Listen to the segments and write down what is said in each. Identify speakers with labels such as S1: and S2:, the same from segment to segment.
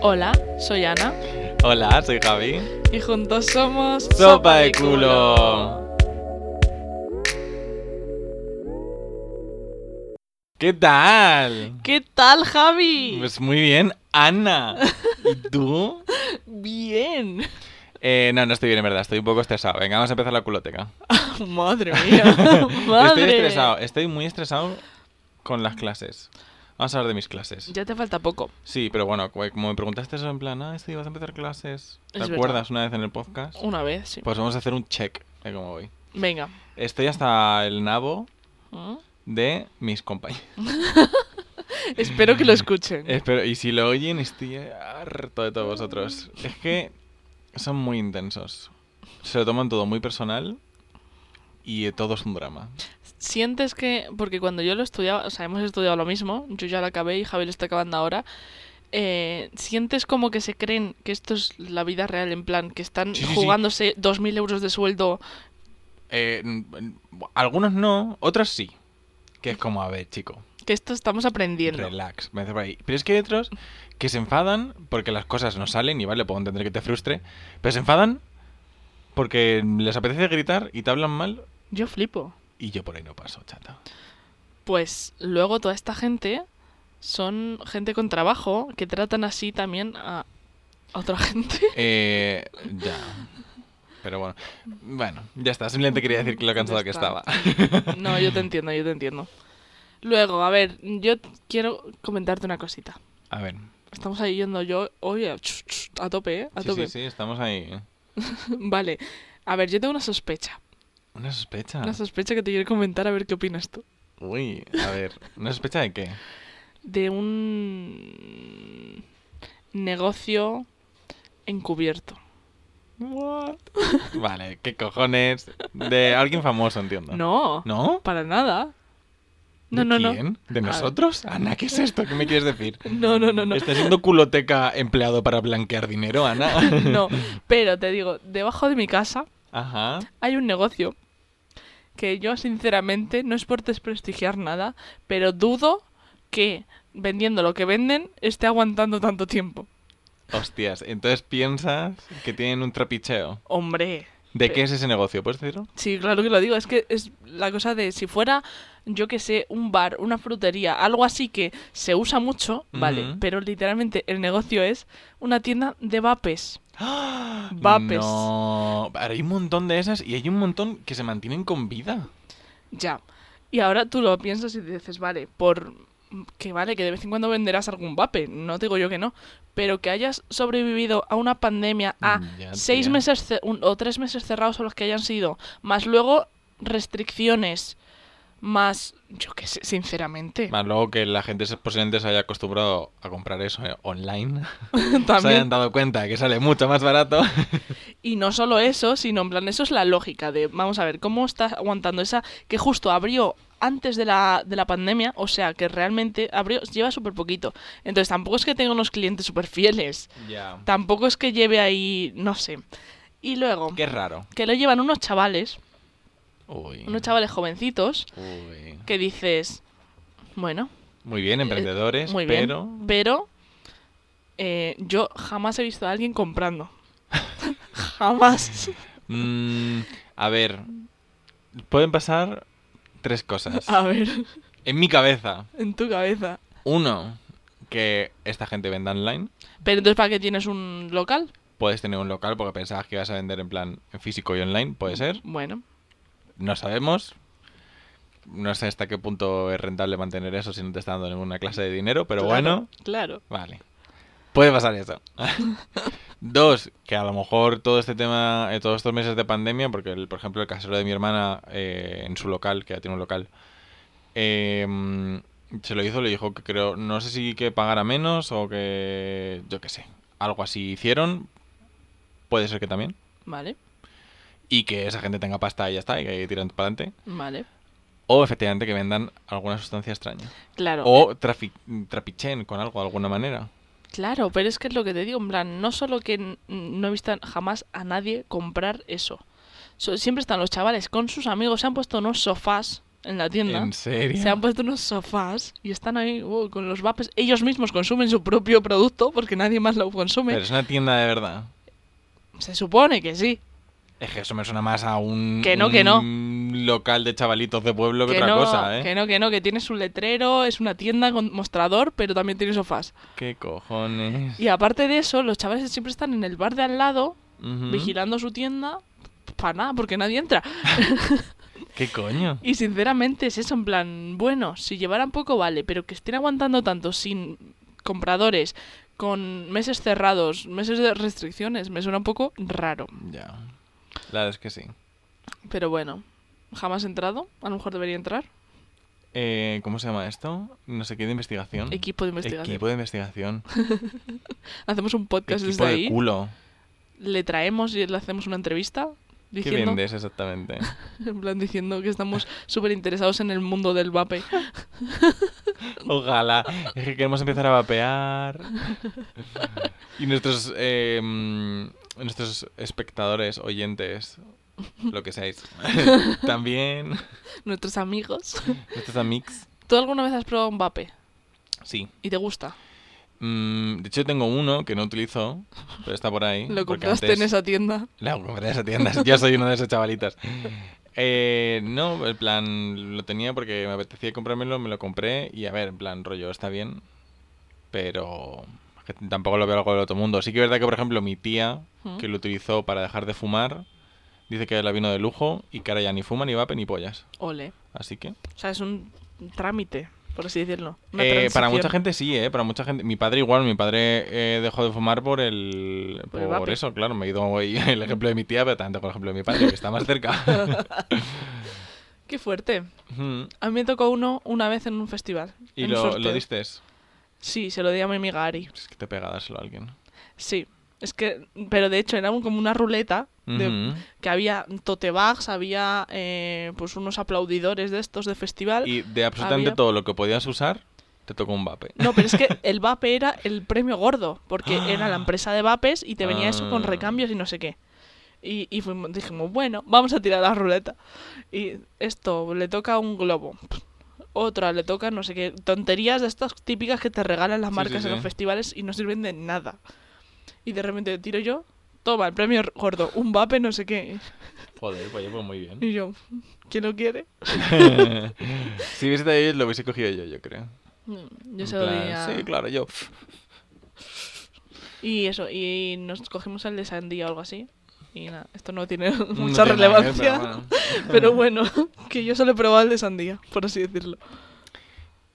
S1: Hola, soy Ana
S2: Hola, soy Javi.
S1: y juntos somos
S2: Sopa de Culo. ¿Qué tal?
S1: ¿Qué tal, Javi?
S2: Pues muy bien, Ana. ¿Y tú?
S1: Bien.
S2: Eh, no, no estoy bien, en verdad. Estoy un poco estresado. Venga, vamos a empezar la culoteca.
S1: Madre mía. Madre.
S2: Estoy estresado. Estoy muy estresado con las clases. Vamos a hablar de mis clases.
S1: Ya te falta poco.
S2: Sí, pero bueno, cu- como me preguntaste eso en plan, ah, sí, vas a empezar clases. ¿Te
S1: Es verdad.
S2: acuerdas una vez en el podcast?
S1: Una vez, sí.
S2: Pues vamos a hacer un check de cómo voy.
S1: Venga.
S2: Estoy hasta el nabo
S1: ¿Mm?
S2: de mis compañeros.
S1: Espero que lo escuchen.
S2: Espero, Eh, y si lo oyen, estoy harto de todos vosotros. Es que son muy intensos. Se lo toman todo muy personal y eh, todo es un drama.
S1: Sientes que, porque cuando yo lo estudiaba, o sea, hemos estudiado lo mismo, yo ya lo acabé y Javi lo está acabando ahora, eh, sientes como que se creen que esto es la vida real, en plan, que están
S2: Sí, sí, sí.
S1: jugándose 2.000 euros de sueldo.
S2: Eh, n- n- algunos no, otros sí. Que es como, a ver, chico,
S1: Que esto estamos aprendiendo.
S2: relax. Me dice por ahí. Pero es que hay otros que se enfadan porque las cosas no salen y vale, puedo entender que te frustre. Pero se enfadan porque les apetece gritar y te hablan mal
S1: Yo flipo.
S2: y yo por ahí no paso, chata.
S1: Pues luego toda esta gente son gente con trabajo que tratan así también a a otra gente.
S2: Eh, ya. Pero bueno. Bueno, ya está. Simplemente quería decir que lo cansado
S1: Ya
S2: que
S1: está.
S2: estaba.
S1: No, yo te entiendo, yo te entiendo. Luego, a ver, yo t- quiero comentarte una cosita.
S2: A ver.
S1: Estamos ahí yendo yo hoy a, ch- ch- a tope, ¿eh? A
S2: Sí,
S1: tope.
S2: sí, sí, estamos ahí. ¿eh?
S1: Vale. A ver, yo tengo una sospecha.
S2: Una sospecha.
S1: Una sospecha que te quiero comentar, a ver qué opinas tú.
S2: Uy, a ver. ¿Una sospecha de qué?
S1: De un negocio encubierto.
S2: Vale, ¿qué cojones? De alguien famoso, entiendo.
S1: No,
S2: ¿No?
S1: para nada. No,
S2: ¿De
S1: no, no.
S2: quién? ¿De
S1: A ver.
S2: nosotros? Ana, ¿qué es esto? ¿Qué me quieres decir?
S1: No, no, no, no.
S2: ¿Estás siendo culoteca empleado para blanquear dinero, Ana?
S1: No, pero te digo, debajo de mi casa
S2: Ajá.
S1: hay un negocio que yo sinceramente no es por desprestigiar nada, pero dudo que vendiendo lo que venden esté aguantando tanto tiempo.
S2: Hostias, entonces piensas que tienen un trapicheo.
S1: Hombre,
S2: ¿De
S1: Pe-
S2: qué es ese negocio? ¿Puedes decirlo?
S1: sí, claro que lo digo, es que es la cosa de si fuera, yo que sé, un bar, una frutería, algo así que se usa mucho, vale,
S2: Ujú.
S1: pero literalmente el negocio es una tienda de vapes.
S2: ¡Ah!
S1: Vapes.
S2: No. Ahora hay un montón de esas y hay un montón que se mantienen con vida.
S1: Ya. Y ahora tú lo piensas y dices, vale, por que vale, que de vez en cuando venderás algún vape, no digo yo que no, pero que hayas sobrevivido a una pandemia, a
S2: Mm, Ya,
S1: Ah, seis
S2: tía.
S1: meses ce- un- o tres meses cerrados o los que hayan sido, más luego restricciones, más, yo qué sé, sinceramente,
S2: Más luego que la gente se- posiblemente se haya acostumbrado a comprar eso eh, online. Se hayan
S1: también.
S2: dado cuenta que sale mucho más barato.
S1: Y no solo eso, sino en plan, eso es la lógica de, vamos a ver, ¿cómo está aguantando esa que justo abrió antes de la, de la pandemia? O sea, que realmente abrió, lleva súper poquito. Entonces tampoco es que tenga unos clientes súper fieles.
S2: ya.
S1: Tampoco es que lleve ahí, no sé. Y luego,
S2: Qué raro.
S1: que lo llevan unos chavales,
S2: Uy.
S1: unos chavales jovencitos,
S2: Uy.
S1: que dices, bueno,
S2: Muy bien, emprendedores,
S1: Eh, muy bien,
S2: pero...
S1: pero eh, yo jamás he visto a alguien comprando. jamás.
S2: Mm, a ver, pueden pasar tres cosas.
S1: A ver,
S2: En mi cabeza,
S1: en tu cabeza.
S2: uno, que esta gente venda online.
S1: Pero entonces, ¿para qué tienes un local?
S2: Puedes tener un local porque pensabas que ibas a vender en plan en físico y online, puede ser.
S1: Bueno,
S2: No sabemos. No sé hasta qué punto es rentable mantener eso si no te está dando ninguna clase de dinero, pero
S1: claro,
S2: bueno,
S1: Claro.
S2: vale. Puede pasar eso. Dos, que a lo mejor todo este tema, eh, todos estos meses de pandemia, porque el- por ejemplo el casero de mi hermana eh, en su local, que ya tiene un local, eh, mm, se lo hizo, le dijo que creo, no sé si que pagara menos o que, yo qué sé, algo así hicieron, puede ser que también,
S1: Vale,
S2: y que esa gente tenga pasta y ya está, y que tiran para adelante,
S1: vale.
S2: o efectivamente que vendan alguna sustancia extraña,
S1: Claro.
S2: o trafi- trapichen con algo de alguna manera.
S1: Claro, pero es que es lo que te digo, en plan, no solo que n- no he visto jamás a nadie comprar eso. So- siempre están los chavales con sus amigos, se han puesto unos sofás en la tienda.
S2: ¿En serio?
S1: Se han puesto unos sofás y están ahí uh, con los vapes. Ellos mismos consumen su propio producto porque nadie más lo consume.
S2: Pero es una tienda de verdad.
S1: Se supone que sí.
S2: Es que eso me suena más a un,
S1: Que no, que no.
S2: un local de chavalitos de pueblo que, otra
S1: no,
S2: cosa, ¿eh?
S1: que no, que no, que tiene su letrero, es una tienda con mostrador, pero también tiene sofás.
S2: ¿Qué cojones?
S1: Y aparte de eso, los chavales siempre están en el bar de al lado,
S2: Ujú.
S1: vigilando su tienda, para nada, porque nadie entra.
S2: ¿Qué coño?
S1: Y sinceramente es eso, en plan, bueno, si llevaran poco vale, pero que estén aguantando tanto sin compradores, con meses cerrados, meses de restricciones, me suena un poco raro.
S2: Ya. La verdad es que sí.
S1: Pero bueno, jamás he entrado, a lo mejor debería entrar.
S2: Eh, ¿Cómo se llama esto? No sé qué de investigación.
S1: Equipo de investigación.
S2: Mm. Equipo de investigación.
S1: Hacemos un podcast
S2: Equipo
S1: desde
S2: de
S1: ahí,
S2: culo.
S1: le traemos y le hacemos una entrevista.
S2: ¿Qué
S1: Diciendo,
S2: vendes exactamente?
S1: en plan diciendo que estamos súper interesados en el mundo del vape.
S2: Ojalá. Es que queremos empezar a vapear. Y nuestros, eh, mm, nuestros espectadores, oyentes, lo que seáis, también.
S1: Nuestros amigos.
S2: Nuestros amigos.
S1: ¿Tú alguna vez has probado un vape
S2: Sí.
S1: y te gusta?
S2: Mm, de hecho, tengo uno que no utilizo, pero está por ahí.
S1: ¿Lo
S2: porque
S1: compraste
S2: antes-
S1: en esa tienda?
S2: No, compré esa tienda. Yo soy uno de esos chavalitos. Eh, no, en plan, lo tenía porque me apetecía comprármelo, me lo compré y a ver, en plan, rollo, está bien. Pero es que tampoco lo veo algo del otro mundo. Sí que es verdad que, por ejemplo, mi tía,
S1: Ujú.
S2: que lo utilizó para dejar de fumar, dice que la vino de lujo y que ahora ya ni fuma, ni vape, ni pollas.
S1: Ole.
S2: Así que...
S1: O sea, es un trámite, por así decirlo. Una
S2: Eh, para
S1: transacción.
S2: mucha gente sí, ¿eh? Para mucha gente. Mi padre igual, mi padre eh, dejó de fumar por el...
S1: Por el
S2: Por,
S1: vape.
S2: eso, claro, me he ido hoy el ejemplo de mi tía, pero tanto con el ejemplo de mi padre, que está más cerca.
S1: Qué fuerte.
S2: Ujú.
S1: A mí me tocó uno una vez en un festival.
S2: ¿Y
S1: en un
S2: lo,
S1: sorteo.
S2: lo diste? Es
S1: Sí, se lo di a mi amiga Ari.
S2: que te pega dárselo a alguien.
S1: Sí. Es que, pero de hecho era un- como una ruleta de-
S2: Ujú.
S1: que había tote bags, había eh, pues unos aplaudidores de estos de festival.
S2: Y de absolutamente
S1: había-
S2: todo lo que podías usar, te tocó un vape.
S1: No, pero es que el vape era el premio gordo, porque era la empresa de vapes y te venía eso con
S2: Ah.
S1: recambios y no sé qué. Y, y fuimos- dijimos, bueno, vamos a tirar la ruleta. Y esto, le toca un globo. Otra, le toca no sé qué. Tonterías de estas típicas que te regalan las
S2: Sí,
S1: marcas
S2: sí,
S1: en
S2: sí.
S1: los festivales y no sirven de nada. Y de repente tiro yo, toma, el premio gordo, un vape, no sé qué.
S2: Joder, pues llevo muy bien.
S1: Y yo, ¿quién lo quiere?
S2: si hubiese estado yo, lo hubiese cogido yo, yo creo.
S1: Mm, Yo
S2: En
S1: se lo di
S2: plan,
S1: a-
S2: Sí, claro, yo.
S1: Y eso, y nos cogimos el de Sandía o algo así. Y nada, esto no tiene
S2: No
S1: mucha
S2: tiene nada que ver,
S1: relevancia.
S2: pero bueno.
S1: pero, bueno. que yo solo he probado el de Sandía, por así decirlo.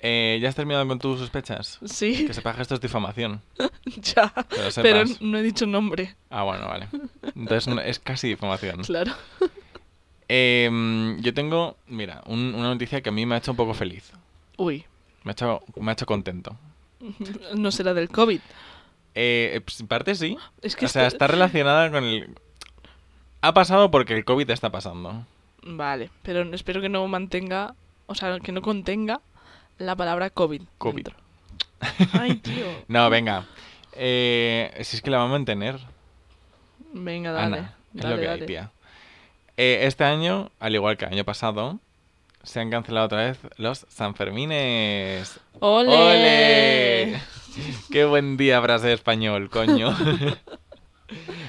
S2: Eh, ¿Ya has terminado con tus sospechas?
S1: Sí,
S2: Que sepas que esto es difamación.
S1: ya.
S2: que lo
S1: Pero
S2: sepas.
S1: no he dicho nombre,
S2: Ah, bueno, vale. Entonces no- es casi difamación.
S1: claro.
S2: Em, yo tengo, mira, un- una noticia que a mí me ha hecho un poco feliz.
S1: Uy,
S2: Me ha hecho, me ha hecho contento.
S1: no será del COVID.
S2: Eh, eh, pues, en parte sí.
S1: Es que
S2: o sea,
S1: esto-
S2: está relacionada con el... Ha pasado porque el COVID está pasando.
S1: Vale, pero espero que no mantenga, o sea, que no contenga la palabra COVID.
S2: COVID.
S1: dentro. Ay, tío.
S2: No, venga. Eh, si es que la vamos a mantener,
S1: Venga, dale.
S2: Ana. Es
S1: dale,
S2: lo que
S1: dale.
S2: hay, tía. Eh, este año, al igual que el año pasado, se han cancelado otra vez los Sanfermines.
S1: ¡Ole!
S2: ¡Ole! ¡Qué buen día frase de español, coño!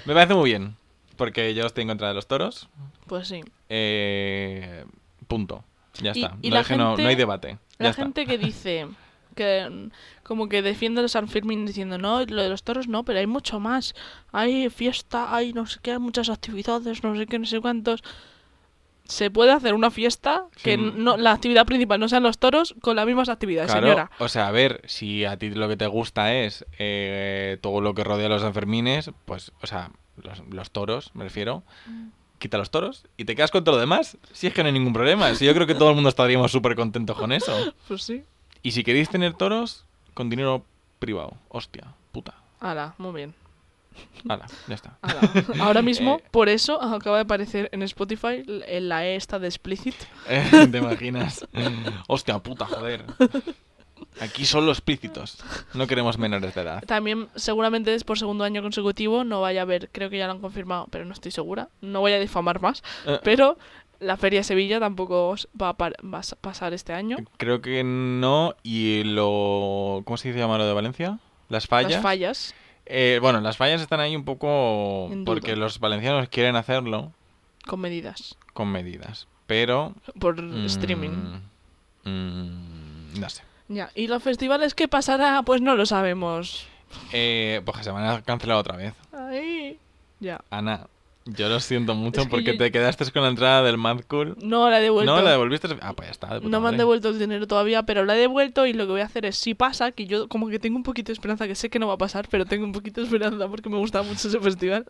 S2: Me parece muy bien, porque yo estoy en contra de los toros.
S1: Pues sí.
S2: Eh, punto. Ya
S1: Y-
S2: está.
S1: y
S2: Lo
S1: la
S2: dije, no, no
S1: gente-
S2: hay debate. Ya
S1: La
S2: está.
S1: gente que dice que mm, como que defiende a los San Fermín diciendo no, lo de los toros no, pero hay mucho más. Hay fiesta, hay no sé qué, hay muchas actividades, no sé qué, no sé cuántos. Se puede hacer una fiesta que
S2: Sin-
S1: no la actividad principal no sean los toros con las mismas actividades,
S2: Claro,
S1: señora.
S2: O sea, a ver, si a ti lo que te gusta es eh, todo lo que rodea a los Sanfermines, pues, o sea, los, los toros, me refiero.
S1: Mm.
S2: Quita los toros y te quedas con todo lo demás. Si es que no hay ningún problema. Si yo creo que todo el mundo estaríamos súper contentos con eso.
S1: Pues sí.
S2: Y si queréis tener toros, con dinero privado. Hostia, puta.
S1: Hala, muy bien.
S2: Hala, ya está.
S1: Hala. Ahora mismo,
S2: Eh.
S1: por eso, acaba de aparecer en Spotify l- en la E esta de explicit.
S2: Eh, ¿Te imaginas? Hostia, puta, joder. Aquí son los explícitos. No queremos menores de edad.
S1: También seguramente es por segundo año consecutivo, no vaya a haber, creo que ya lo han confirmado, pero no estoy segura, no voy a difamar más,
S2: Eh.
S1: pero la Feria de Sevilla tampoco os va a, par- va a s- pasar este año.
S2: Creo que no. Y lo. ¿Cómo se dice llamar lo de Valencia? Las fallas.
S1: Las fallas.
S2: Eh, bueno, las fallas están ahí un poco.
S1: En duda.
S2: Porque los valencianos quieren hacerlo
S1: con medidas
S2: con medidas. Pero.
S1: por
S2: mm,
S1: streaming.
S2: mm, no sé.
S1: Ya. ¿Y los festivales qué pasará? Pues no lo sabemos.
S2: Eh, pues que se van a cancelar otra vez.
S1: Ay. Ya.
S2: Ana, yo lo siento mucho
S1: Es que
S2: porque
S1: yo-
S2: te quedaste con la entrada del Mad Cool.
S1: No la he devuelto.
S2: No, la devolviste. Ah, pues ya está. de puta
S1: No me han
S2: madre.
S1: devuelto el dinero todavía, pero la he devuelto y lo que voy a hacer es, si pasa, que yo como que tengo un poquito de esperanza, que sé que no va a pasar, pero tengo un poquito de esperanza porque me gusta mucho ese festival,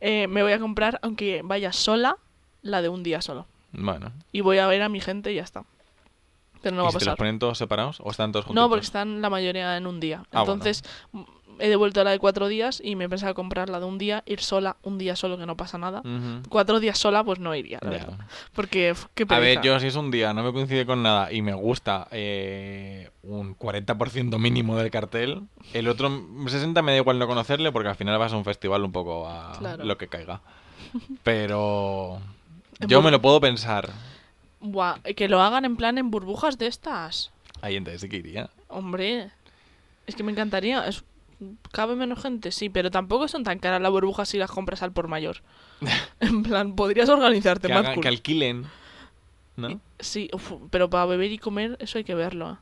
S1: eh, me voy a comprar, aunque vaya sola, la de un día solo.
S2: Bueno.
S1: Y voy a ver a mi gente y ya está. Pero no
S2: ¿Y
S1: va a
S2: si te los
S1: pasar.
S2: ponen todos separados o están todos juntos?
S1: No, porque están la mayoría en un día.
S2: Ah, bueno.
S1: Entonces, m- he devuelto la de cuatro días y me pensaba comprar la de un día, ir sola, un día solo que no pasa nada.
S2: Mm.
S1: Cuatro días sola, pues no iría, la verdad. Porque, f- qué
S2: A ver,
S1: pereza.
S2: yo si es un día, no me coincide con nada y me gusta eh, un 40% mínimo del cartel, el otro 60% me da igual no conocerle porque al final vas a un festival un poco a
S1: Claro.
S2: lo que caiga. Pero
S1: En
S2: yo
S1: bur-
S2: me lo puedo pensar.
S1: Buah, que lo hagan en plan en burbujas de estas.
S2: Ahí entonces sí que iría.
S1: Hombre, es que me encantaría. Es... Cabe menos gente, sí, pero tampoco son tan caras las burbujas si las compras al por mayor. en plan, podrías organizarte
S2: Que,
S1: más
S2: hagan-
S1: cool.
S2: que alquilen. ¿No?
S1: Sí, uf, pero para beber y comer, eso hay que verlo. ¿eh?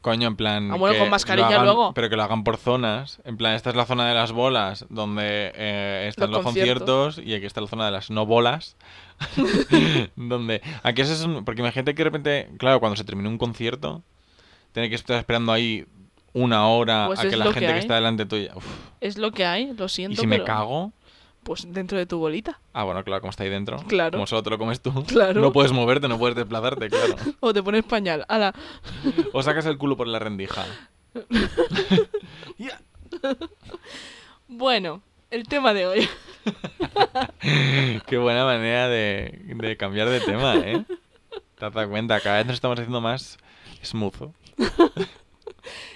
S2: Coño, en plan.
S1: Ah, bueno,
S2: que
S1: con mascarilla
S2: lo hagan-
S1: luego.
S2: Pero que lo hagan por zonas. En plan, esta es la zona de las bolas, donde eh, están
S1: Los
S2: los, conciertos. y aquí está la zona de las no bolas. donde. Aquí eso es un- Porque imagínate que de repente. Claro, cuando se termine un concierto, tiene que estar esperando ahí una hora
S1: Pues
S2: a
S1: es
S2: que la
S1: lo
S2: gente
S1: que
S2: que,
S1: hay.
S2: está delante tuya. Uf,
S1: Es lo que hay, lo siento.
S2: y si me
S1: pero-
S2: cago.
S1: Pues dentro de tu bolita.
S2: Ah, bueno, claro, como está ahí dentro.
S1: Claro.
S2: Como solo te lo comes tú.
S1: Claro.
S2: No puedes moverte, no puedes desplazarte, claro.
S1: O te pones pañal. Ala,
S2: O sacas el culo por la rendija. Ya.
S1: bueno, el tema de hoy.
S2: Qué buena manera de, de cambiar de tema, ¿eh? Te has dado cuenta, cada vez nos estamos haciendo más smooth.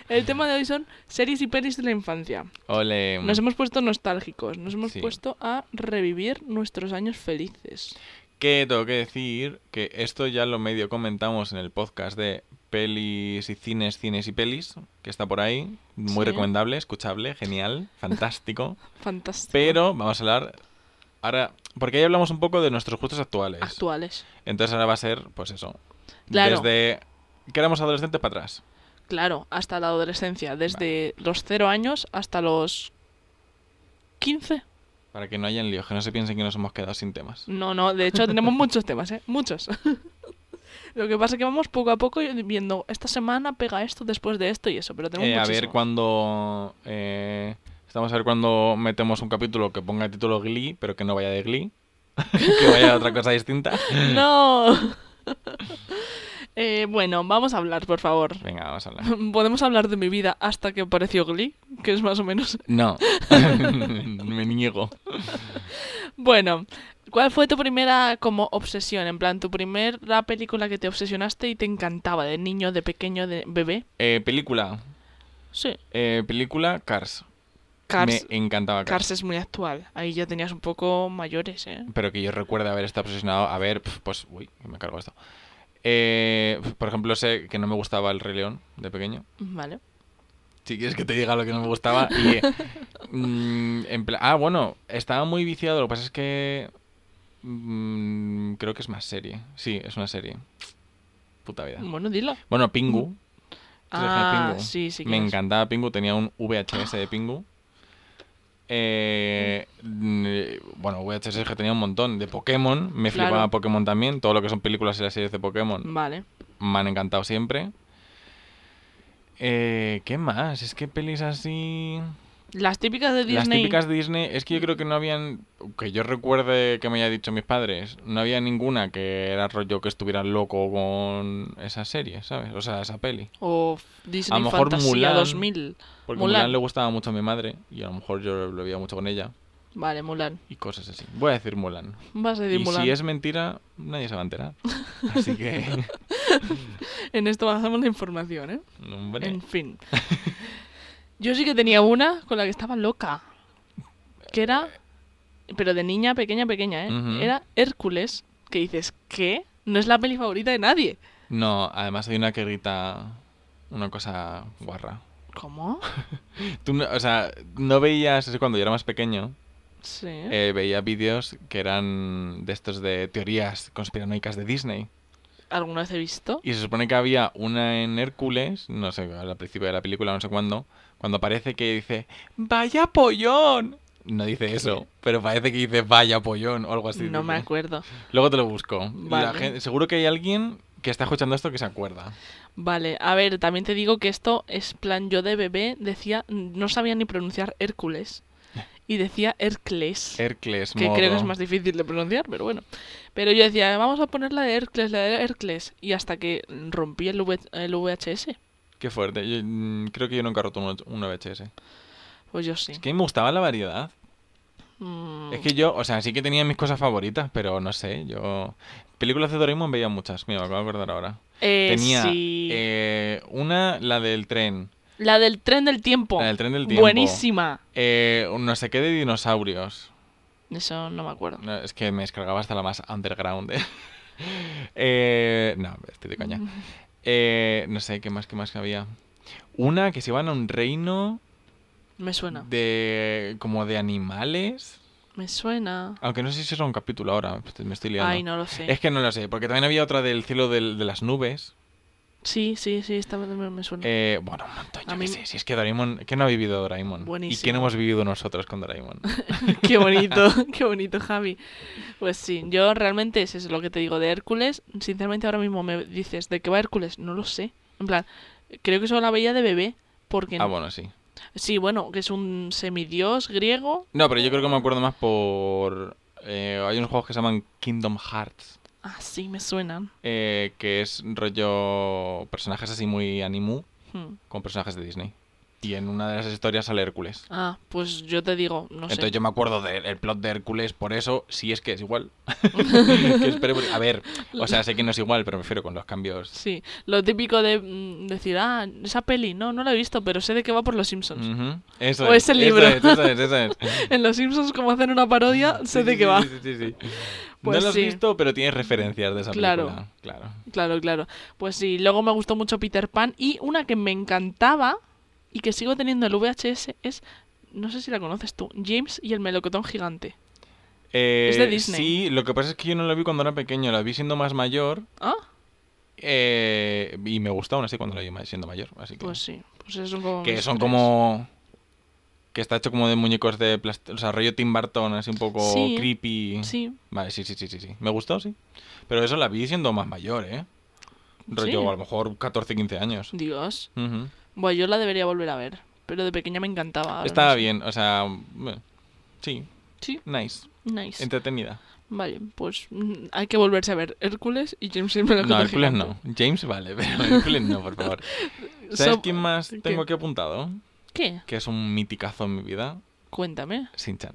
S1: El tema de hoy son series y pelis de la infancia.
S2: Ole.
S1: Nos hemos puesto nostálgicos, nos hemos
S2: Mm. Sí.
S1: puesto a revivir nuestros años felices.
S2: Que tengo que decir que esto ya lo medio comentamos en el podcast de pelis y cines, cines y pelis, que está por ahí. Muy
S1: Sí.
S2: recomendable, escuchable, genial, fantástico.
S1: Fantástico.
S2: Pero vamos a hablar ahora, porque ahí hablamos un poco de nuestros gustos actuales.
S1: Actuales.
S2: Entonces ahora va a ser, pues eso.
S1: Claro.
S2: Desde que éramos adolescentes para atrás.
S1: Claro, hasta la adolescencia, desde los 0 años hasta los 15.
S2: Para que no hayan líos, que no se piensen que nos hemos quedado sin temas.
S1: No, no, de hecho tenemos muchos temas, ¿eh? Muchos. Lo que pasa es que vamos poco a poco y viendo, esta semana pega esto, después de esto y eso, pero tenemos
S2: Eh, a ver
S1: muchísimo.
S2: cuándo. eh, estamos a ver cuándo metemos un capítulo que ponga título Glee, pero que no vaya de Glee. que vaya de otra cosa distinta.
S1: ¡No! Eh, bueno, vamos a hablar, por favor.
S2: Venga, vamos a hablar.
S1: Podemos hablar de mi vida hasta que apareció Glee, que es más o menos.
S2: No. Me niego.
S1: Bueno, ¿cuál fue tu primera como obsesión? En plan, tu primera película que te obsesionaste y te encantaba, de niño, de pequeño, de bebé.
S2: Eh, película.
S1: Sí.
S2: Eh, película Cars.
S1: Cars,
S2: Me encantaba Cars.
S1: Cars es muy actual. Ahí ya tenías un poco mayores, ¿eh?
S2: Pero que yo recuerde haber estado obsesionado. A ver, pf, pues. Uy, que me cargo esto. Eh, por ejemplo, sé que no me gustaba el Rey León de pequeño.
S1: Vale.
S2: Si quieres que te diga lo que no me gustaba. Y, eh, mm, en pla- ah, bueno, estaba muy viciado. Lo que pasa es que. mm, creo que es más serie. Sí, es una serie. Puta vida.
S1: Bueno, dilo.
S2: Bueno, Pingu. ¿Sabes quién es
S1: Ah,
S2: Pingu?
S1: sí, sí. que
S2: ¿eh? Me
S1: es.
S2: encantaba Pingu. Tenía un VHS de Pingu. Eh, mm, bueno, VHS que tenía un montón. De Pokémon. Me
S1: Claro.
S2: flipaba Pokémon también. Todo lo que son películas y las series de Pokémon
S1: Vale.
S2: me han encantado siempre. Eh, ¿Qué más? Es que pelis así.
S1: Las típicas de Disney.
S2: Las típicas de Disney. Es que yo creo que no habían. Que yo recuerde que me haya dicho mis padres. No había ninguna que era rollo que estuviera loco con esa serie, ¿sabes? O sea, esa peli.
S1: O Disney
S2: A lo mejor
S1: Fantasía
S2: Mulan.
S1: 2000.
S2: Porque
S1: Mulan.
S2: Mulan. le gustaba mucho a mi madre. Y a lo mejor yo lo veía mucho con ella.
S1: Vale, Mulan.
S2: Y cosas así. Voy a decir Mulan.
S1: Vas a decir
S2: y
S1: Mulan.
S2: si es mentira, nadie se va a enterar. Así que.
S1: En esto basamos la información, ¿eh?
S2: hombre.
S1: En fin. Yo sí que tenía una con la que estaba loca. Que era. Pero de niña, pequeña, pequeña, ¿eh?
S2: Ujú.
S1: Era Hércules que dices, ¿qué? No es la peli favorita de nadie.
S2: No, además hay una que grita una cosa guarra.
S1: ¿Cómo?
S2: Tú, no- o sea, no veías, es cuando yo era más pequeño,
S1: Sí.
S2: eh, veía vídeos que eran de estos de teorías conspiranoicas de Disney.
S1: ¿Alguna vez he visto?
S2: Y se supone que había una en Hércules, no sé, al principio de la película, no sé cuándo, cuando parece que dice, ¡Vaya pollón! No dice eso, pero parece que dice, ¡Vaya pollón! o algo así.
S1: no me
S2: dice.
S1: acuerdo.
S2: Luego te lo busco. La
S1: Vale.
S2: gen- seguro que hay alguien que está escuchando esto que se acuerda.
S1: Vale, a ver, también te digo que esto es plan, yo de bebé decía, no sabía ni pronunciar Hércules. Y decía Hércules.
S2: Hércules,
S1: que
S2: Este modo.
S1: creo que es más difícil de pronunciar, pero bueno. Pero yo decía, vamos a poner la de Hércules, la de Hércules. Y hasta que rompí el, V- el VHS.
S2: Qué fuerte. Yo, mm, creo que yo nunca he roto un, un VHS.
S1: Pues yo sí.
S2: Es que me gustaba la variedad.
S1: Mm,
S2: Es que yo, o sea, sí que tenía mis cosas favoritas, pero no sé, yo... Películas de Doraemon veía muchas, mira, me acabo de acordar ahora.
S1: eh,
S2: Tenía
S1: sí.
S2: eh, una, la del tren.
S1: La del tren del tiempo.
S2: La del tren del tiempo.
S1: Buenísima.
S2: Eh, un no sé qué de dinosaurios.
S1: Eso no me acuerdo.
S2: No, es que me descargaba hasta la más underground. eh. Eh, no, estoy de coña. Eh, no sé, ¿qué más, qué más que había? Una que se iban a un reino
S1: Me suena.
S2: de como de animales.
S1: Me suena.
S2: Aunque no sé si eso era un capítulo ahora, me estoy liando.
S1: Ay, no lo sé.
S2: Ah, Es que no lo sé, porque también había otra del cielo del- de las nubes.
S1: Sí, sí, sí, esta me, me suena.
S2: Eh, bueno, un montón, yo
S1: A
S2: qué
S1: mí-
S2: sé, Si es que Doraemon... ¿Quién no ha vivido Doraemon? ¿Y quién
S1: Buenísimo.
S2: hemos vivido nosotros con Doraemon?
S1: Qué bonito, qué bonito, Javi. Pues sí, yo realmente es eso lo que te digo de Hércules. Sinceramente, ahora mismo me dices, ¿de qué va Hércules? No lo sé. En plan, creo que solo la veía de bebé. Porque
S2: ah, bueno, sí.
S1: sí, bueno, que es un semidios griego.
S2: No, pero yo creo que me acuerdo más por... eh, hay unos juegos que se llaman Kingdom Hearts,
S1: Ah, sí, me suenan.
S2: eh, que es rollo personajes así muy animu,
S1: Hmm.
S2: con personajes de Disney. Y en una de las historias sale Hércules.
S1: Ah, pues yo te digo, no
S2: Entonces
S1: sé.
S2: yo me acuerdo del el plot de Hércules, por eso, si es que es igual. Que esperemos- A ver, o sea, sé que no es igual, pero me refiero con los cambios.
S1: Sí, lo típico de mm, decir, ah, esa peli, no, no la he visto, pero sé de qué va por los Simpsons.
S2: Ujú, Eso
S1: O
S2: es,
S1: ese
S2: eso
S1: libro.
S2: es, eso es, eso es.
S1: En los Simpsons, como hacen una parodia, sé
S2: Sí,
S1: de
S2: sí,
S1: qué va.
S2: sí, sí, sí.
S1: Pues
S2: no lo has
S1: sí.
S2: visto, pero tienes referencias de esa
S1: Claro.
S2: película. Claro.
S1: Claro, claro. Pues sí, luego me gustó mucho Peter Pan y una que me encantaba y que sigo teniendo el VHS es, no sé si la conoces tú, James y el melocotón gigante.
S2: Eh,
S1: de Disney.
S2: Sí, lo que pasa es que yo no lo vi cuando era pequeño, lo vi siendo más mayor
S1: Ah,
S2: eh, y me gustó aún así cuando lo vi ma- siendo mayor. Así que,
S1: pues sí, pues esos son como...
S2: que
S1: mis
S2: son
S1: tres.
S2: como... Que está hecho como de muñecos de plástico, o sea, rollo Tim Burton, así un poco
S1: Sí, ¿eh?
S2: creepy.
S1: Sí,
S2: Vale, sí, sí, sí, sí, sí. Me gustó, sí. Pero eso la vi siendo más mayor, ¿eh? Rollo,
S1: Sí.
S2: a lo mejor 14, 15 años.
S1: Dios.
S2: Ujú.
S1: Bueno, yo la debería volver a ver, pero de pequeña me encantaba. ahora
S2: Estaba
S1: no sé.
S2: bien, o sea, bueno, sí,
S1: Sí,
S2: nice,
S1: nice.
S2: entretenida.
S1: vale, pues mm, hay que volverse a ver Hércules y James y el melocotón
S2: No, Hércules
S1: gigante.
S2: no. James vale, pero Hércules no, por favor. ¿Sabes
S1: So-
S2: quién más
S1: ¿quién?
S2: tengo aquí apuntado?
S1: ¿Qué?
S2: Que es un miticazo en mi vida.
S1: Cuéntame.
S2: Sinchan.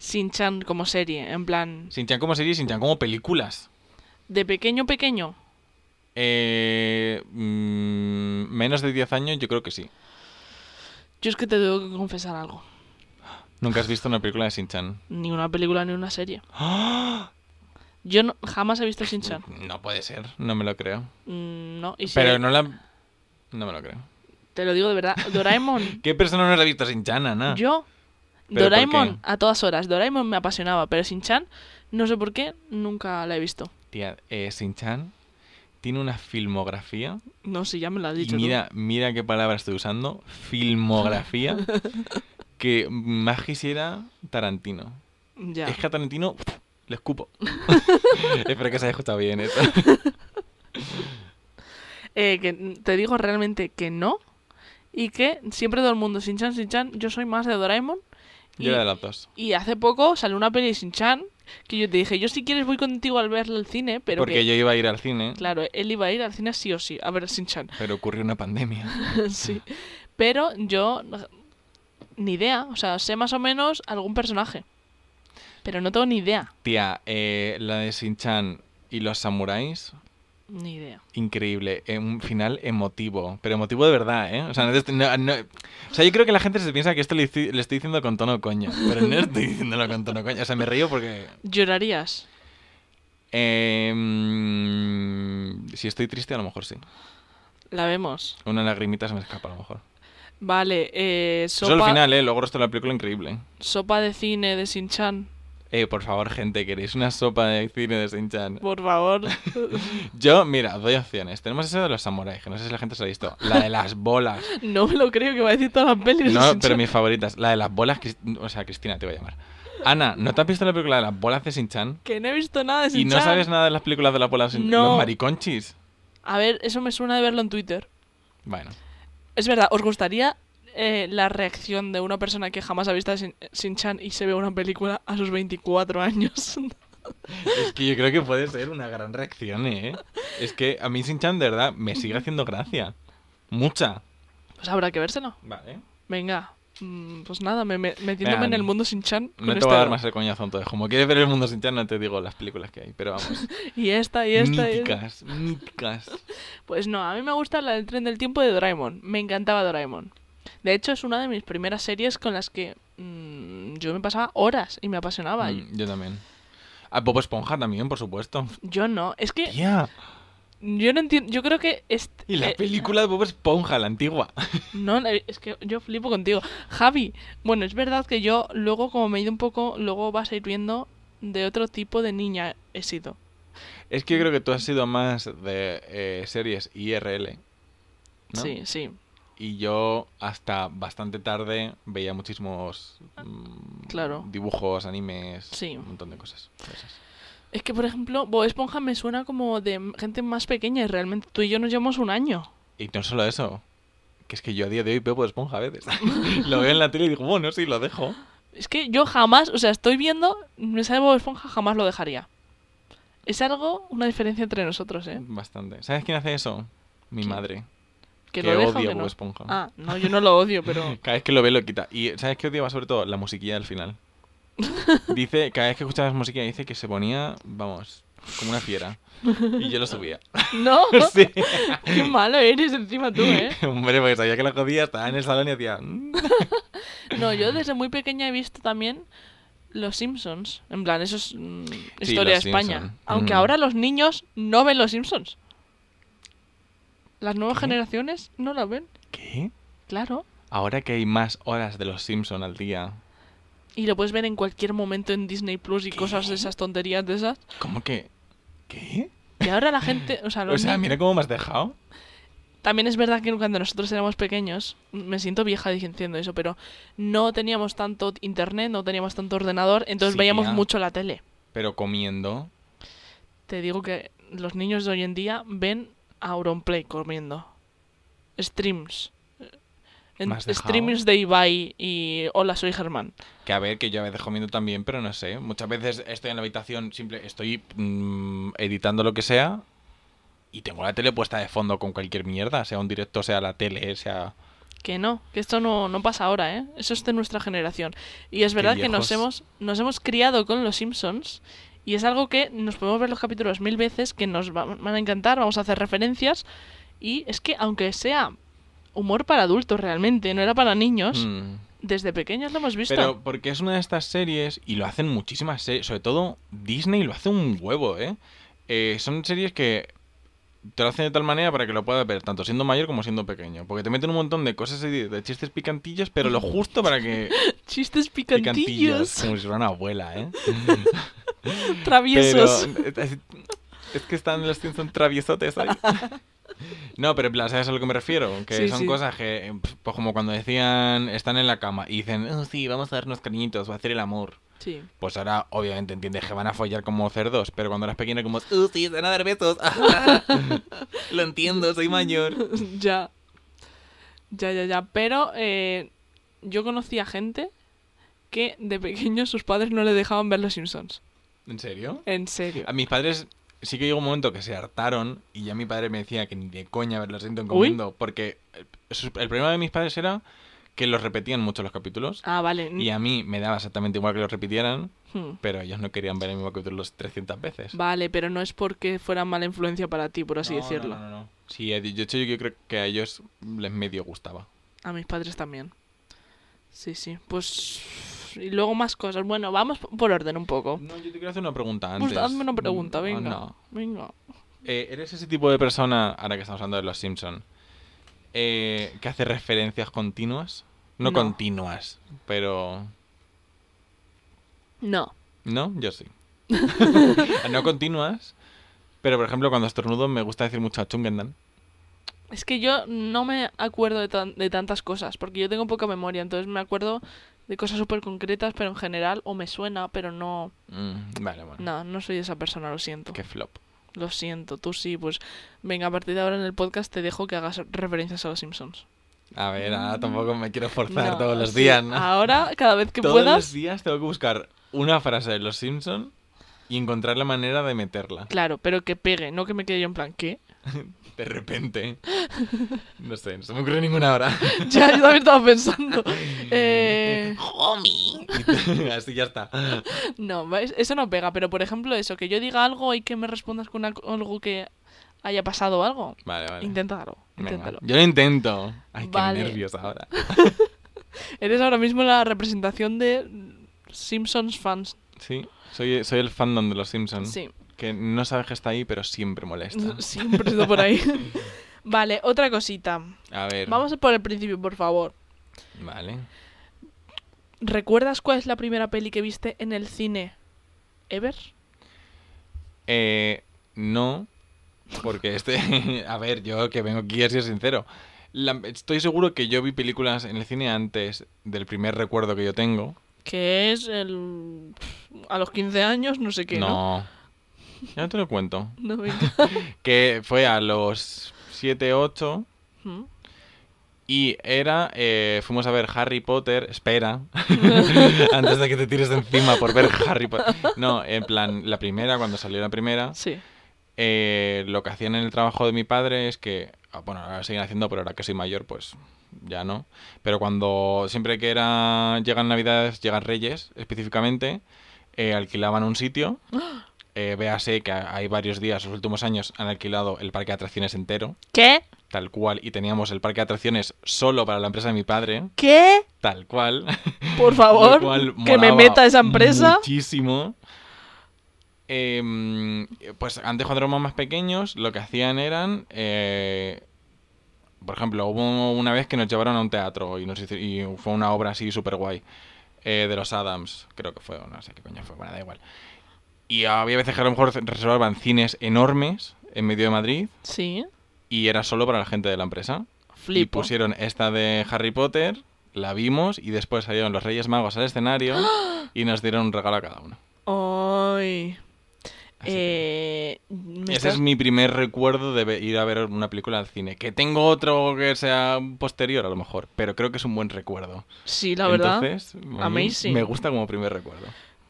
S1: Shin-Chan como serie, en plan...
S2: Sinchan como serie, Sinchan como películas.
S1: De pequeño, pequeño.
S2: Eh, mm, menos de 10 años, yo creo que sí.
S1: Yo es que te tengo que confesar algo.
S2: Nunca has visto una película de Sinchan.
S1: Ni una película ni una serie. Yo no- jamás he visto Shin-Chan.
S2: No puede ser, no me lo creo.
S1: Mm, No, y si
S2: Pero no la. No me lo creo.
S1: te lo digo de verdad, Doraemon,
S2: ¿Qué persona no la ha visto sin Chan, Ana?
S1: yo,
S2: Ah. ¿Pero por
S1: Doraemon
S2: qué?
S1: a todas horas, Doraemon me apasionaba, pero Shin-Chan, no sé por qué, nunca la he visto.
S2: Tía, eh, Sin Chan tiene una filmografía.
S1: No sé, ya me lo has
S2: Y
S1: dicho. tú.
S2: mira, mira qué palabra estoy usando. Filmografía. que más quisiera Tarantino.
S1: Ya.
S2: Es que a Tarantino pf, le escupo. Espero que se haya escuchado bien esto.
S1: Eh, que n- te digo realmente que no. Y que siempre todo el mundo, Shin-Chan, Shin-Chan, yo soy más de Doraemon. Y,
S2: Yo era de las dos.
S1: y hace poco salió una peli de Shin-Chan que yo te dije, yo si quieres voy contigo al verla al cine, pero
S2: Porque
S1: que-
S2: yo iba a ir al cine,
S1: Claro, él iba a ir al cine sí o sí, a ver Shin-Chan.
S2: pero ocurrió una pandemia.
S1: sí. Pero yo ni idea, o sea, sé más o menos algún personaje. Pero no tengo ni idea,
S2: Tía, eh, la de Sin Chan y los samuráis.
S1: ni idea.
S2: Increíble, eh, un final emotivo, pero emotivo de verdad, ¿eh? O sea, no te estoy- no- no- o sea, yo creo que la gente se piensa que esto le, estoy- le estoy diciendo con tono coña, pero no estoy diciéndolo con tono coña, o sea, me río porque
S1: ¿Llorarías?
S2: Em, si estoy triste, a lo mejor sí.
S1: La vemos.
S2: Una lagrimita se me escapa, a lo mejor.
S1: Vale, eh,
S2: Eso es
S1: sopa,
S2: al final, ¿eh? Luego el resto de la película, increíble.
S1: sopa de cine de Shin-Chan.
S2: Eh, por favor, gente, ¿queréis una sopa de cine de Shin-Chan?
S1: Por favor.
S2: Yo, mira, os doy opciones. Tenemos esa de los samuráis, que no sé si la gente se ha visto. La de las bolas.
S1: no me lo creo que va a decir todas las pelis. de
S2: No,
S1: Shin-Chan.
S2: pero mis favoritas. La de las bolas, Cris- o sea, Cristina te voy a llamar. Ana, ¿no te has visto la película de las bolas de Shin-Chan?
S1: Que no he visto nada de
S2: ¿Y
S1: Shin-Chan.
S2: no sabes nada de las películas de las bolas de Shin-
S1: No.
S2: Los mariconchis.
S1: A ver, eso me suena de verlo en Twitter.
S2: Bueno.
S1: Es verdad, ¿os gustaría eh, la reacción de una persona que jamás ha visto a Shin- Shin-Chan y se ve una película a sus 24 años?
S2: Es que yo creo que puede ser una gran reacción, ¿eh? Es que a mí Shin-Chan, de verdad, me sigue haciendo gracia. Mucha.
S1: pues habrá que vérselo.
S2: Vale.
S1: Venga, mm, pues nada, me, me- metiéndome
S2: Venga,
S1: en el mundo Shin-Chan. con este
S2: No te
S1: esta
S2: voy a dar
S1: edad.
S2: más el coñazo entonces. Como quieres ver el mundo Shin-Chan, no te digo las películas que hay. Pero vamos.
S1: Y esta, y esta, y esta.
S2: míticas, míticas.
S1: Pues no, a mí me gusta la del tren del tiempo de Doraemon. Me encantaba Doraemon. De hecho, es una de mis primeras series con las que mm, yo me pasaba horas y me apasionaba.
S2: Mm, yo también. A Bob Esponja también, por supuesto.
S1: Yo no, es que
S2: Tía.
S1: yo no entiendo, yo creo que... este-
S2: Y la
S1: eh,
S2: película de Bob Esponja, la antigua.
S1: No, la- es que yo flipo contigo. Javi, bueno, es verdad que yo luego, como me he ido un poco, luego vas a ir viendo de otro tipo de niña he sido.
S2: Es que yo creo que tú has sido más de eh, series IRL. ¿no?
S1: Sí, sí.
S2: Y yo hasta bastante tarde veía muchísimos mm,
S1: Claro.
S2: dibujos, animes,
S1: Sí.
S2: un montón de cosas. de esas.
S1: Es que, por ejemplo, Bob Esponja me suena como de m- gente más pequeña y realmente tú y yo nos llevamos un año.
S2: Y no solo eso, que es que yo a día de hoy veo Bob Esponja a veces. lo veo en la tele y digo, bueno, sí, lo dejo.
S1: Es que yo jamás, o sea, estoy viendo, me sale Bob Esponja, jamás lo dejaría. Es algo, una diferencia entre nosotros, ¿eh?
S2: Bastante. ¿Sabes quién hace eso? Mi
S1: ¿Quién?
S2: madre.
S1: Que,
S2: Que
S1: lo deja o
S2: odia
S1: que no.
S2: Bob Esponja.
S1: Ah, no, yo no lo odio, pero...
S2: Cada vez que lo ve lo quita. Y ¿sabes qué odiaba sobre todo? La musiquilla del final. Dice, cada vez que escuchaba esa musiquilla dice que se ponía, vamos, como una fiera. Y yo lo subía.
S1: No,
S2: Sí.
S1: qué malo eres encima tú, ¿eh?
S2: Hombre, porque sabía que la jodía, estaba en el salón y hacía... "Mm".
S1: No, yo desde muy pequeña he visto también Los Simpsons. En plan, eso es mm,
S2: Sí,
S1: historia
S2: Los
S1: de España.
S2: Simpson.
S1: Aunque
S2: Mm.
S1: ahora los niños no ven Los Simpsons. Las nuevas
S2: ¿Qué?
S1: generaciones no la ven,
S2: ¿Qué?
S1: claro.
S2: Ahora que hay más horas de los Simpson al día.
S1: Y lo puedes ver en cualquier momento en Disney Plus y cosas de esas tonterías de esas.
S2: ¿Cómo que...? ¿Qué?
S1: Y ahora la gente, o sea,
S2: O
S1: los
S2: sea,
S1: ni-
S2: mira cómo me has dejado.
S1: también es verdad que cuando nosotros éramos pequeños, me siento vieja diciendo eso, pero no teníamos tanto internet, no teníamos tanto ordenador, entonces
S2: Sí,
S1: veíamos
S2: tía.
S1: mucho la tele.
S2: Pero comiendo...
S1: Te digo que los niños de hoy en día ven a Auronplay comiendo. Streams. En-
S2: ¿Me has dejado?
S1: streams de Ibai y Hola, soy Germán.
S2: Que a ver, que yo a veces comiendo también, pero no sé. Muchas veces estoy en la habitación, simple, estoy mm, editando lo que sea y tengo la tele puesta de fondo con cualquier mierda, sea un directo, sea la tele, sea...
S1: Que no, que esto no, no pasa ahora, ¿eh? Eso es de nuestra generación. Y es verdad que nos
S2: viejos.
S1: hemos, nos hemos criado con los Simpsons y es algo que nos podemos ver los capítulos mil veces, que nos va- van a encantar, vamos a hacer referencias. Y es que, aunque sea humor para adultos realmente, no era para niños,
S2: Mm.
S1: desde pequeños lo hemos visto.
S2: Pero porque es una de estas series y lo hacen muchísimas series, sobre todo Disney lo hace un huevo, ¿eh? Eh, son series que te lo hacen de tal manera para que lo puedas ver, tanto siendo mayor como siendo pequeño. Porque te meten un montón de cosas y de chistes picantillos, pero lo justo para que...
S1: Chistes
S2: Picantillos.
S1: picantillos.
S2: Como si fuera una abuela, ¿eh? Pero
S1: Traviesos.
S2: es, es que están los Simpson traviesotes ahí. No, pero en plan, ¿sabes a lo que me refiero? Que
S1: Sí,
S2: son
S1: sí.
S2: cosas que, eh, pf, pues como cuando decían, están en la cama y dicen, "Oh, sí, vamos a darnos cariñitos, va a hacer el amor.
S1: Sí.
S2: Pues ahora, obviamente, entiendes que van a follar como cerdos, pero cuando eras pequeño, como, "Oh, sí, se van a dar besos. lo entiendo, soy mayor.
S1: ya. Ya, ya, ya. Pero eh, yo conocí a gente que de pequeño sus padres no le dejaban ver los Simpsons.
S2: ¿En serio?
S1: En serio.
S2: A mis padres sí que llegó un momento que se hartaron y ya mi padre me decía que ni de coña ver los Simpson
S1: Uy.
S2: comiendo, porque el- sus- el problema de mis padres era que los repetían mucho los capítulos
S1: Ah, vale.
S2: y a mí me daba exactamente igual que los repitieran,
S1: Hmm.
S2: pero ellos no querían ver el mismo capítulo los 300 veces.
S1: Vale, pero no es porque fuera mala influencia para ti, por así
S2: No, no,
S1: decirlo.
S2: No, no, no. Sí, eh, de hecho yo creo que a ellos les medio gustaba.
S1: A mis padres también. Sí, sí. Pues Plus y luego más cosas. Bueno, vamos por orden un poco.
S2: No, yo te quiero hacer una pregunta antes.
S1: Pues hazme una pregunta,
S2: Mm,
S1: venga.
S2: no.
S1: Venga.
S2: Eh, ¿Eres ese tipo de persona, ahora que estamos hablando de los Simpson, eh, que hace referencias continuas?
S1: No.
S2: No, continuas, pero...
S1: No.
S2: No, yo sí. no continuas, pero por ejemplo cuando estornudo me gusta decir mucho a Chungendan.
S1: Es que yo no me acuerdo de, tan- de tantas cosas, porque yo tengo poca memoria, entonces me acuerdo de cosas súper concretas, pero en general, o me suena, pero no...
S2: Mm, vale, bueno.
S1: No, no soy esa persona, lo siento.
S2: Qué flop.
S1: Lo siento, tú sí, pues venga, a partir de ahora en el podcast te dejo que hagas referencias a los Simpsons.
S2: A ver, ahora tampoco me quiero forzar
S1: No,
S2: todos los
S1: sí,
S2: días, ¿no?
S1: Ahora, cada vez que
S2: todos los
S1: puedas...
S2: días tengo que buscar una frase de los Simpson y encontrar la manera de meterla.
S1: Claro, pero que pegue, no que me quede yo en plan, ¿qué?
S2: De repente. No sé, no se me ocurre ninguna ahora.
S1: ya, yo también estaba pensando. Eh,
S2: ¡Homie! Así ya está.
S1: no, ¿ves? eso no pega, pero por ejemplo eso, que yo diga algo y que me respondas con una- algo que haya pasado algo.
S2: Vale, vale.
S1: Inténtalo,
S2: Venga,
S1: inténtalo.
S2: Yo lo intento. Ay,
S1: Vale.
S2: qué nervios ahora.
S1: Eres ahora mismo la representación de Simpsons fans.
S2: Sí, soy, soy el fandom de los Simpsons.
S1: Sí,
S2: Que no sabes que está ahí, pero siempre molesta.
S1: siempre he estado por ahí. vale, otra cosita.
S2: A ver.
S1: Vamos por el principio, por favor.
S2: Vale.
S1: ¿Recuerdas cuál es la primera peli que viste en el cine ever?
S2: Eh, no, porque este... A ver, yo que vengo aquí a ser sincero. La- estoy seguro que yo vi películas en el cine antes del primer recuerdo que yo tengo.
S1: Que es el... A los 15 años, no sé qué, ¿no?
S2: no. Ya no te lo cuento.
S1: No, venga.
S2: Que fue a los 7, 8
S1: Mm.
S2: y era... eh, fuimos a ver Harry Potter. Espera. antes de que te tires de encima por ver Harry Potter. No, en plan, la primera, cuando salió la primera.
S1: Sí.
S2: Eh, lo que hacían en el trabajo de mi padre es que, ah, bueno, ahora lo siguen haciendo, pero ahora que soy mayor, pues ya no. Pero cuando siempre que era llegan Navidades, llegan Reyes específicamente, eh, alquilaban un sitio. Eh, véase que ha- hay varios días, los últimos años, han alquilado el parque de atracciones entero,
S1: ¿Qué?
S2: tal cual, y teníamos el parque de atracciones solo para la empresa de mi padre,
S1: ¿Qué?
S2: tal cual.
S1: Por
S2: Lo
S1: favor,
S2: cual
S1: que me
S2: molaba
S1: meta a esa empresa.
S2: Muchísimo. Em, pues antes cuando éramos más pequeños, lo que hacían eran... eh, por ejemplo, hubo una vez que nos llevaron a un teatro y, nos hici- y fue una obra así súper guay. de los Adams, creo que fue, o no sé qué coño fue, bueno, da igual. Y había veces que a lo mejor reservaban cines enormes en medio de Madrid
S1: Sí,
S2: y era solo para la gente de la empresa. Y
S1: flipo.
S2: pusieron esta de Harry Potter, la vimos y después salieron los Reyes Magos al escenario y nos dieron un regalo a cada uno.
S1: Ay.
S2: Así
S1: Eh, me
S2: Ese
S1: estás-
S2: es mi primer recuerdo de ve- ir a ver una película al cine. Que tengo otro que sea posterior a lo mejor, pero creo que es un buen recuerdo.
S1: Sí, la verdad.
S2: Entonces, a mí
S1: amazing.
S2: me gusta como primer recuerdo.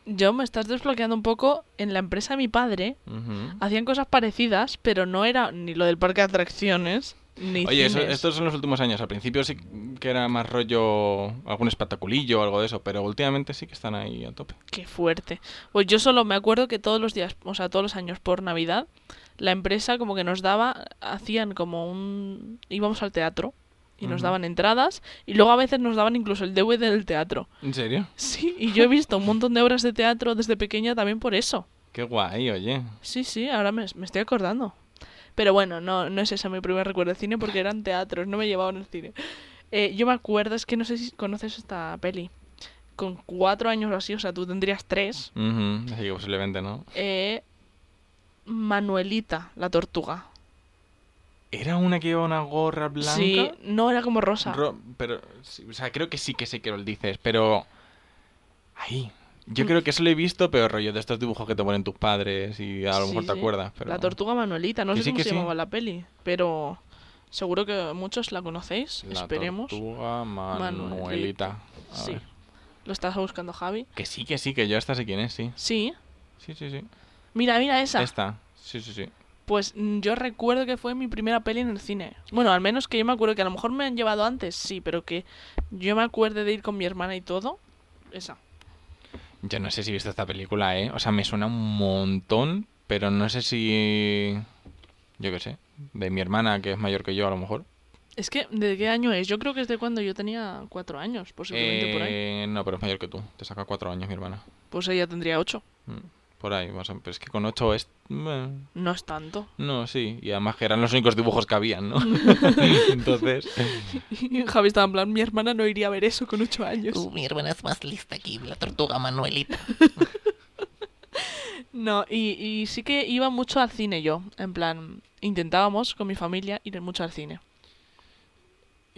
S1: Yo me estás desbloqueando un poco. En la empresa de mi padre
S2: Ujú.
S1: hacían cosas parecidas, pero no era ni lo del parque de atracciones, ni
S2: Oye, eso-
S1: cines.
S2: estos son los últimos años. Al principio sí que era más rollo algún espectaculillo o algo de eso, pero últimamente sí que están ahí a tope.
S1: Qué fuerte. Pues yo solo me acuerdo que todos los días, o sea, todos los años por Navidad, la empresa como que nos daba, hacían como un... íbamos al teatro y nos
S2: Ujú.
S1: daban entradas y luego a veces nos daban incluso el DVD del teatro.
S2: ¿En serio?
S1: Sí, y yo he visto un montón de obras de teatro desde pequeña también por eso.
S2: Qué guay, oye.
S1: Sí, sí, ahora me, me estoy acordando. Pero bueno, no, no es ese mi primer recuerdo de cine porque eran teatros, no me llevaban al cine. Eh, yo me acuerdo, es que no sé si conoces esta peli. Con cuatro años o así, o sea, tú tendrías tres.
S2: Ujú, Así que posiblemente no.
S1: eh, Manuelita, la tortuga.
S2: ¿Era una que lleva una gorra blanca?
S1: Sí, no era como rosa.
S2: Ro- pero, sí, o sea, creo que sí que sé que lo dices, pero... Ahí. Yo
S1: Mm.
S2: creo que eso lo he visto, pero rollo de estos dibujos que te ponen tus padres y a lo
S1: Sí,
S2: mejor te
S1: sí.
S2: acuerdas. Pero...
S1: La tortuga Manuelita, no
S2: Que
S1: sé
S2: sí,
S1: cómo
S2: que
S1: se
S2: sí.
S1: llamaba la peli, pero seguro que muchos la conocéis,
S2: La
S1: esperemos.
S2: tortuga Manuelita. A
S1: Sí.
S2: ver.
S1: ¿Lo estás buscando, Javi?
S2: Que sí, que sí, que yo esta sé quién es, sí.
S1: Sí.
S2: Sí, sí, sí.
S1: Mira, mira esa.
S2: Esta. Sí, sí, sí.
S1: Pues mm, yo recuerdo que fue mi primera peli en el cine. Bueno, al menos que yo me acuerdo que a lo mejor me han llevado antes, sí, pero que yo me acuerde de ir con mi hermana y todo. Esa.
S2: Yo no sé si he visto esta película, ¿eh? O sea, me suena un montón, pero no sé si... Yo qué sé. De mi hermana, que es mayor que yo, a lo mejor.
S1: Es que, ¿de qué año es? Yo creo que es de cuando yo tenía cuatro años, posiblemente por ahí.
S2: Eh, no, pero es mayor que tú. Te saca cuatro años, mi hermana.
S1: Pues ella tendría ocho.
S2: Mm, Por ahí, más o- Pero es que con ocho es. bueno,
S1: No es tanto.
S2: no, sí. Y además que eran los únicos dibujos que habían, ¿no? Entonces.
S1: Y Javi estaba en plan, mi hermana no iría a ver eso con ocho años.
S2: Uh.
S3: Tú, mi hermana es más lista que la tortuga Manuelita.
S1: No, y, y sí que iba mucho al cine yo. En plan, intentábamos con mi familia ir mucho al cine.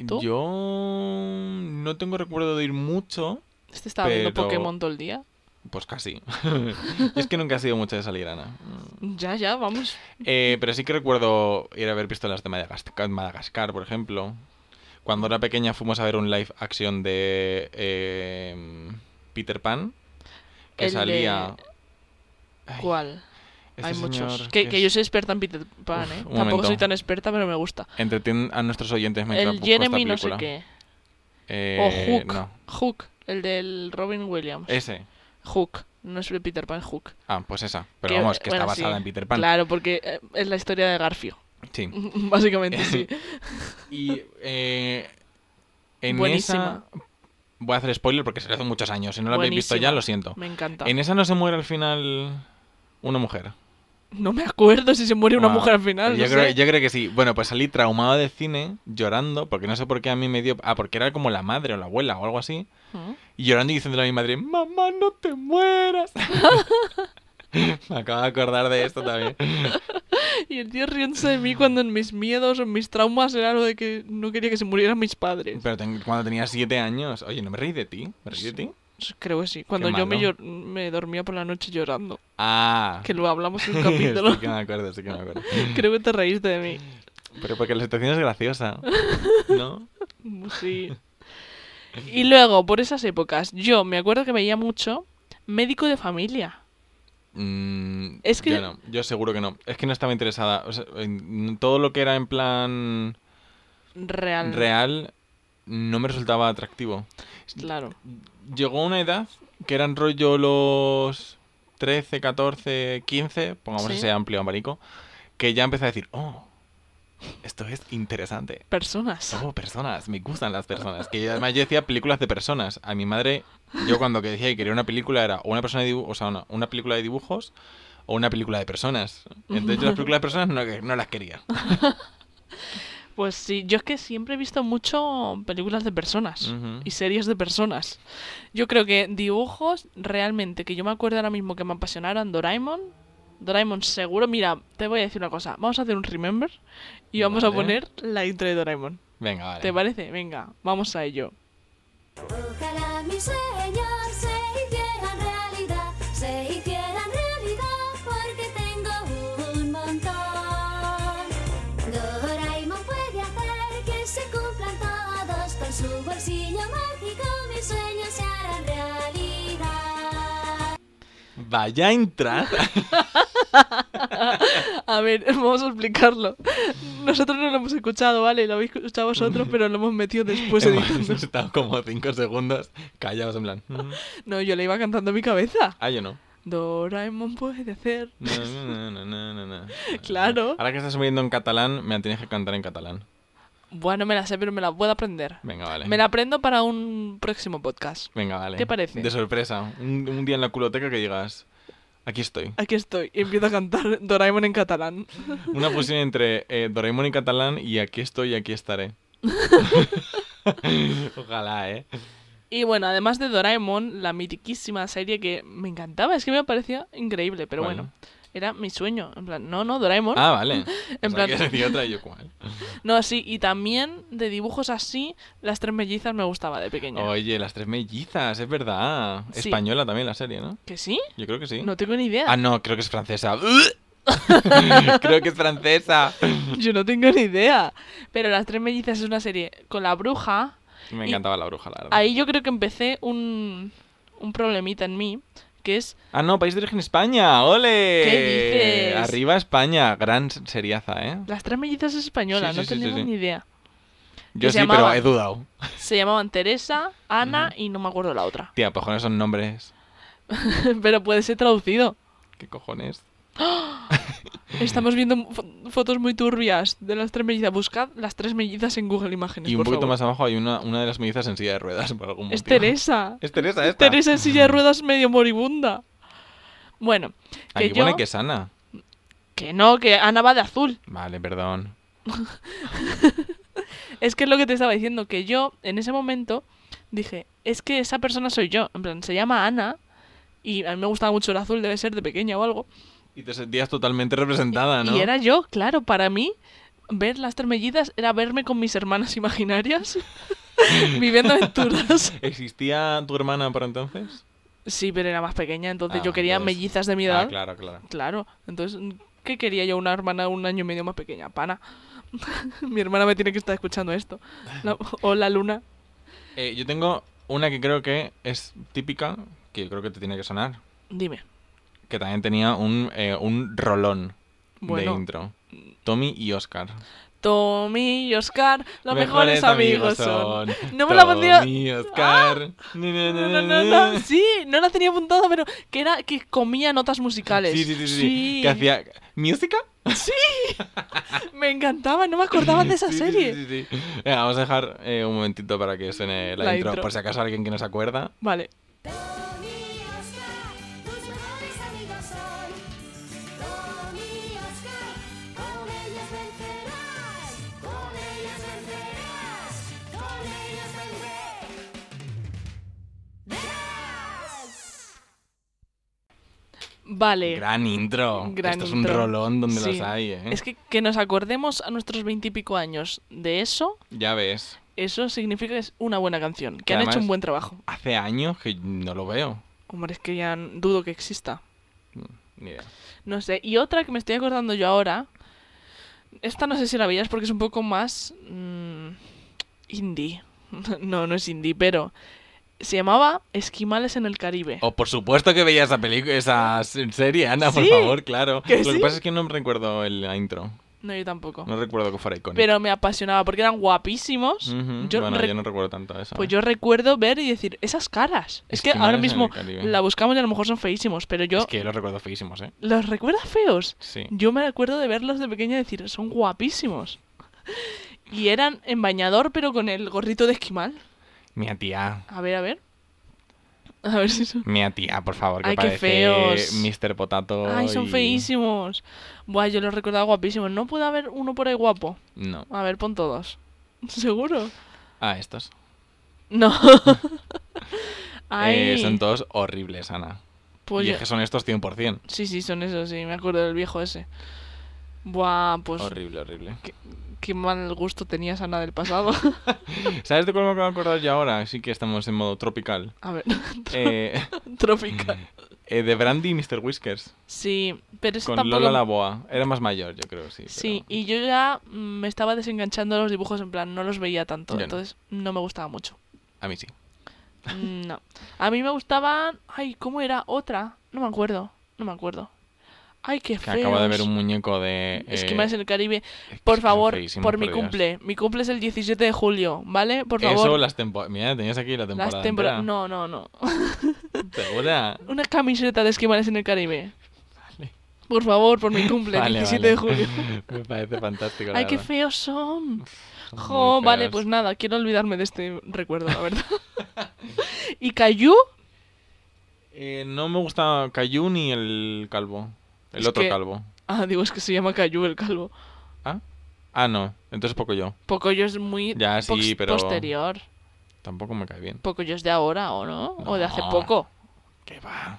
S1: ¿Tú?
S2: Yo. No tengo recuerdo de ir mucho.
S1: Este estaba viendo
S2: Pero-
S1: Pokémon todo el día.
S2: Pues casi. es que nunca ha sido mucho de salir, Ana. Mm.
S1: Ya, ya, vamos.
S2: Eh, pero sí que recuerdo ir a ver pistolas de Madagascar, Madagascar, por ejemplo. Cuando era pequeña fuimos a ver un live action de eh, Peter Pan. Que
S1: El de-
S2: salía. Ay,
S1: ¿Cuál?
S2: este
S1: Hay
S2: señor
S1: muchos. Que, que
S2: es-
S1: yo soy experta en Peter Pan,
S2: Uf,
S1: ¿eh?
S2: un
S1: Tampoco
S2: momento.
S1: soy tan experta, pero me gusta.
S2: Entretien a nuestros oyentes mientras
S1: El
S2: busco
S1: Jeremy
S2: esta
S1: no sé
S2: película.
S1: qué.
S2: Eh,
S1: o Hook.
S2: no.
S1: Hook, el del Robin Williams.
S2: Ese.
S1: Hook. No es de Peter Pan, Hook.
S2: Ah, pues esa. Pero
S1: Que,
S2: vamos, que
S1: bueno,
S2: está basada
S1: sí.
S2: en Peter Pan.
S1: Claro, porque eh, es la historia de Garfio.
S2: Sí.
S1: Básicamente, sí.
S2: Y eh, en
S1: Buenísima.
S2: esa... Voy a hacer spoiler porque se hace muchos años. Si no lo habéis visto
S1: Buenísima.
S2: ya, lo siento.
S1: Me encanta.
S2: En esa no se muere al final una mujer.
S1: No me acuerdo si se muere una
S2: Wow.
S1: mujer al final.
S2: Yo,
S1: no
S2: creo,
S1: sé.
S2: yo creo que sí. Bueno, pues salí traumado de cine, llorando, porque no sé por qué a mí me dio... Ah, porque era como la madre o la abuela o algo así.
S1: ¿Mm?
S2: Y llorando y diciéndole a mi madre, mamá, no te mueras. me acabo de acordar de esto también.
S1: Y el tío riéndose de mí cuando en mis miedos, en mis traumas, era lo de que no quería que se murieran mis padres.
S2: Pero ten- cuando tenía siete años... Oye, ¿no me reí de ti? ¿Me reí de ti?
S1: Creo que sí. Cuando yo me,
S2: malo.
S1: llor- me dormía por la noche llorando.
S2: Ah.
S1: Que lo hablamos en un
S2: sí
S1: capítulo.
S2: que me acuerdo, sí Este que me acuerdo.
S1: Creo que te reíste de mí.
S2: Pero porque la situación es graciosa, ¿no?
S1: Sí. Y luego, por esas épocas, yo me acuerdo que veía mucho médico de familia.
S2: Mm,
S1: Es que-
S2: Yo no, yo seguro que no. Es que no estaba interesada. O sea, en todo lo que era en plan
S1: Real.
S2: real no me resultaba atractivo.
S1: Claro.
S2: Llegó una edad que eran rollo los 13, 14, 15, pongamos
S1: Sí.
S2: ese amplio abanico, que ya empecé a decir, oh, esto es interesante.
S1: Personas.
S2: Oh, personas, me gustan las personas. Que yo, además yo decía películas de personas. A mi madre, yo cuando que decía que quería una película era o una persona de dibu- o sea, una, una película de dibujos o una película de personas. Entonces yo las películas de personas no, no las quería.
S1: Pues sí, yo es que siempre he visto mucho películas de personas.
S2: Ujú.
S1: y series de personas. Yo creo que dibujos realmente que yo me acuerdo ahora mismo que me apasionaron Doraemon. Doraemon seguro, mira, te voy a decir una cosa, vamos a hacer un remember y vamos a
S2: Vale.
S1: poner la intro de Doraemon.
S2: Venga, vale.
S1: ¿Te parece? Venga, vamos a ello.
S4: Ojalá mis sueños se hicieran realidad, se hicieran realidad, porque tengo un montón. Doraemon puede hacer que se cumplan todos con su bolsillo mágico, mis sueños se harán realidad.
S2: Vaya entrada.
S1: A ver, vamos a explicarlo. Nosotros no lo hemos escuchado, ¿vale? Lo habéis escuchado vosotros, pero lo hemos metido después
S2: Hemos
S1: editando.
S2: estado como 5 segundos callados en plan. "Mm".
S1: No, yo le iba cantando en mi cabeza.
S2: Ah, yo no.
S1: Doraemon puede hacer...
S2: No, no, no, no, no, no.
S1: Claro.
S2: Ahora que estás subiendo en catalán, me la tienes que cantar en catalán.
S1: Bueno, me la sé, pero me la puedo aprender.
S2: Venga, vale.
S1: Me la aprendo para un próximo podcast.
S2: Venga, vale.
S1: ¿Te parece?
S2: De sorpresa. Un, un día en la culoteca que digas, aquí estoy.
S1: Aquí estoy. Y empiezo a cantar Doraemon en catalán.
S2: Una fusión entre eh, Doraemon en catalán y aquí estoy y aquí estaré. Ojalá, ¿eh?
S1: Y bueno, además de Doraemon, la mitiquísima serie que me encantaba, es que me parecía increíble, pero bueno.
S2: Bueno.
S1: Era mi sueño. En plan, no, no, Doraemon.
S2: Ah, vale.
S1: En
S2: En
S1: plan-
S2: plan... otra y yo, ¿cuál?
S1: No, sí. Y también de dibujos así, las tres mellizas me gustaba de pequeña.
S2: Oye, las tres mellizas, es verdad.
S1: Sí.
S2: Española también la serie, ¿no?
S1: ¿Que sí?
S2: Yo creo que sí.
S1: No tengo ni idea.
S2: Ah, no, creo que es francesa. creo que es francesa.
S1: Yo no tengo ni idea. Pero Las Tres Mellizas es una serie con la bruja.
S2: Me
S1: Y-
S2: encantaba la bruja, la verdad.
S1: Ahí yo creo que empecé un, un problemita en mí, que es
S2: Ah, no, país de origen España. ¡Ole!
S1: ¿Qué dices?
S2: Arriba España. Gran seriaza, ¿eh?
S1: Las Tres Mellizas es española,
S2: Sí, sí,
S1: no
S2: sí, sí,
S1: tenemos
S2: sí.
S1: ni idea.
S2: Yo
S1: se
S2: sí, pero
S1: llamaba-
S2: he dudado.
S1: Se llamaban Teresa, Ana y no me acuerdo la otra.
S2: Tía, pues con esos nombres.
S1: Pero puede ser traducido.
S2: ¿Qué cojones?
S1: Estamos viendo fo- fotos muy turbias de las tres mellizas. Buscad las tres mellizas en Google Imágenes.
S2: Y un
S1: por
S2: poquito
S1: favor. Este
S2: más abajo hay una, una de las mellizas en silla de ruedas, por algún motivo.
S1: Es Teresa.
S2: Es Teresa, esta.
S1: Teresa este en
S2: mm.
S1: silla de ruedas medio moribunda. Bueno, que
S2: Aquí
S1: yo.
S2: pone que es Ana.
S1: Que no, que Ana va de azul.
S2: Vale, perdón.
S1: Es que es lo que te estaba diciendo, que yo en ese momento dije, es que esa persona soy yo. En plan, se llama Ana y a mí me gustaba mucho el azul, debe ser de pequeña o algo.
S2: Y te sentías totalmente representada, Ah, ¿no?
S1: Y era yo, claro, para mí ver las termellidas era verme con mis hermanas imaginarias viviendo aventuras.
S2: ¿Existía tu hermana por entonces?
S1: Sí, pero era más pequeña, entonces
S2: Ah,
S1: yo quería
S2: entonces-
S1: mellizas de mi edad.
S2: Ah, claro, claro.
S1: Claro, entonces, mm, ¿qué quería yo? Una hermana un año y medio más pequeña, pana. Mi hermana me tiene que estar escuchando esto. La- o la luna.
S2: Eh, yo tengo una que creo que es típica, que yo creo que te tiene que sonar,
S1: Dime.
S2: que también tenía un, eh, un rolón
S1: Bueno.
S2: de intro. Tommy y Oscar.
S1: Tommy y Oscar, los mejores, amigos son. No me
S2: Tommy
S1: la pondría. Ah.
S2: y Oscar. Na, na,
S1: No, no,
S2: na,
S1: no,
S2: na,
S1: no.
S2: na.
S1: Sí, no la tenía apuntada, pero que era que comía notas musicales.
S2: Sí, sí, sí, sí, sí. Que hacía... ¿Música?
S1: Me encantaba, no me acordaba de esa
S2: Sí, sí,
S1: serie.
S2: sí, sí, sí. Venga, vamos a dejar eh, un momentito para que suene la,
S1: La
S2: intro,
S1: intro.
S2: por si acaso alguien que no se acuerda.
S1: Vale.
S4: Tommy y Oscar, tus mejores amigos son. Tommy y Oscar, con ellos vencerás, con ellos vencerás, con ellos vencerás.
S1: Vale.
S2: Gran intro.
S1: Gran
S2: Esto es un
S1: intro.
S2: rolón donde
S1: Sí.
S2: los hay, ¿eh?
S1: Es que, que nos acordemos a nuestros veintipico años de eso,
S2: Ya ves.
S1: eso significa que es una buena canción, que,
S2: Que
S1: han
S2: además-
S1: hecho un buen trabajo.
S2: Hace años que no lo veo.
S1: Hombre, es que ya n- dudo que exista.
S2: Ni idea.
S1: No sé. Y otra que me estoy acordando yo ahora. Esta no sé si la veías porque es un poco más. mm, indie. No, no es indie, pero. Se llamaba Esquimales en el Caribe.
S2: O por supuesto que veía esa película, esa s- serie, Ana, por
S1: Sí,
S2: favor, claro.
S1: que
S2: Lo
S1: sí.
S2: que pasa es que no me recuerdo el- la intro.
S1: No, yo tampoco.
S2: No recuerdo que fuera icónica.
S1: Pero me apasionaba porque eran guapísimos.
S2: Ujú,
S1: Yo
S2: bueno,
S1: re-
S2: yo no recuerdo tanto eso.
S1: Pues
S2: ¿eh?
S1: yo recuerdo ver y decir, esas caras. Es que ahora
S2: Esquimales en
S1: mismo
S2: el Caribe.
S1: la buscamos y a lo mejor son feísimos, pero yo.
S2: Es que los recuerdo feísimos, ¿eh?
S1: ¿Los recuerda feos?
S2: Sí.
S1: Yo me acuerdo de verlos de pequeña y decir, son guapísimos. Y eran en bañador, pero con el gorrito de esquimal.
S2: Mira, tía.
S1: A ver, a ver. A ver si son.
S2: Mira, tía, por favor, que
S1: Ay, qué
S2: parece
S1: feos.
S2: Mr. Potato.
S1: Ay, son
S2: y-
S1: feísimos. Buah, yo los recordaba guapísimos. No puede haber uno por ahí guapo.
S2: No.
S1: A ver, pon todos. ¿Seguro?
S2: Ah, estos.
S1: No. Ay.
S2: Eh, son todos horribles, Ana.
S1: pues
S2: y
S1: yo-
S2: es que son estos 100%.
S1: Sí, sí, son esos, sí. Me acuerdo del viejo ese. Buah, pues
S2: horrible, horrible.
S1: qué mal gusto tenías, Ana, del pasado.
S2: ¿Sabes de cuál me acabo de acordar yo ahora? Así que estamos en modo tropical.
S1: a ver,
S2: Eh,
S1: tropical.
S2: eh, de Brandy y Mr. Whiskers.
S1: Sí, pero eso
S2: Con
S1: tampoco...
S2: Lola la Boa. Era más mayor, yo creo, sí. pero-
S1: Sí, y yo ya mm, me estaba desenganchando de los dibujos, en plan, no los veía tanto,
S2: Yo no.
S1: entonces no me gustaba mucho.
S2: A mí sí.
S1: Mm, No. A mí me gustaban... Ay, ¿cómo era? ¿Otra? No me acuerdo, no me acuerdo. Ay, qué
S2: Que
S1: feo.
S2: acabo de ver un muñeco de.
S1: Esquimales
S2: eh,
S1: en el Caribe.
S2: es que
S1: Por
S2: son
S1: favor,
S2: feísimos,
S1: por mi
S2: Dios.
S1: cumple. Mi cumple es el 17 de julio, ¿vale? Por favor.
S2: Eso, las temporadas. Mira, tenías aquí la temporada.
S1: Las temporadas.
S2: entera.
S1: No, no, no.
S2: ¿Segura?
S1: Una camiseta de esquimales en el Caribe. Por favor, por mi cumple,
S2: Vale,
S1: 17
S2: vale.
S1: de julio.
S2: Me parece fantástico. la
S1: Ay, qué
S2: verdad.
S1: feos son.
S2: Son muy
S1: Jo, vale,
S2: feos.
S1: pues nada, quiero olvidarme de este recuerdo, la verdad. ¿Y Cayu?
S2: Eh, no me gusta Cayu ni el calvo. El
S1: Es
S2: otro
S1: que-
S2: calvo.
S1: Ah, digo, es que se llama Cayu el calvo.
S2: ¿Ah? Ah, no. Entonces poco yo.
S1: Pocoyo es muy
S2: Ya, sí,
S1: pox-
S2: pero-
S1: posterior.
S2: Tampoco me cae bien.
S1: Pocoyo es de ahora, ¿o no? O de hace
S2: No.
S1: poco.
S2: ¿Qué va?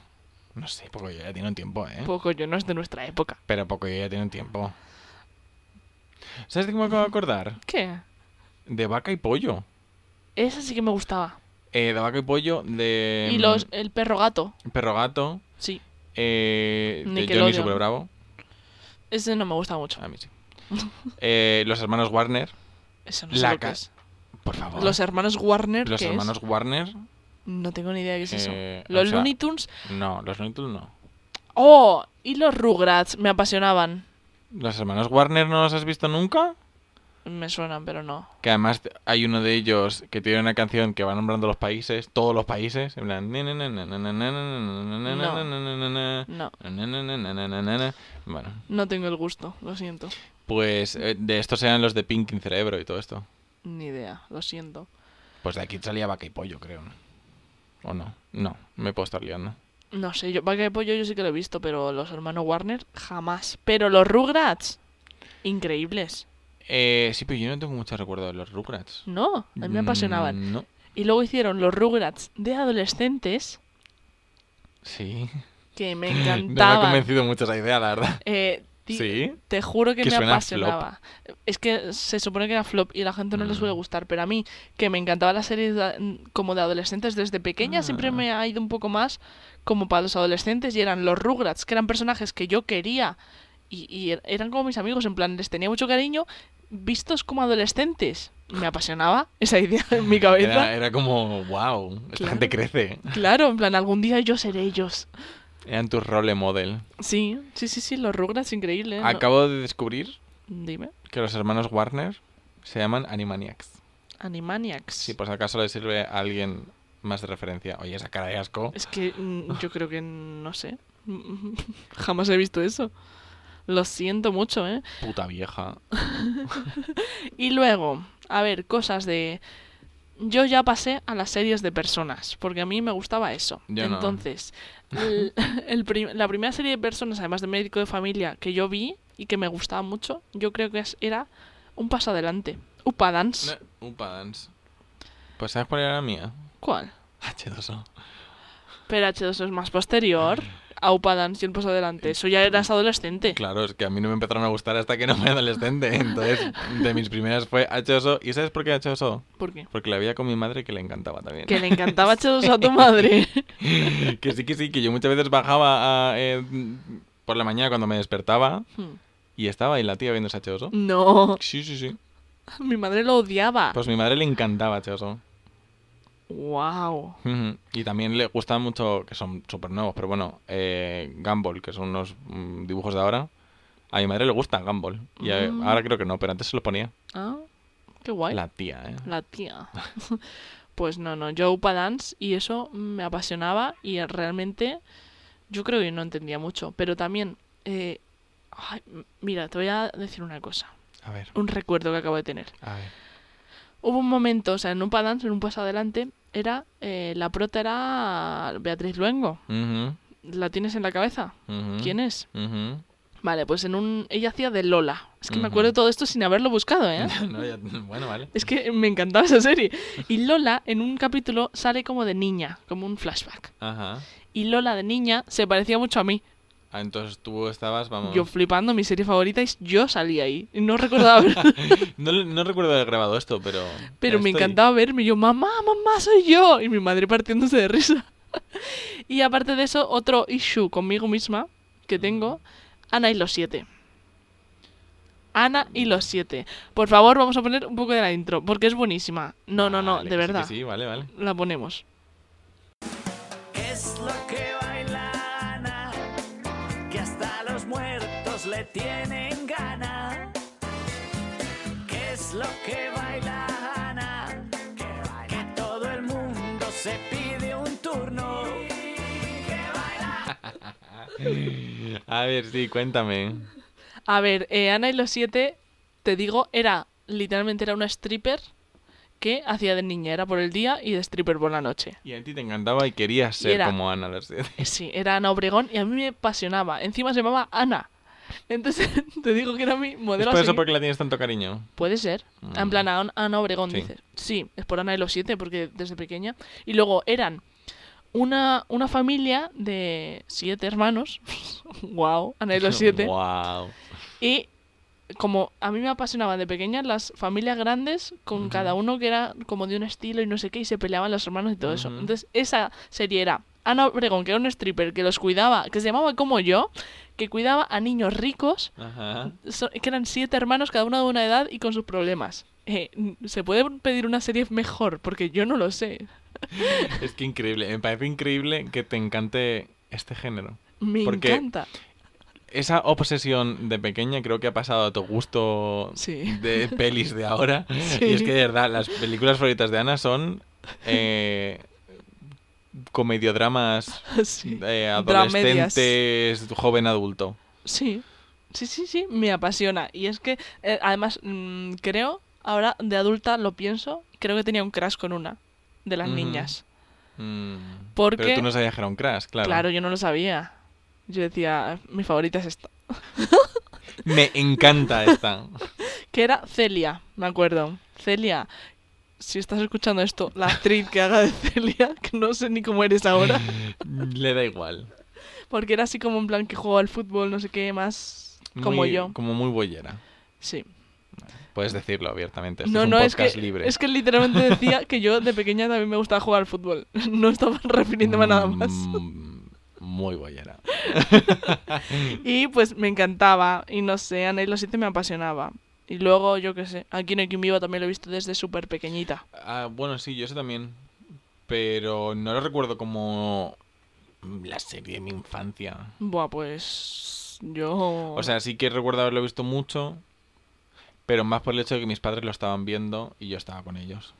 S2: No sé, poco yo ya tiene un tiempo, ¿eh?
S1: Pocoyo no es de nuestra época.
S2: Pero poco yo ya tiene un tiempo. ¿Sabes de qué me acabo de acordar?
S1: ¿Qué?
S2: De vaca y pollo.
S1: Esa sí que me gustaba.
S2: Eh, de vaca y pollo, de. mm,
S1: y los, el perro gato,
S2: Perro gato.
S1: sí.
S2: Eh, de Johnny
S1: Nickelodeon.
S2: Super Bravo.
S1: Ese no me gusta mucho.
S2: A mí sí. Eh, los hermanos Warner.
S1: Eso no sé
S2: La
S1: lo que
S2: ca-
S1: es.
S2: Por favor.
S1: Los hermanos Warner,
S2: Los
S1: ¿qué es?
S2: hermanos Warner.
S1: No tengo ni idea de qué es eso.
S2: Eh, o
S1: Los
S2: sea-
S1: Looney Tunes.
S2: No, los Looney Tunes no.
S1: ¡Oh! Y los Rugrats, me apasionaban.
S2: ¿Los hermanos Warner no los has visto nunca?
S1: me suenan, pero no.
S2: Que además t- hay uno de ellos que tiene una canción que va nombrando los países, todos los países, en plan...
S1: No,
S2: Bueno,
S1: no tengo el gusto, lo siento.
S2: pues eh, de estos eran los de Pinky Cerebro y todo esto.
S1: Ni idea, lo siento.
S2: Pues de aquí salía Vaca y Pollo, creo. ¿no? ¿O no? No, me puedo estar liando.
S1: No sé, yo Vaca de Pollo yo sí que lo he visto, pero los hermanos Warner jamás. Pero los Rugrats, increíbles.
S2: Eh, sí, pero yo no tengo mucho recuerdo de los Rugrats.
S1: No, a mí me apasionaban.
S2: Mm, No.
S1: Y luego hicieron los Rugrats de adolescentes,
S2: Sí.
S1: que me
S2: No me ha
S1: encantaban.
S2: convencido mucho esa idea, la verdad.
S1: Eh, ti-
S2: ¿Sí?
S1: Te juro que,
S2: Que
S1: me
S2: suena a flop.
S1: apasionaba. Es que se supone que era flop y a la gente no le
S2: Mm.
S1: suele gustar, pero a mí, que me encantaba la serie de- mm, como de adolescentes desde pequeña, siempre
S2: Ah.
S1: me ha ido un poco más como para los adolescentes y eran los Rugrats, que eran personajes que yo quería y, y er- eran como mis amigos, en plan, les tenía mucho cariño, vistos como adolescentes. Me apasionaba esa idea en mi cabeza.
S2: Era, e-, era como, wow, esta
S1: Claro.
S2: gente crece. ¿eh?
S1: Claro, en plan, algún día yo seré ellos.
S2: Eran tus role model.
S1: Sí, sí, sí, sí, los Rugrats, increíble. ¿no?
S2: Acabo de descubrir
S1: Dime,
S2: que los hermanos Warner se llaman Animaniacs.
S1: Animaniacs.
S2: Si por si acaso le sirve a alguien más de referencia. Oye, esa cara de asco.
S1: Es que mm, yo creo que no sé. Jamás he visto eso. Lo siento mucho, ¿eh?
S2: Puta vieja.
S1: Y luego, a ver, cosas de... Yo ya pasé a las series de personas, porque a mí me gustaba eso.
S2: Yo no.
S1: Entonces, el- el prim- la primera serie de personas, además de médico de familia, que yo vi y que me gustaba mucho, yo creo que es- era un paso adelante. Upa Dance.
S2: Upa dance. Pues ¿sabes cuál era la mía?
S1: ¿Cuál?
S2: H2O.
S1: Pero H2 es más posterior a Upa Dance y el paso adelante. Eso ya eras adolescente.
S2: Ah. Claro, es que a mí no me empezaron a gustar hasta que no fui adolescente. Entonces, de mis primeras fue H2O. ¿Y sabes por qué H2O?
S1: ¿Por qué?
S2: Porque la veía con mi madre que le encantaba también.
S1: Que le encantaba H2 a tu madre.
S2: que sí, que sí, que yo muchas veces bajaba a, eh, por la mañana cuando me despertaba y estaba ahí la tía viendo ese H2O.
S1: No,
S2: Sí, sí, sí.
S1: mi madre lo odiaba.
S2: Pues mi madre le encantaba H2O.
S1: Wow.
S2: Ujú. Y también le gustan mucho, que son súper nuevos, pero bueno, eh, Gumball, que son unos mm, dibujos de ahora. A mi madre le gusta Gumball. Y a-
S1: Mm.
S2: ahora creo que no, pero antes se los ponía.
S1: Ah, qué guay. La,
S2: La tía, ¿eh?
S1: tía. pues no, no, yo upa dance y eso me apasionaba y realmente yo creo que no entendía mucho. Pero también, eh, ay, m- mira, te voy a decir una cosa,
S2: A ver,
S1: un recuerdo que acabo de tener.
S2: a ver.
S1: Hubo un momento, o sea, en upa dance, en un paso adelante, era, eh, la prota era Beatriz Luengo.
S2: Ujú,
S1: ¿La tienes en la cabeza?
S2: ujú,
S1: ¿Quién es?
S2: ujú.
S1: Vale, pues en un. Ella hacía de Lola. Es que me
S2: Ujú.
S1: acuerdo de todo esto sin haberlo buscado, ¿eh?
S2: No, ya- bueno, vale.
S1: es que me encantaba esa serie. Y Lola en un capítulo sale como de niña, como un flashback.
S2: Ajá.
S1: Y Lola de niña se parecía mucho a mí.
S2: Ah, entonces tú estabas, vamos.
S1: Yo flipando, mi serie favorita, y yo salí ahí. Y No recordaba ver-
S2: No, no recuerdo haber grabado esto, pero.
S1: Pero
S2: ya
S1: me
S2: estoy.
S1: encantaba verme. y Yo, mamá, mamá, soy yo. Y mi madre partiéndose de risa. y aparte de eso, otro issue conmigo misma que tengo: Ana y los siete. Ana y los siete. Por favor, vamos a poner un poco de la intro, porque es buenísima. No, no, no, de
S2: Vale, que sí, que
S1: verdad.
S2: Sí, vale, vale.
S1: La ponemos.
S5: Es lo que baila Ana, que hasta los muertos le tienen gana. ¿Qué es lo que baila Ana? Que todo el mundo se pide un turno.
S2: A ver, sí, cuéntame.
S1: A ver, eh, Ana y los siete, te digo, era literalmente era una stripper que hacía de niña. Era por el día y de stripper por la noche.
S2: Y a ti te encantaba y querías
S1: Y
S2: ser
S1: era-
S2: como Ana las siete.
S1: Eh, Sí, era Ana Obregón y a mí me apasionaba. Encima se llamaba Ana. Entonces te digo que era mi
S2: ¿Es
S1: modelo.
S2: por
S1: a
S2: eso
S1: seguir.
S2: porque la tienes tanto cariño?
S1: Puede ser. En
S2: Mm.
S1: plan, a- Ana Obregón,
S2: Sí.
S1: dices. Sí, es por Ana de los Siete, porque desde pequeña. Y luego eran una, una familia de siete hermanos. wow, Ana de los Siete.
S2: wow.
S1: Y como a mí me apasionaban de pequeña las familias grandes con
S2: Ujú.
S1: cada uno que era como de un estilo y no sé qué y se peleaban los hermanos y todo eso.
S2: Ujú.
S1: Entonces esa serie era Ana Obregón, que era un stripper que los cuidaba, que se llamaba como yo, que cuidaba a niños ricos,
S2: Ajá.
S1: so- que eran siete hermanos, cada uno de una edad y con sus problemas. Eh, n- ¿Se puede pedir una serie mejor? Porque yo no lo sé.
S2: Es que increíble. Me parece increíble que te encante este género.
S1: Me
S2: Porque-
S1: encanta.
S2: esa obsesión de pequeña creo que ha pasado a tu gusto
S1: Sí.
S2: de pelis de ahora.
S1: Sí.
S2: Y es que de verdad, las películas favoritas de Ana son eh, comediodramas
S1: Sí.
S2: eh,
S1: Dramedias.
S2: adolescentes, joven adulto.
S1: Sí, sí, sí, sí, me apasiona. Y es que, eh, además, mm, creo, ahora de adulta lo pienso, creo que tenía un crash con una de las
S2: Ujú.
S1: niñas.
S2: Mm,
S1: Porque-
S2: Pero tú no sabías que era un crash, claro.
S1: Claro. yo no lo sabía. Yo decía, mi favorita es esta.
S2: Me encanta esta.
S1: Que era Celia, me acuerdo. Celia, si estás escuchando esto, la actriz que haga de Celia, que no sé ni cómo eres ahora,
S2: Le da igual.
S1: porque era así como en plan que jugaba al fútbol, no sé qué, más como
S2: Muy-
S1: yo.
S2: Como muy bollera.
S1: Sí.
S2: Puedes decirlo abiertamente. Esto
S1: no,
S2: es un
S1: no, es
S2: podcast
S1: que,
S2: libre.
S1: es que literalmente decía que yo de pequeña también me gustaba jugar al fútbol. No estaba refiriéndome a nada más.
S2: Mm, Muy bollera.
S1: Y pues me encantaba. Y no sé, Ana y los siete me apasionaba. Y luego, yo qué sé, aquí en Ekin Viva también lo he visto desde súper pequeñita.
S2: Ah, bueno, sí, yo eso también. Pero no lo recuerdo como la serie de mi infancia.
S1: Buah, pues yo...
S2: O sea, sí que recuerdo haberlo visto mucho, pero más por el hecho de que mis padres lo estaban viendo y yo estaba con ellos.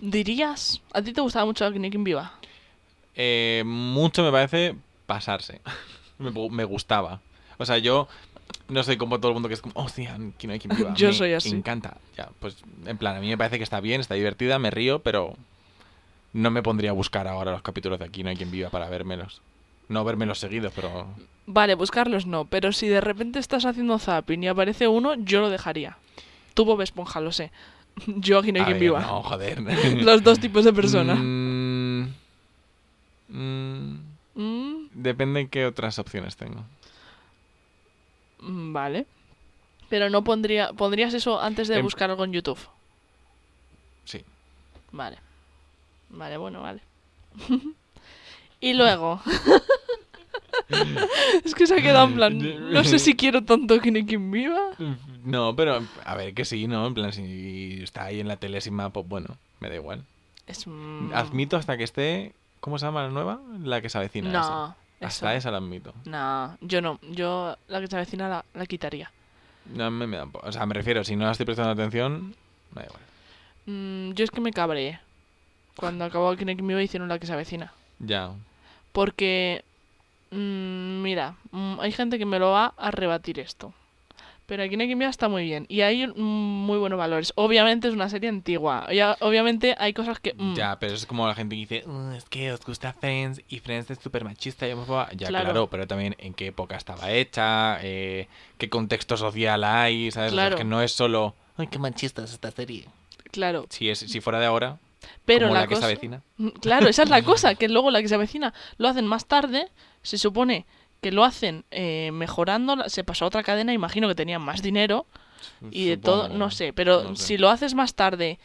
S1: ¿Dirías? ¿A ti te gustaba mucho Aquí en Ekin Viva?
S2: Eh, mucho me parece pasarse. me, gu- me gustaba. O sea, yo no soy como todo el mundo que es como, oh, sí, ¿quién hay quien viva".
S1: Yo
S2: Me
S1: soy así.
S2: encanta. Ya, pues en plan, a mí me parece que está bien, está divertida, me río, pero no me pondría a buscar ahora los capítulos de aquí, no hay quien viva para vérmelos. No vermelos seguidos, pero
S1: Vale, buscarlos no, pero si de repente estás haciendo zapping y aparece uno, yo lo dejaría. Tú Bob Esponja, lo sé. Yo Aquí no hay
S2: A
S1: quien
S2: ver,
S1: viva.
S2: Ah, No, joder.
S1: Los dos tipos de personas.
S2: Mm, mm,
S1: Mm,
S2: depende qué otras opciones tengo.
S1: mm, vale. Pero no pondría... ¿Pondrías eso antes de
S2: Em-
S1: buscar algo en YouTube?
S2: Sí.
S1: Vale. Vale, bueno, vale. y luego. es que se ha quedado en plan. No sé si quiero tanto que ni quien viva.
S2: No, pero a ver que sí, ¿no? En plan, si está ahí en la tele sin mapa, bueno, me da igual.
S1: Es. mm,
S2: Admito hasta que esté. ¿Cómo se llama la nueva? La que se avecina.
S1: No.
S2: esa. Hasta
S1: eso.
S2: esa la admito.
S1: No, yo no. Yo la que se avecina la, la quitaría.
S2: No me, me da un po- O sea, me refiero, si no la estoy prestando atención, me da igual.
S1: Mm, yo es que me cabré. Cuando acabó que ni quien viva hicieron la que se avecina.
S2: Ya.
S1: Porque, mm, mira, mm, hay gente que me lo va a rebatir esto. Pero aquí en Equimia está muy bien. Y hay mm, muy buenos valores. Obviamente es una serie antigua. Ya- obviamente hay cosas que... mm,
S2: Ya, pero eso es como la gente que dice, "Mm, es que os gusta Friends y Friends es súper machista y homófoba". Ya,
S1: Claro.
S2: claro. pero también en qué época estaba hecha, eh, qué contexto social hay, ¿sabes? O sea, es
S1: Claro.
S2: que no es solo
S3: Ay, qué machista es esta serie.
S1: Claro.
S2: si, es, si fuera de ahora,
S1: Pero
S2: como
S1: la,
S2: la, que
S1: cosa...
S2: se avecina.
S1: Mm, Claro, esa es la cosa. Que luego la que se avecina lo hacen más tarde. Se supone que lo hacen eh, mejorando. la- Se pasó a otra cadena. Imagino que tenían más dinero. y de todo,
S2: Pues Supongo.
S1: no sé, pero
S2: No sé.
S1: si lo haces más tarde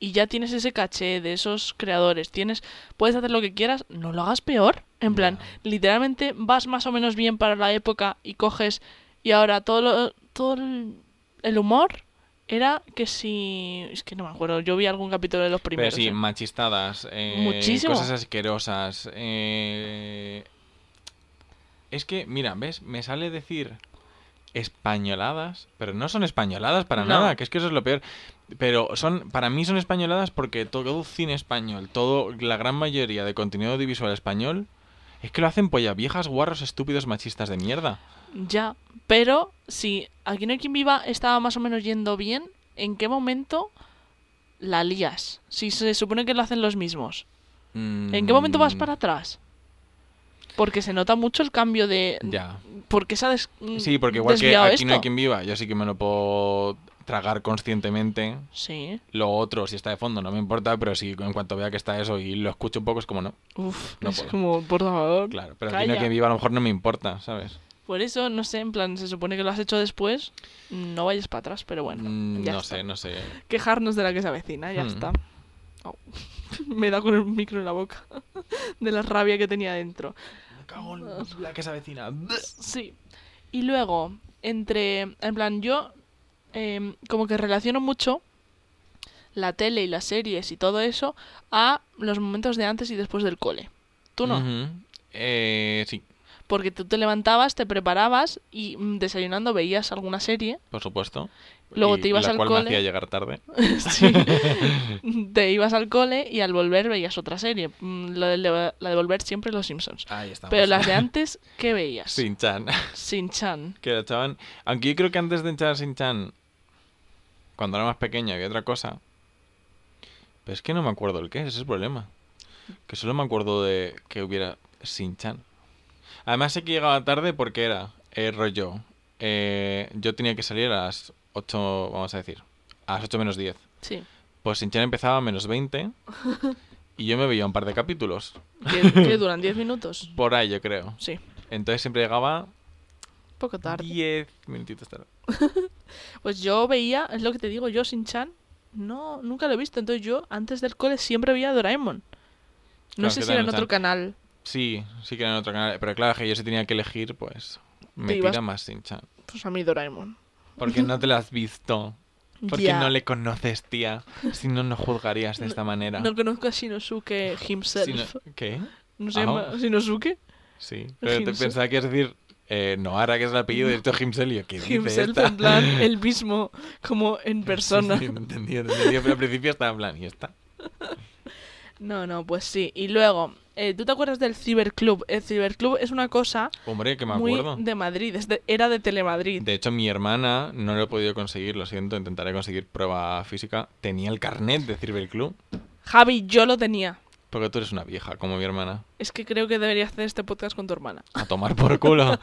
S1: y ya tienes ese caché de esos creadores, tienes puedes hacer lo que quieras, no lo hagas peor, en plan, literalmente vas más o menos bien para la época y coges y ahora todo lo- todo el, el humor era que si es que no me acuerdo, yo vi algún capítulo de los
S2: Pero
S1: primeros.
S2: sí,
S1: ¿eh?
S2: machistadas, eh,
S1: Muchísimo.
S2: cosas asquerosas. eh, Es que, mira, ¿ves? Me sale decir españoladas, pero no son españoladas para
S1: No.
S2: nada, que es que eso es lo peor. Pero son, para mí son españoladas porque todo cine español, todo, la gran mayoría de contenido audiovisual español, es que lo hacen polla viejas, guarros, estúpidos, machistas de mierda.
S1: Ya, pero si Aquí no hay quien viva estaba más o menos yendo bien, ¿en qué momento la lías? Si se supone que lo hacen los mismos. ¿En qué momento vas
S2: Mm,
S1: para atrás? Porque se nota mucho el cambio de...
S2: Ya.
S1: ¿Por qué se ha des- mm,
S2: Sí, porque igual que
S1: desviado
S2: aquí
S1: esto?
S2: no hay quien viva, yo sí que me lo puedo tragar conscientemente.
S1: Sí.
S2: Lo otro, si está de fondo, no me importa, pero si en cuanto vea que está eso y lo escucho un poco, es como no.
S1: Uf,
S2: No
S1: es
S2: puedo.
S1: como, por favor.
S2: Claro, pero aquí
S1: calla.
S2: no que viva a lo mejor no me importa, ¿sabes?
S1: Por eso, no sé, en plan, se supone que lo has hecho después, no vayas para atrás, pero bueno.
S2: Mm,
S1: ya
S2: no
S1: está.
S2: sé, no sé.
S1: Quejarnos de la que se avecina, ya
S2: Hmm.
S1: está. Au. Me da con el micro en la boca. de la rabia que tenía dentro.
S2: cago en la que se avecina.
S1: Sí. Y luego, entre. En plan, yo. eh, como que relaciono mucho la tele y las series y todo eso a los momentos de antes y después del cole. ¿Tú no?
S2: Eh, sí.
S1: Porque tú te levantabas, te preparabas y mm, desayunando veías alguna serie.
S2: por supuesto.
S1: Luego
S2: Y
S1: te ibas
S2: la
S1: al
S2: cual
S1: cole.
S2: me hacía llegar tarde.
S1: Sí. te ibas al cole y al volver veías otra serie. Mm, La de, la de volver siempre Los Simpsons.
S2: Ahí estamos.
S1: Pero las de antes, ¿qué veías?
S2: Sin Chan.
S1: Sin Chan.
S2: Que la echaban- Aunque yo creo que antes de echar Sin Chan, cuando era más pequeño, había otra cosa. Pero es que no me acuerdo el qué, ese es el problema. Que solo me acuerdo de que hubiera Sin Chan. Además sé que llegaba tarde porque era eh, rollo. eh, yo tenía que salir a las 8, vamos a decir, a las 8 menos 10.
S1: Sí.
S2: Pues Sin Chan empezaba a menos 20 y yo me veía un par de capítulos.
S1: Que, que duran 10 minutos.
S2: Por ahí, yo creo.
S1: Sí.
S2: Entonces siempre llegaba
S1: Poco tarde.
S2: 10 minutitos tarde.
S1: Pues yo veía, es lo que te digo, yo sin Chan, no, nunca lo he visto. Entonces yo antes del cole siempre veía Doraemon. No
S2: Claro,
S1: sé
S2: es que
S1: si era en
S2: Doraemon
S1: otro canal.
S2: Sí, sí que era en otro canal. Pero claro, que yo si tenía que elegir, pues me
S1: Te
S2: tira
S1: ibas-
S2: más sin chan.
S1: Pues a mí Doraemon.
S2: Porque no te lo has visto. Porque
S1: Ya.
S2: no le conoces, tía. Si no, no juzgarías de esta manera.
S1: No conozco a Shinosuke himself.
S2: Si no- ¿Qué?
S1: ¿No se
S2: Ah.
S1: llama Shinosuke?
S2: Sí. Pero te
S1: Himse-
S2: pensaba que ibas a decir eh, Noara, que es el apellido de esto Himsel. Y yo, ¿qué dice
S1: Himself
S2: esta?
S1: en plan el mismo como en persona.
S2: Sí, sí, no entendía, no entendía, Pero al principio estaba en plan, ¿y está?
S1: No, no, pues sí. Y luego, eh, ¿tú te acuerdas del Ciberclub? El Ciberclub es una cosa
S2: Hombre, que me
S1: muy
S2: acuerdo.
S1: de Madrid, es de- era de Telemadrid.
S2: De hecho, mi hermana no lo he podido conseguir, lo siento, intentaré conseguir prueba física. Tenía el carnet de Circle Club,
S1: Javi, yo lo tenía.
S2: porque tú eres una vieja, como mi hermana.
S1: Es que creo que deberías hacer este podcast con tu hermana.
S2: A tomar por culo.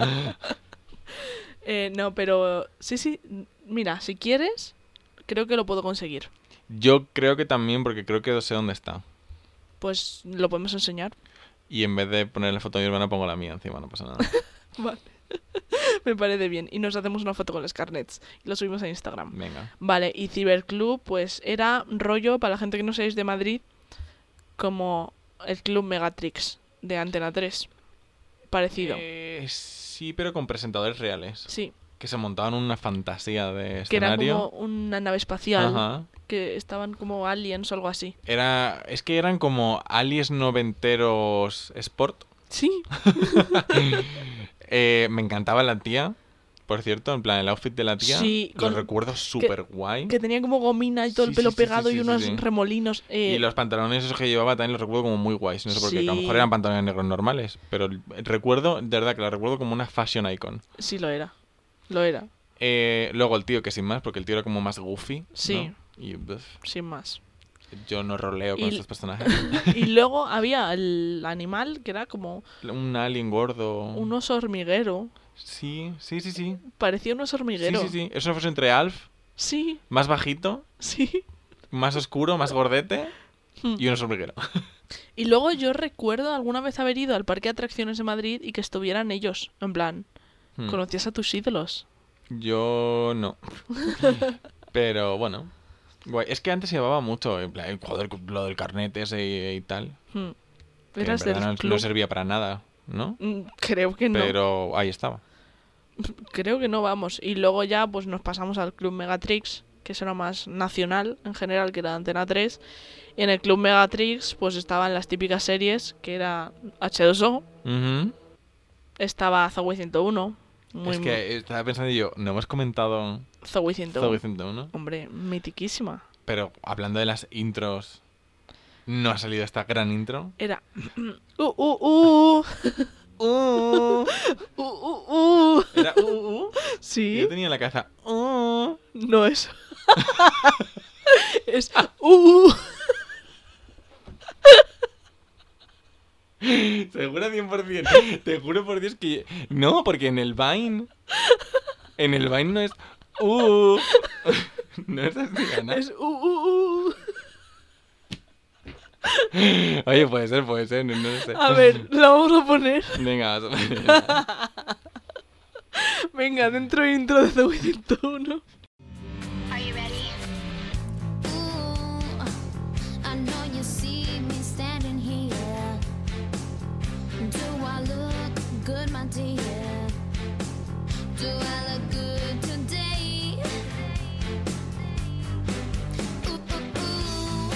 S1: Eh, no, pero sí, sí. n- Mira, si quieres, creo que lo puedo conseguir.
S2: Yo creo que también, porque creo que sé dónde está.
S1: Pues lo podemos enseñar.
S2: Y en vez de poner la foto de mi hermana, pongo la mía encima, no pasa nada.
S1: Vale. Me parece bien. Y nos hacemos una foto con los carnets y lo subimos a Instagram.
S2: Venga.
S1: Vale, y Ciberclub, pues era rollo, para la gente que no seáis de Madrid, como el Club Megatrix de Antena 3. Parecido.
S2: Eh, sí, pero con presentadores reales.
S1: Sí,
S2: Que se montaban una fantasía de
S1: que era como
S2: escenario.
S1: una nave espacial,
S2: Ajá.
S1: que estaban como aliens o algo así.
S2: Era, es que eran como aliens noventeros sport.
S1: Sí,
S2: Eh, me encantaba la tía, por cierto, en plan el outfit de la tía.
S1: Sí,
S2: los
S1: con-
S2: recuerdo súper guay.
S1: que tenía como gomina y todo
S2: Sí,
S1: el
S2: sí,
S1: pelo
S2: sí, sí,
S1: pegado
S2: sí,
S1: y
S2: sí,
S1: unos
S2: sí.
S1: remolinos. eh,
S2: Y los pantalones esos que llevaba también los recuerdo como muy guays. No sé por qué. que A lo mejor
S1: Sí.
S2: eran pantalones negros normales. Pero el- recuerdo, de verdad, que la recuerdo como una fashion icon.
S1: Sí, lo era. Lo era,
S2: Eh, luego el tío, que sin más, porque el tío era como más goofy. ¿no?
S1: Sí.
S2: Y buf,
S1: sin más.
S2: yo no roleo con
S1: Y-
S2: estos personajes.
S1: Y luego había el animal que era como
S2: Un alien gordo.
S1: un oso hormiguero.
S2: Sí, sí, sí, sí.
S1: Parecía un oso
S2: Sí,
S1: hormiguero.
S2: sí, sí. Es una fusión entre Alf,
S1: Sí,
S2: más bajito,
S1: sí.
S2: más oscuro, más gordete
S1: Hmm.
S2: y un sombrero.
S1: Y luego yo recuerdo alguna vez haber ido al parque de atracciones de Madrid y que estuvieran ellos. En plan,
S2: Hmm. Mm.
S1: conocías a tus ídolos.
S2: Yo no. Pero bueno. Guay. Es que antes se llevaba mucho, en plan, joder, lo del carnet ese y, y tal.
S1: Hmm.
S2: que en
S1: Eras del
S2: verdad no, no
S1: club.
S2: servía para nada, ¿no?
S1: Mm, Creo que no.
S2: Pero ahí estaba.
S1: Creo que no vamos. Y luego ya pues nos pasamos al Club Megatrix, que eso era más nacional en general, que era de Antena 3. Y en el Club Megatrix pues estaban las típicas series, que era H2O,
S2: Ujú.
S1: estaba Zoey 101, muy
S2: Es que estaba pensando yo, no hemos comentado
S1: Zoey 101.
S2: Zoe 101,
S1: Hombre, mitiquísima.
S2: pero hablando de las intros, no ha salido esta gran intro.
S1: Era uh uh uh
S2: Uh,
S1: uh uh uh.
S2: era uh, uh, uh.
S1: Sí,
S2: Yo tenía en la cabeza.
S1: Uh. no es. es uh, uh.
S2: Seguro 100%. Te juro por Dios que. No, porque en el Vine. En el Vine no es. ¡Uh! No es así, Ana.
S1: es uh, uh, uh.
S2: Oye, puede ser, puede ser. No, no lo sé.
S1: A ver, la vamos a poner.
S2: Venga, vas a poner.
S1: Venga, dentro intro de Zoe 101.
S4: Are you ready? Ooh, I know you see me standing here. Do I look good, my dear? Do I look good today? Ooh, ooh, ooh.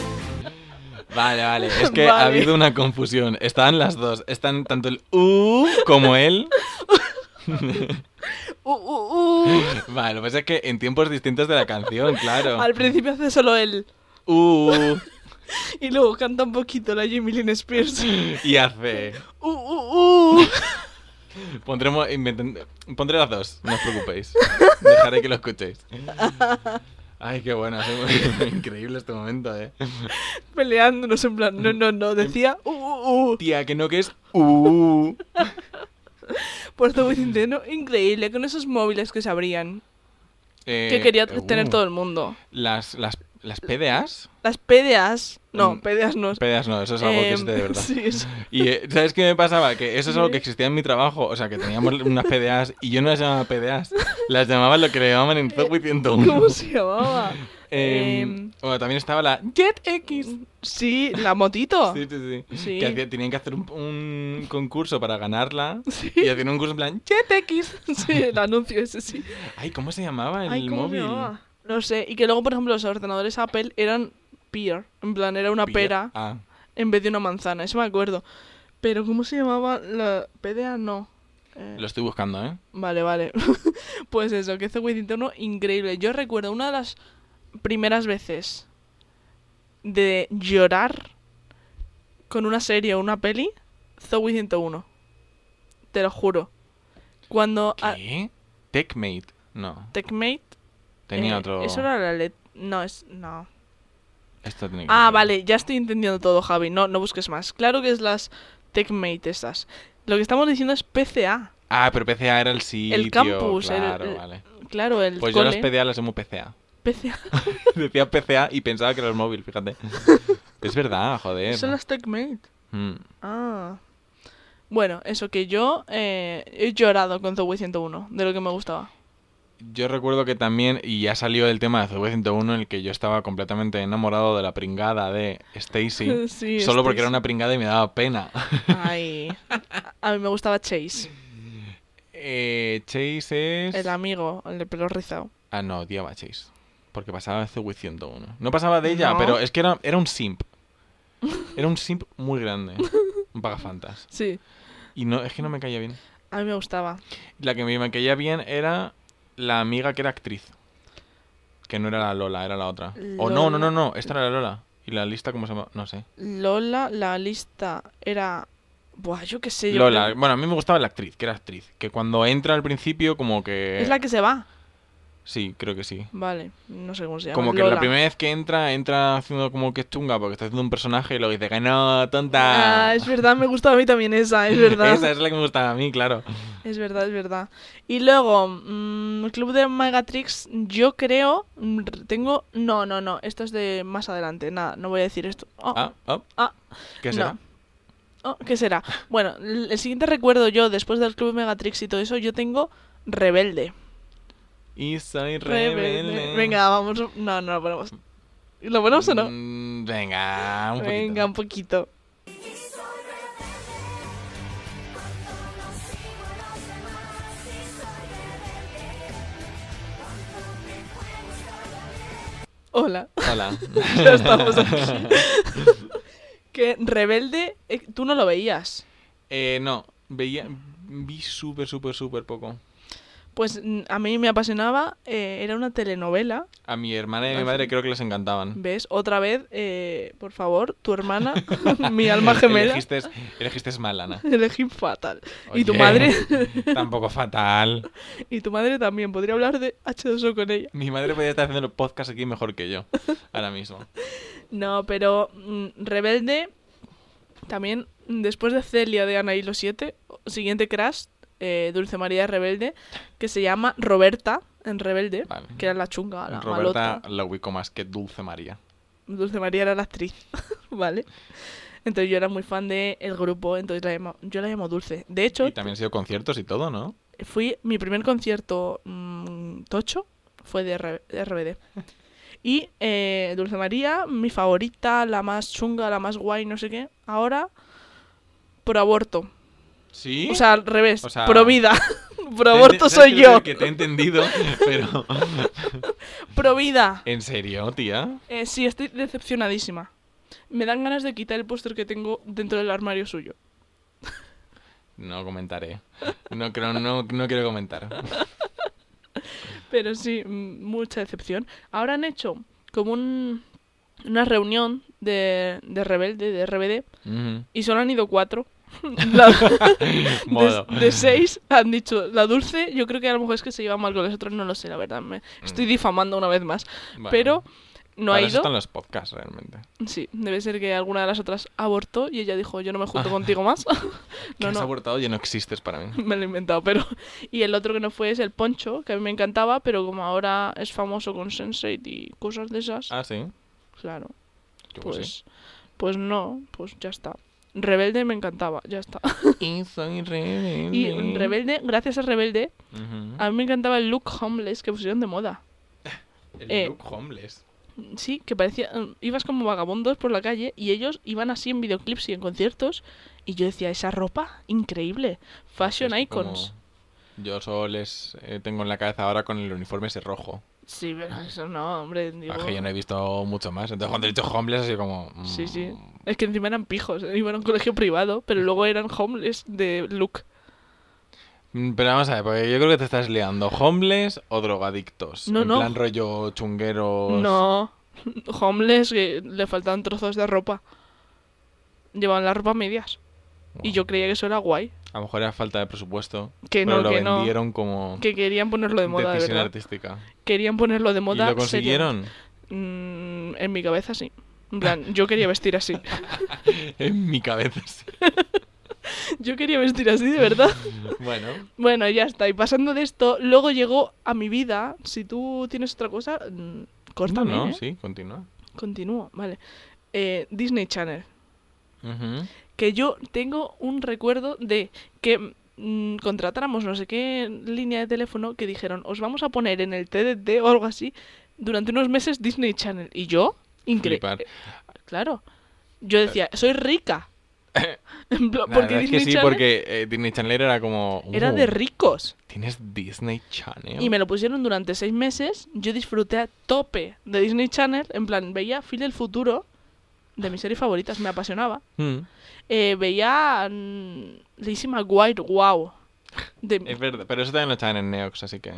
S2: Vale, vale. Es que ha
S1: Vale.
S2: habido una confusión. Están las dos. Están tanto el U como el.
S1: Uh, uh, uh.
S2: Vale, lo que pasa es que en tiempos distintos de la canción, claro. "Uh",
S1: Al principio hace solo él.
S2: U
S1: Y luego canta un poquito la Jamie Lynn Spears.
S2: y hace.
S1: Uh, uh, uh.
S2: Pondremos, inventen- pondré las dos, no os preocupéis. Dejaré que lo escuchéis. Ay, qué bueno, es increíble este momento, eh.
S1: Peleándonos en plan, no, no, no. Decía, uh, uh, uh.
S2: Tía, que no, que es. Uh.
S1: Por esto voy diciendo, increíble, con esos móviles que se abrían.
S2: Eh,
S1: Que quería
S2: uh.
S1: tener todo el mundo.
S2: Las, las, las PDAs.
S1: Las PDAs. No,
S2: Mm,
S1: PDAs no.
S2: PDAs no, eso es algo que
S1: Em,
S2: es de verdad.
S1: Sí, eso.
S2: Y eh, ¿sabes qué me pasaba? Que eso es algo que existía en mi trabajo. O sea, que teníamos unas PDAs y yo no las llamaba PDAs. Las llamaba lo que le llamaban en Zoe 101.
S1: ¿Cómo se llamaba?
S2: Eh,
S1: Em.
S2: bueno, también estaba la Jet X.
S1: Sí, la motito.
S2: Sí, sí, sí.
S1: Oh. Sí.
S2: Que hacía- tenían que hacer un, un concurso para ganarla. Y hacían un concurso en plan Jet.
S1: X. Sí, el anuncio ese sí.
S2: Ay, ¿cómo se llamaba el
S1: Ay, ¿cómo se
S2: móvil?
S1: llamaba? No sé. Y que luego, por ejemplo, los ordenadores Apple eran pear. En plan, era una
S2: Pilla-
S1: pera
S2: Ah,
S1: en vez de una manzana. Eso me acuerdo. Pero ¿cómo se llamaba la PDA? No. Eh,
S2: lo estoy buscando, ¿eh?
S1: Vale, vale. pues eso, que este Within Turno, increíble. Yo recuerdo una de las primeras veces de llorar con una serie o una peli, Zoe 101. Te lo juro. Cuando a-
S2: ¿Qué? Techmate. No,
S1: Techmate.
S2: tenía
S1: eh,
S2: otro.
S1: Eso era la let- No, es. No.
S2: Esto tiene que
S1: Ah,
S2: ser.
S1: vale, ya estoy entendiendo todo, Javi. No, no busques más. Claro que es las Techmate estas. Lo que estamos diciendo es PCA.
S2: Ah, pero PCA era el sitio.
S1: campus, el-
S2: Claro,
S1: el-
S2: vale.
S1: Claro, el
S2: Pues yo
S1: cole.
S2: las PDA las llamo PCA.
S1: PCA.
S2: Decía PCA y pensaba que era el móvil, fíjate. es verdad, joder.
S1: Son las Techmate.
S2: Mm.
S1: Ah. Bueno, eso que yo eh, he llorado con The Way 101, de lo que me gustaba.
S2: Yo recuerdo que también, y ya salió el tema de CW101 en el que yo estaba completamente enamorado de la pringada de Stacy.
S1: Sí,
S2: solo
S1: Stacy. Ah.
S2: porque era una pringada y me daba pena.
S1: Ay. A, a mí me gustaba Chase,
S2: Eh, Chase es...
S1: el amigo, el de pelo rizado.
S2: Ah, no, odiaba a Chase. Porque pasaba de CW101. No pasaba de ella,
S1: No.
S2: pero es que era, era un simp. Era un simp muy grande. Un pagafantas.
S1: Sí,
S2: Y no, es que no me caía bien.
S1: a mí me gustaba.
S2: La que me caía bien era la amiga que era actriz. Que no era la Lola, era la otra. O no, no, no, no, esta era la Lola. Y la lista, ¿cómo se llama? No sé.
S1: Lola, la lista era. Buah, yo qué sé. yo
S2: Lola,
S1: creo-
S2: bueno, a mí me gustaba la actriz, que era actriz. Que cuando entra al principio, como que.
S1: Es la que se va.
S2: Sí, creo que sí.
S1: Vale, no sé cómo se llama.
S2: Como que
S1: Lola.
S2: la primera vez que entra, entra haciendo como que es chunga, porque está haciendo un personaje y luego dice que no, tonta.
S1: Ah, es verdad, me gustaba a mí también esa, es verdad.
S2: Esa es la que me gustaba a mí, claro.
S1: Es verdad, es verdad. Y luego, mm, el Club de Megatrix, yo creo, mm, r- tengo... No, no, no, esto es de más adelante, nada, no voy a decir esto. Oh,
S2: Ah, ah,
S1: ah,
S2: ¿Qué
S1: no.
S2: será?
S1: oh, ¿Qué será? Bueno, l- el siguiente recuerdo yo, después del Club de Megatrix y todo eso, yo tengo Rebelde.
S2: Y soy rebelde.
S1: Venga, vamos... No, no lo ponemos. ¿Lo ponemos o no?
S2: Mm, Venga, un poquito.
S1: Venga, un poquito. Hola.
S2: Hola.
S1: Ya estamos aquí. que Rebelde, eh, tú no lo veías.
S2: Eh, no, veía, vi súper, súper, súper poco.
S1: Pues mm, a mí me apasionaba, eh, era una telenovela,
S2: A mi hermana y a mi
S1: Ah,
S2: madre
S1: sí.
S2: creo que les encantaban.
S1: ¿ves? Otra vez, eh, por favor, tu hermana, mi alma gemela,
S2: Elegiste, elegiste mal, Ana.
S1: elegí fatal. Y tu
S2: Oye,
S1: madre,
S2: Tampoco fatal.
S1: y tu madre también, podría hablar de H2O con ella.
S2: Mi madre podría estar haciendo el podcast aquí mejor que yo, ahora mismo.
S1: No, pero mm, Rebelde, también mm, después de Celia de Ana y los siete, siguiente crash, eh, Dulce María Rebelde, que se llama Roberta en Rebelde,
S2: Vale.
S1: que era la chunga, la
S2: Roberta
S1: malota.
S2: la ubico más que Dulce María.
S1: Dulce María era la actriz, ¿vale? Entonces yo era muy fan del el grupo, entonces la llamo- yo la llamo Dulce. De hecho,
S2: Y también ha sido conciertos y todo, ¿no?
S1: fui mi primer concierto mm, tocho fue de, R- de RBD. Y eh, Dulce María, mi favorita, la más chunga, la más guay, no sé qué. Ahora, por aborto.
S2: Sí.
S1: O sea, al revés,
S2: O sea,
S1: pro vida. pro
S2: Te-
S1: aborto
S2: ¿sabes
S1: soy
S2: qué es lo
S1: yo.
S2: Que te he entendido, pero.
S1: Pro vida.
S2: ¿En serio, tía?
S1: Eh, sí, estoy decepcionadísima. Me dan ganas de quitar el póster que tengo dentro del armario suyo.
S2: No comentaré. No, creo, no, no quiero comentar.
S1: Pero sí, mm, mucha decepción. Ahora han hecho como un- una reunión de, de Rebelde, de RBD,
S2: Ujú.
S1: y solo han ido cuatro. La-
S2: Modo.
S1: de, de seis han dicho la dulce. Yo creo que a lo mejor es que se lleva mal con los otros, no lo sé, la verdad. Me
S2: Mm.
S1: estoy difamando una vez más.
S2: Bueno,
S1: Pero no
S2: para
S1: ha
S2: eso
S1: ido.
S2: están los podcasts realmente.
S1: Sí, debe ser que alguna de las otras abortó y ella dijo, yo no me junto contigo más.
S2: Ah. Que
S1: no,
S2: has
S1: no,
S2: abortado ya no existes para mí.
S1: me lo he inventado, pero... Y el otro que no fue es el Poncho, que a mí me encantaba, pero como ahora es famoso con Sense8 y cosas de esas,
S2: Ah, sí.
S1: claro,
S2: Yo
S1: pues...
S2: sí.
S1: Pues no, pues ya está. Rebelde me encantaba, ya está.
S2: Y soy rebelde.
S1: Y Ah, Rebelde, gracias a Rebelde,
S2: Ujú.
S1: a mí me encantaba el look homeless que pusieron de moda.
S2: El
S1: eh.
S2: look homeless.
S1: Sí, que parecía. em, Ibas como vagabundos por la calle y ellos iban así en videoclips y en conciertos. Y yo decía, esa ropa, increíble. Fashion
S2: Es como-
S1: icons.
S2: Yo solo les eh, tengo en la cabeza ahora con el uniforme ese rojo.
S1: Sí, pero eso no, hombre. digo-
S2: Ah, Es que yo no he visto mucho más. Entonces cuando he dicho homeless así como... mm,
S1: Sí, sí. Es que encima eran pijos, eh, iban a un colegio privado, pero luego eran homeless de look.
S2: mm, Pero vamos a ver, porque yo creo que te estás liando. ¿Homeless o drogadictos?
S1: No,
S2: en
S1: no.
S2: plan rollo chungueros...
S1: No, homeless que le faltaban trozos de ropa. Llevaban la ropa a medias. Y
S2: Buah.
S1: yo creía que eso era guay.
S2: A lo mejor era falta de presupuesto.
S1: Que
S2: pero
S1: no,
S2: lo
S1: que no.
S2: vendieron como
S1: Que querían ponerlo de moda, de
S2: decisión
S1: verdad.
S2: artística.
S1: Querían ponerlo de moda.
S2: ¿Y lo consiguieron?
S1: seriamente. Mm, en mi cabeza sí. En plan, yo quería vestir así.
S2: en mi cabeza, sí.
S1: Yo quería vestir así, de verdad.
S2: Bueno.
S1: Bueno, ya está. Y pasando de esto, luego llegó a mi vida. Si tú tienes otra cosa, mm,
S2: No,
S1: córtame.
S2: no,
S1: ¿eh?
S2: sí, continúa.
S1: Continúo, vale. Eh, Disney Channel.
S2: Ujú.
S1: que yo tengo un recuerdo de que mm, contratáramos no sé qué línea de teléfono que dijeron, os vamos a poner en el TDT o algo así durante unos meses Disney Channel. Y yo, increíble.
S2: Flipar.
S1: Claro. Yo decía, soy rica. En pla-
S2: La
S1: porque
S2: verdad es
S1: Disney
S2: que sí,
S1: Channel
S2: porque eh, Disney Channel era como...
S1: era
S2: "Uh,
S1: de ricos.
S2: Tienes Disney Channel.
S1: Y me lo pusieron durante seis meses. Yo disfruté a tope de Disney Channel. En plan, veía Phil el futuro de mis series favoritas. Me apasionaba.
S2: Mm.
S1: Eh, veía mm, Lizzie McGuire, wow. De,
S2: Es verdad, pero eso también lo estaban en Neox, así que...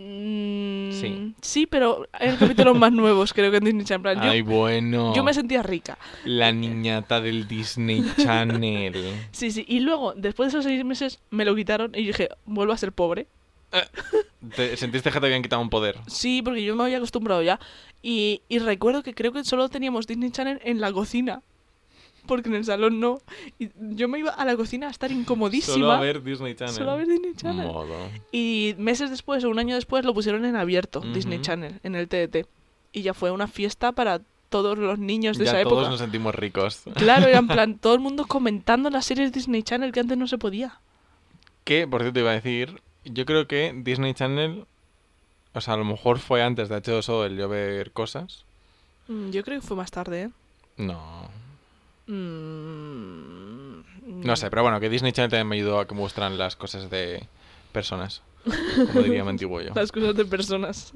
S1: Mm,
S2: Sí.
S1: sí. pero hay capítulos más nuevos, creo que en Disney Channel. En plan,
S2: Ay,
S1: Yo,
S2: bueno.
S1: yo me sentía rica.
S2: La niñata del Disney Channel.
S1: Sí, sí. Y luego, después de esos seis meses, me lo quitaron y dije, vuelvo a ser pobre.
S2: ¿Te sentiste que te habían quitado un poder?
S1: Sí, porque yo me había acostumbrado ya. Y, y recuerdo que creo que solo teníamos Disney Channel en la cocina. Porque en el salón no. Y yo me iba a la cocina a estar incomodísima.
S2: Solo a ver Disney Channel.
S1: solo a ver Disney Channel.
S2: Modo.
S1: Y meses después o un año después lo pusieron en abierto, Disney
S2: Ujú.
S1: Channel, en el TDT. Y ya fue una fiesta para todos los niños de
S2: ya
S1: esa
S2: todos
S1: época.
S2: nos sentimos ricos.
S1: Claro, era en plan todo el mundo comentando las series Disney Channel que antes no se podía.
S2: Que, por cierto, iba a decir, yo creo que Disney Channel, o sea, a lo mejor fue antes de H2O el yo ver cosas.
S1: Mm, Yo creo que fue más tarde, ¿eh?
S2: No.
S1: Mm,
S2: No sé, pero bueno, que Disney Channel también me ayudó a que muestran las cosas de personas. Como diría Mantiguo yo.
S1: Las cosas de personas.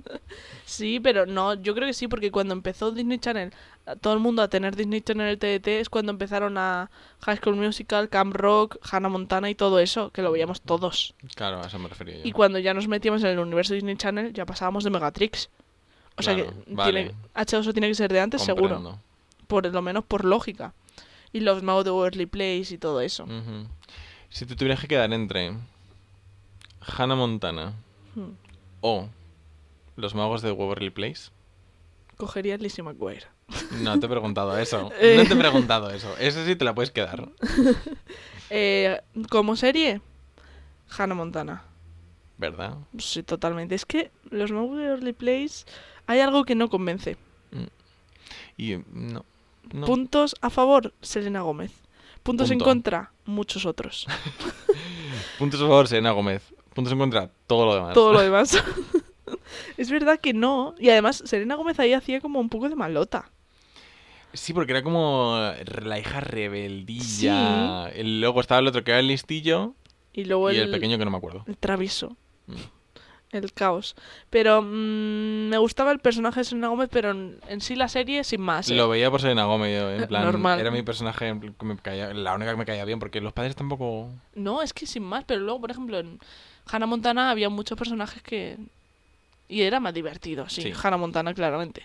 S1: sí, pero no, yo creo que sí, porque cuando empezó Disney Channel, a- todo el mundo a tener Disney Channel en el TDT es cuando empezaron a High School Musical, Camp Rock, Hannah Montana y todo eso, que lo
S2: Mm.
S1: veíamos todos.
S2: Claro, a eso me refería yo.
S1: Y cuando ya nos metíamos en el universo Disney Channel, ya pasábamos de Megatrix. O sea
S2: Claro,
S1: que
S2: vale.
S1: tiene, H2O tiene que ser de antes, seguro.
S2: Comprendo.
S1: Por lo menos por lógica. Y los Mago de Worldly Place y todo eso.
S2: Ujú. Si te tuvieras que quedar entre Hannah Montana
S1: Hmm.
S2: o los magos de Waverly Place,
S1: Cogería a Lizzie McGuire.
S2: no te he preguntado eso.
S1: Eh.
S2: No te he preguntado eso. Eso sí te la puedes quedar.
S1: Eh, como serie, Hannah Montana.
S2: ¿Verdad?
S1: Sí, totalmente. Es que los Mago de Worldly Place hay algo que no convence.
S2: Y eh, no. no.
S1: Puntos a favor, Selena Gómez. Puntos en
S2: Punto.
S1: contra, muchos otros.
S2: Puntos a favor, Serena Gómez. Puntos en contra, todo lo demás.
S1: todo lo demás. es verdad que no. Y además, Serena Gómez ahí hacía como un poco de malota.
S2: Sí, porque era como la hija rebeldilla. Y luego estaba el Mm. otro que era el listillo
S1: Y luego
S2: y
S1: el,
S2: el pequeño que no me acuerdo.
S1: el travieso. El caos. Pero mm, me gustaba el personaje de Selena Gómez, pero en, en sí la serie sin más. ¿eh?
S2: Lo veía por Selena Gómez, yo, en plan,
S1: Normal.
S2: era mi personaje en plan, que me caía- la única que me caía bien, porque los padres tampoco...
S1: No, es que sin más, pero luego, por ejemplo, en Hannah Montana había muchos personajes que... Y era más divertido, sí,
S2: Sí.
S1: Hannah Montana, claramente.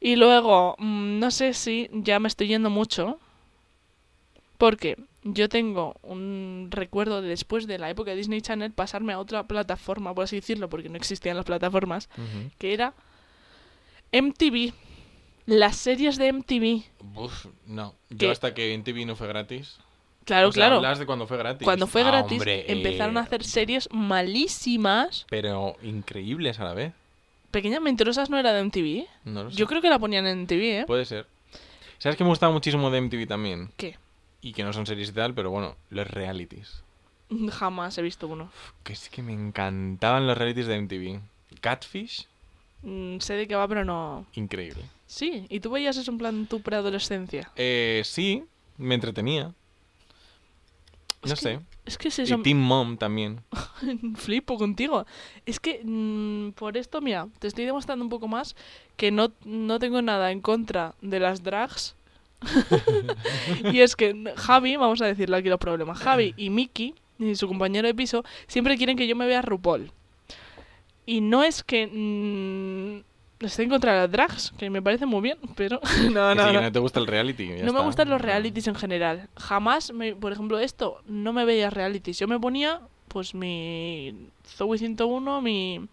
S1: Y luego, mm, no sé si ya me estoy yendo mucho, porque yo tengo un recuerdo de después de la época de Disney Channel pasarme a otra plataforma, por así decirlo, porque no existían las plataformas, que era MTV. Las series de MTV.
S2: Uf, no.
S1: ¿Qué?
S2: Yo hasta que MTV no fue gratis.
S1: Claro,
S2: O sea,
S1: claro.
S2: hablas de cuando fue gratis.
S1: Cuando fue
S2: Ah,
S1: gratis,
S2: hombre, eh,
S1: empezaron a hacer series malísimas.
S2: Pero increíbles a la vez.
S1: Pequeñas mentirosas no era de MTV.
S2: No lo sé.
S1: ¿eh?
S2: Pues
S1: Yo creo que la ponían en MTV, ¿eh?
S2: Puede ser. ¿Sabes que me gustaba muchísimo de MTV también?
S1: ¿Qué?
S2: Y que no son series y tal, pero bueno, los realities.
S1: Jamás he visto uno.
S2: Que es que me encantaban los realities de MTV. Catfish,
S1: Mm, sé de qué va, pero no.
S2: increíble.
S1: Sí, y tú veías eso en plan tu preadolescencia.
S2: Eh, sí, me entretenía.
S1: Es
S2: No
S1: que-
S2: sé.
S1: Es que si
S2: Y
S1: eso.
S2: Team Mom también.
S1: Flipo contigo. Es que mm, por esto, mira, te estoy demostrando un poco más que no, no tengo nada en contra de las drags. y es que n- Javi, vamos a decirle aquí los problemas, Javi y Miki, y su compañero de piso, siempre quieren que yo me vea RuPaul. Y no es que mm, esté en contra de las drags, que me parece muy bien, pero no,
S2: Que sí,
S1: no,
S2: que
S1: no.
S2: no te gusta el reality. ya
S1: No me
S2: está.
S1: gustan los
S2: Ah.
S1: realities en general. Jamás, me- por ejemplo, esto, no me veía realities. Yo me ponía, pues, mi Zoe 101, mi,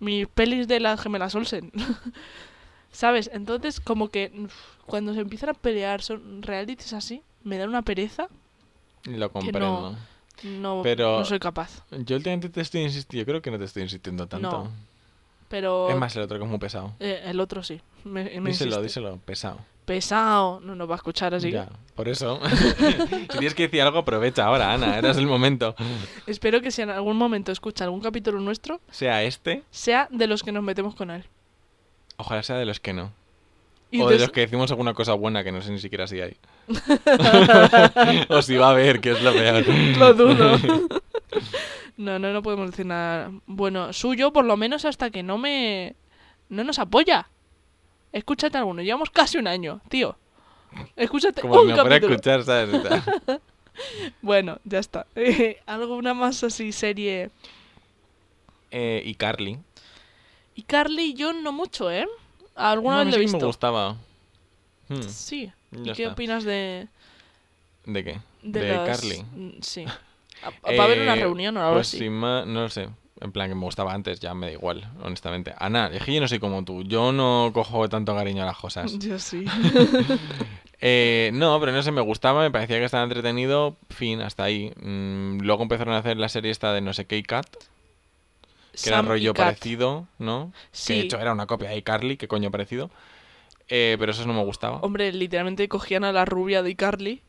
S1: mis pelis de las gemelas Olsen. ¿Sabes? Entonces, como que uf, cuando se empiezan a pelear son realities así, me dan una pereza.
S2: Lo comprendo.
S1: No,
S2: Pero-
S1: no soy capaz.
S2: Yo últimamente te estoy insistiendo. Yo creo que no te estoy insistiendo tanto.
S1: No. Pero
S2: Es más, el otro que es muy pesado.
S1: eh, el otro sí. Me, me ¿Ah,
S2: díselo,
S1: insiste.
S2: díselo, pesado.
S1: Pesado. No nos va a escuchar así.
S2: Ya, por eso. si tienes que decir algo, aprovecha ahora, Ana. Ahora es el momento.
S1: Espero que si en algún momento escucha algún capítulo nuestro,
S2: Sea este,
S1: sea de los que nos metemos con él.
S2: ojalá sea de los que no.
S1: Y
S2: o de
S1: des-
S2: los que decimos alguna cosa buena que no sé ni siquiera si hay. o si va a haber, que es lo peor.
S1: Lo dudo. No, no, no podemos decir nada. Bueno, suyo por lo menos hasta que no me... No nos apoya. Escúchate alguno. Llevamos casi un año, tío. Escúchate
S2: Como
S1: un
S2: me voy a
S1: capítulo.
S2: escuchar, ¿sabes? Está-
S1: Bueno, ya está. alguna más así serie.
S2: Eh, y Carly.
S1: Y Carly y yo no mucho, ¿eh? Alguna
S2: No, a
S1: vez
S2: mí
S1: lo he
S2: sí que me
S1: visto.
S2: gustaba. Hmm,
S1: Sí. ¿Y
S2: Ya
S1: qué
S2: está.
S1: opinas de,
S2: ¿De qué?
S1: de,
S2: De,
S1: las-
S2: Carly.
S1: Mm, Sí. A- ¿Va a haber una
S2: Eh,
S1: reunión o algo
S2: pues
S1: así?
S2: sin más, no lo sé. En plan, que me gustaba antes, ya me da igual, honestamente. Ana, es que yo no soy como tú. Yo no cojo tanto cariño a las cosas.
S1: Yo sí.
S2: Eh, no, pero no sé, me gustaba, me parecía que estaba entretenido, fin, hasta ahí. Mm, luego empezaron a hacer la serie esta de no sé qué y Cat, que era
S1: Sam y
S2: rollo
S1: Kat.
S2: parecido, ¿no?
S1: Sí.
S2: Que de hecho era una copia de Carly, qué coño parecido. Eh, pero eso no me gustaba.
S1: Hombre, literalmente cogían a la rubia de Carly.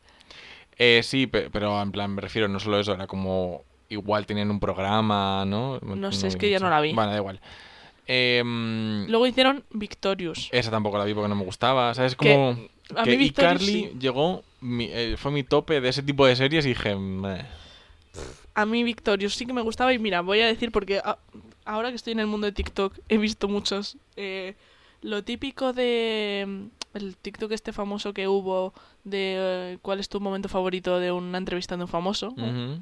S2: Eh, sí, pe- pero en plan, me refiero, no solo eso, era como igual tenían un programa, ¿no?
S1: No sé, es
S2: vi
S1: que ya
S2: mucho.
S1: no la vi.
S2: Bueno, da igual. Em,
S1: Luego hicieron Victorious.
S2: Esa tampoco la vi porque no me gustaba, ¿sabes?
S1: Que-
S2: Como
S1: a
S2: que
S1: mí Victorious
S2: iCarly
S1: sí.
S2: llegó, mi- eh, fue mi tope de ese tipo de series y dije... "Meh".
S1: A mí Victorious sí que me gustaba y mira, voy a decir porque a- ahora que estoy en el mundo de TikTok he visto muchos... eh, lo típico de... mm, El TikTok este famoso que hubo de eh, cuál es tu momento favorito de una entrevista de un famoso.
S2: Ujú.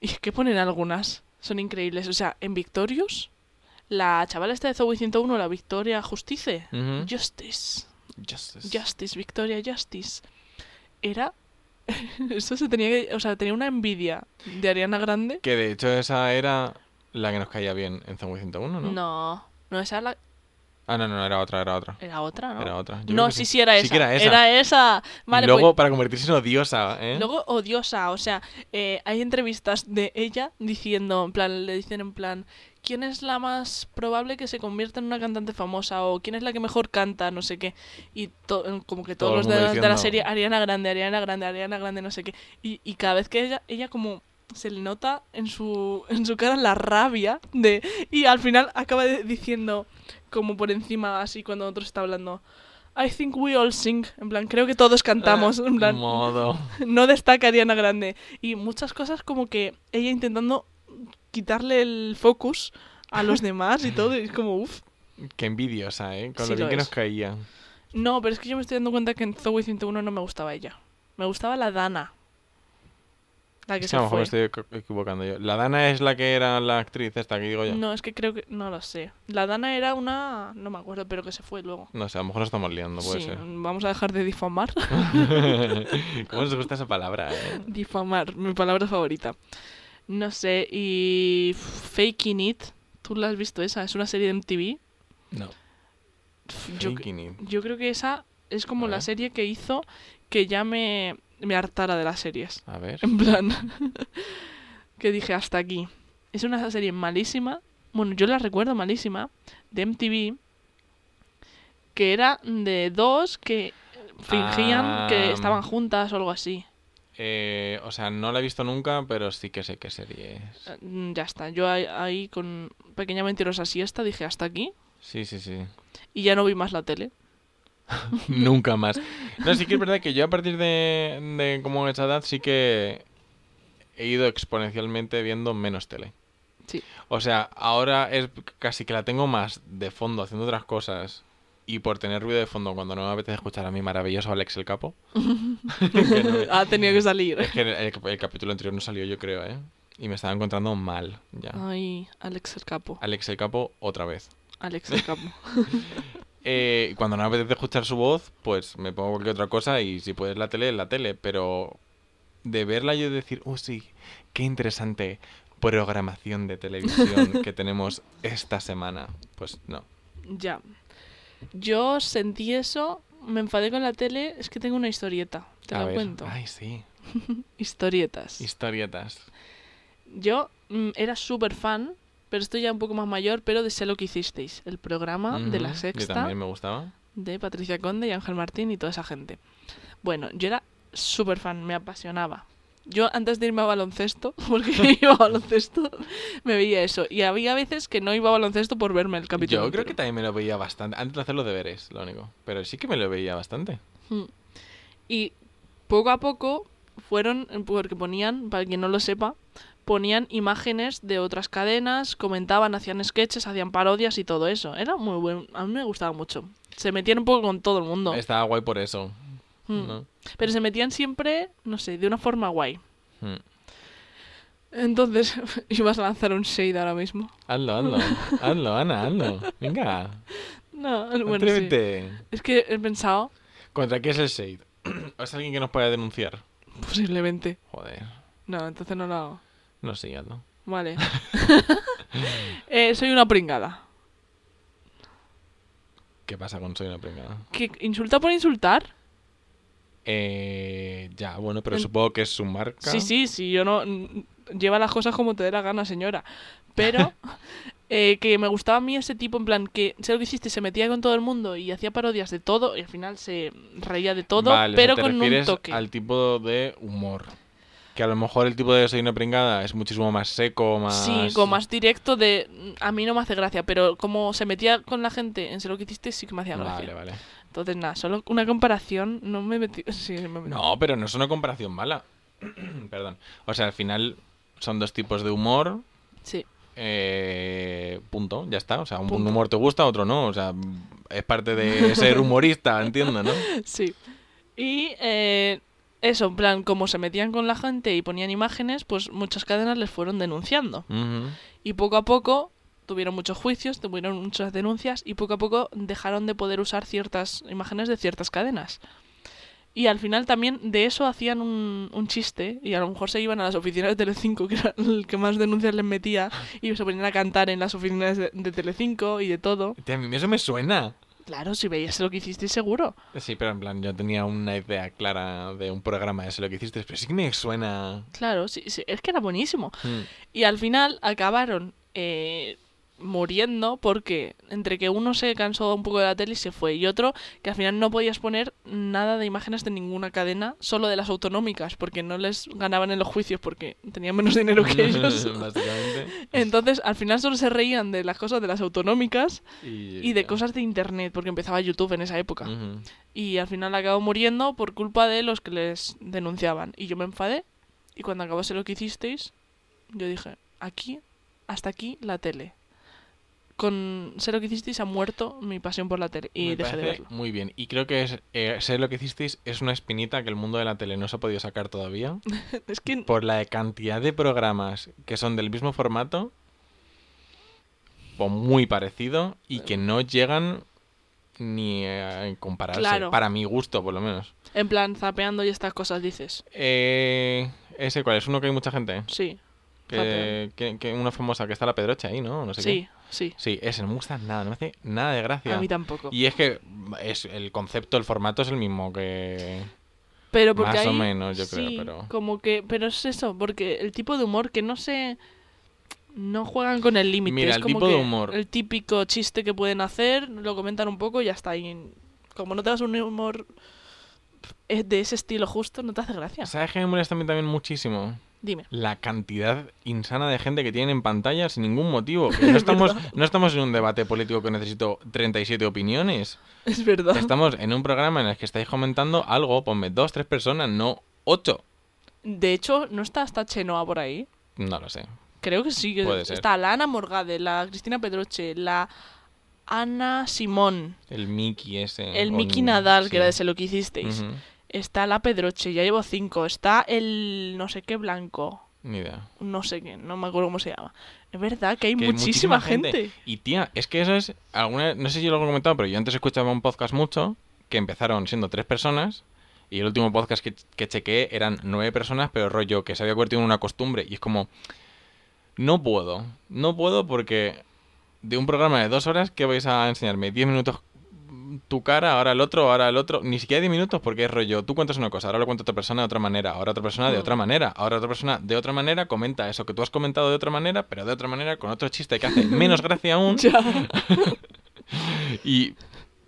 S1: Y es que ponen algunas. Son increíbles. O sea, en Victorious, la chavala esta de Zoe 101, la Victoria Justice.
S2: Ujú.
S1: Justice.
S2: Justice.
S1: Justice, Victoria Justice. Era. Eso se tenía que. O sea, tenía una envidia de Ariana Grande.
S2: Que de hecho esa era la que nos caía bien en Zombie 101, ¿no?
S1: No, no, esa la-
S2: Ah, no, no, era otra, era otra.
S1: era otra, ¿no?
S2: Era otra. Yo creo
S1: no,
S2: que
S1: sí, sí, era esa.
S2: Sí que era esa.
S1: esa. Vale,
S2: y luego
S1: pues-
S2: para convertirse en odiosa, ¿eh?
S1: Luego odiosa, o sea, eh, hay entrevistas de ella diciendo, en plan, le dicen en plan, ¿quién es la más probable que se convierta en una cantante famosa? O ¿quién es la que mejor canta? No sé qué. Y to- como que todos
S2: Todo el
S1: los de,
S2: mundo
S1: la- de la
S2: diciendo-
S1: serie, Ariana Grande, Ariana Grande, Ariana Grande, no sé qué. Y, y cada vez que ella, ella como se le nota en su, en su cara la rabia de... Y al final acaba de- diciendo, como por encima, así cuando otro está hablando. I think we all sing. En plan, creo que todos
S2: Ah,
S1: cantamos. En plan,
S2: Modo.
S1: no destaca Ariana Grande. Y muchas cosas como que ella intentando quitarle el focus a los demás y todo, y es como, uff.
S2: Qué envidiosa, ¿eh? Con
S1: Sí
S2: lo
S1: lo
S2: bien que
S1: es.
S2: nos caía.
S1: No, pero es que yo me estoy dando cuenta que en Zoe 101 no me gustaba ella. Me gustaba la Dana. La que
S2: Es que
S1: se
S2: a lo mejor
S1: fue.
S2: me estoy equ- equivocando yo. La Dana es la que era la actriz esta que digo yo. No,
S1: No, es que creo que. No lo sé. La Dana era una. No me acuerdo, pero que se fue luego.
S2: sé, a lo mejor nos estamos liando, puede
S1: sí,
S2: ser.
S1: vamos a dejar de difamar.
S2: ¿Cómo nos gusta esa palabra, eh?
S1: difamar, mi palabra favorita. No sé, y. Faking It. ¿Tú la has visto esa? Es una serie de MTV.
S2: No.
S1: Pf, Yo,
S2: Faking it.
S1: yo creo que esa es como
S2: A
S1: la
S2: ver.
S1: serie que hizo que ya me, me hartara de las series.
S2: A ver.
S1: En plan, que dije hasta aquí. Es una serie malísima. Bueno, yo la recuerdo malísima. De MTV. Que era de dos que fingían
S2: Ah.
S1: que estaban juntas o algo así.
S2: Eh, o sea, no la he visto nunca, pero sí que sé qué serie es.
S1: Eh, mm, Ya está. Yo ahí, ahí con pequeña mentirosa siesta dije hasta aquí.
S2: Sí, sí, sí.
S1: Y ya no vi más la tele.
S2: Nunca más. No, sí que es verdad que yo a partir de, de como esa edad sí que he ido exponencialmente viendo menos tele.
S1: Sí.
S2: O sea, ahora es casi que la tengo más de fondo haciendo otras cosas y por tener ruido de fondo cuando no me apetece escuchar a mi maravilloso Alex el Capo. Que no-
S1: ha tenido Ah, que salir.
S2: es que el, el capítulo anterior no salió yo creo, ¿eh? Y me estaba encontrando mal ya.
S1: Ay, Alex el capo.
S2: Alex el Capo otra vez.
S1: Alex el capo.
S2: Eh, cuando no me apetece escuchar su voz, pues me pongo cualquier otra cosa y si puedes la tele, la tele. Pero de verla yo decir, oh sí, qué interesante programación de televisión que tenemos esta semana. Pues no.
S1: ya. Yo sentí eso. Me enfadé con la tele. Es que tengo una historieta. Te
S2: A
S1: la
S2: ver.
S1: cuento.
S2: Ay, sí.
S1: Historietas.
S2: Historietas.
S1: Yo mm, era súper fan, pero estoy ya un poco más mayor, pero de Sé lo que hicisteis. El programa Ah, de la
S2: Ujú, Que
S1: sexta
S2: también me gustaba.
S1: de Patricia Conde y Ángel Martín y toda esa gente. Bueno, yo era súper fan, me apasionaba. Yo antes de irme a baloncesto, porque iba a baloncesto, me veía eso. Y había veces que no iba a baloncesto por verme el capítulo.
S2: Yo creo que
S1: entero.
S2: también me lo veía bastante. Antes de hacer los deberes, lo único. Pero sí que me lo veía bastante.
S1: Mm. Y poco a poco fueron, eh, porque ponían, para quien no lo sepa, ponían imágenes de otras cadenas, comentaban, hacían sketches, hacían parodias y todo eso. Era muy bueno, a mí me gustaba mucho. Se metían un poco con todo el mundo.
S2: Estaba guay por eso.
S1: Mm.
S2: ¿no?
S1: Pero se metían siempre, no sé, de una forma guay.
S2: Mm.
S1: Entonces, ibas a lanzar un shade ahora mismo.
S2: Hazlo, hazlo. hazlo, Ana, hazlo. Venga.
S1: No, bueno, sí.
S2: atrévete.
S1: Es que he pensado,
S2: ¿Contra qué es el shade? ¿O es alguien que nos pueda denunciar?
S1: posiblemente.
S2: Joder,
S1: No, entonces no lo hago.
S2: no sigas, ¿no?
S1: Vale. Eh, soy una pringada.
S2: ¿Qué pasa con Soy una pringada?
S1: ¿Que insulta por insultar?
S2: Eh, ya, bueno, pero
S1: En-
S2: supongo que es su marca.
S1: Sí, sí, sí, yo no... n- Lleva las cosas como te dé la gana, señora. Pero eh, que me gustaba a mí ese tipo, en plan, que sé lo que hiciste, se metía con todo el mundo y hacía parodias de todo y al final se reía de todo,
S2: Vale, o sea,
S1: pero
S2: te
S1: con un
S2: refieres
S1: toque.
S2: al tipo de humor. Que a lo mejor el tipo de Soy una pringada es muchísimo más seco, más...
S1: Sí, como más directo de... mm, A mí no me hace gracia, pero como se metía con la gente en sé lo que hiciste, sí que me hacía gracia.
S2: Vale, vale.
S1: Entonces, nada, solo una comparación, no me metí... Sí, me metí.
S2: No, pero no es una comparación mala. Perdón. O sea, al final son dos tipos de humor.
S1: Sí.
S2: Eh, punto, ya está. O sea, un,
S1: Punto.
S2: humor te gusta, otro no. O sea, es parte de ser humorista, entiendo, ¿no?
S1: Sí. Y eh, eso, en plan, como se metían con la gente y ponían imágenes, pues muchas cadenas les fueron denunciando.
S2: Ujú.
S1: Y poco a poco tuvieron muchos juicios, tuvieron muchas denuncias y poco a poco dejaron de poder usar ciertas imágenes de ciertas cadenas. Y al final también de eso hacían un, un chiste y a lo mejor se iban a las oficinas de Telecinco, que era el que más denuncias les metía, y se ponían a cantar en las oficinas de, de Telecinco y de todo.
S2: Tía, A mí eso me suena.
S1: Claro, si veías lo que hicisteis seguro.
S2: Sí, pero en plan, yo tenía una idea clara de un programa de eso lo que hiciste, pero sí que me suena.
S1: Claro, sí, sí, es que era buenísimo.
S2: Mm.
S1: Y al final acabaron eh, muriendo porque entre que uno se cansó un poco de la tele y se fue y otro que al final no podías poner nada de imágenes de ninguna cadena, solo de las autonómicas, porque no les ganaban en los juicios porque tenían menos dinero que ellos.
S2: Básicamente.
S1: Entonces al final solo se reían de las cosas de las autonómicas y de
S2: ya.
S1: cosas de internet, porque empezaba YouTube en esa época.
S2: Ujú.
S1: Y al final acabó muriendo por culpa de los que les denunciaban. Y yo me enfadé. Y cuando acabase lo que hicisteis, yo dije, aquí hasta aquí la tele. Con Sé lo que hicisteis ha muerto mi pasión por la tele y
S2: Me
S1: dejé de
S2: parece
S1: verlo.
S2: Muy bien. Y creo que es, eh, sé lo que hicisteis es una espinita que el mundo de la tele no se ha podido sacar todavía.
S1: Es que
S2: Por la cantidad de programas que son del mismo formato o muy parecido y que no llegan ni a compararse.
S1: Claro.
S2: Para mi gusto, por lo menos.
S1: en plan zapeando y estas cosas dices.
S2: Eh, ¿Ese cuál es? Uno que hay mucha gente.
S1: Sí,
S2: Que, que- que una famosa que está la Pedroche ahí, ¿no? No sé
S1: sí, sí.
S2: qué. Sí, ese no me gusta nada, no me hace nada de gracia.
S1: A mí tampoco.
S2: Y es que mm, es, el concepto, el formato es el mismo que...
S1: Pero porque
S2: Más o
S1: ahí-
S2: menos, yo creo,
S1: sí,
S2: pero-
S1: Como que, pero es eso, porque el tipo de humor que no se no juegan con el límite.
S2: Mira,
S1: es
S2: el
S1: como
S2: tipo de
S1: que
S2: humor.
S1: El típico chiste que pueden hacer, lo comentan un poco y hasta ahí. Como no te das un humor eh, de ese estilo justo, no te hace gracia.
S2: ¿Sabes qué me molesta a mí también muchísimo?
S1: Dime.
S2: La cantidad insana de gente que tienen en pantalla sin ningún motivo. Que No estamos, no estamos en un debate político que necesito 37 opiniones.
S1: Es verdad.
S2: Estamos en un programa en el que estáis comentando algo, ponme dos, tres personas, no ocho.
S1: De hecho, ¿no está hasta Chenoa por ahí?
S2: No lo sé.
S1: Creo que sí. que
S2: Puede ser.
S1: Está la Ana Morgade, la Cristina Pedroche, la Ana Simón,
S2: El Mickey ese.
S1: el
S2: Mm, o
S1: Miki Nadal,
S2: sí.
S1: que era de Se lo que hicisteis.
S2: Ujú.
S1: Está la Pedroche, ya llevo cinco. Está el no sé qué blanco,
S2: Ni idea.
S1: no sé qué, no me acuerdo cómo se llama. Es verdad que hay
S2: Que hay
S1: muchísima, gente.
S2: Y tía, es que eso es. Alguna, no sé si lo he comentado, pero yo antes escuchaba un podcast mucho que empezaron siendo tres personas. Y el último podcast que, que chequeé eran nueve personas, pero rollo que se había convertido en una costumbre. Y es como. No puedo. No puedo porque. De un programa de dos horas, ¿qué vais a enseñarme? Diez minutos mm, tu cara, ahora el otro, ahora el otro. Ni siquiera diez minutos porque es rollo. Tú cuentas una cosa, ahora lo cuenta otra persona de otra manera, ahora otra persona de
S1: Mm.
S2: otra manera, ahora otra persona de otra manera. Comenta eso que tú has comentado de otra manera, pero de otra manera con otro chiste que hace menos gracia aún.
S1: Ya.
S2: Y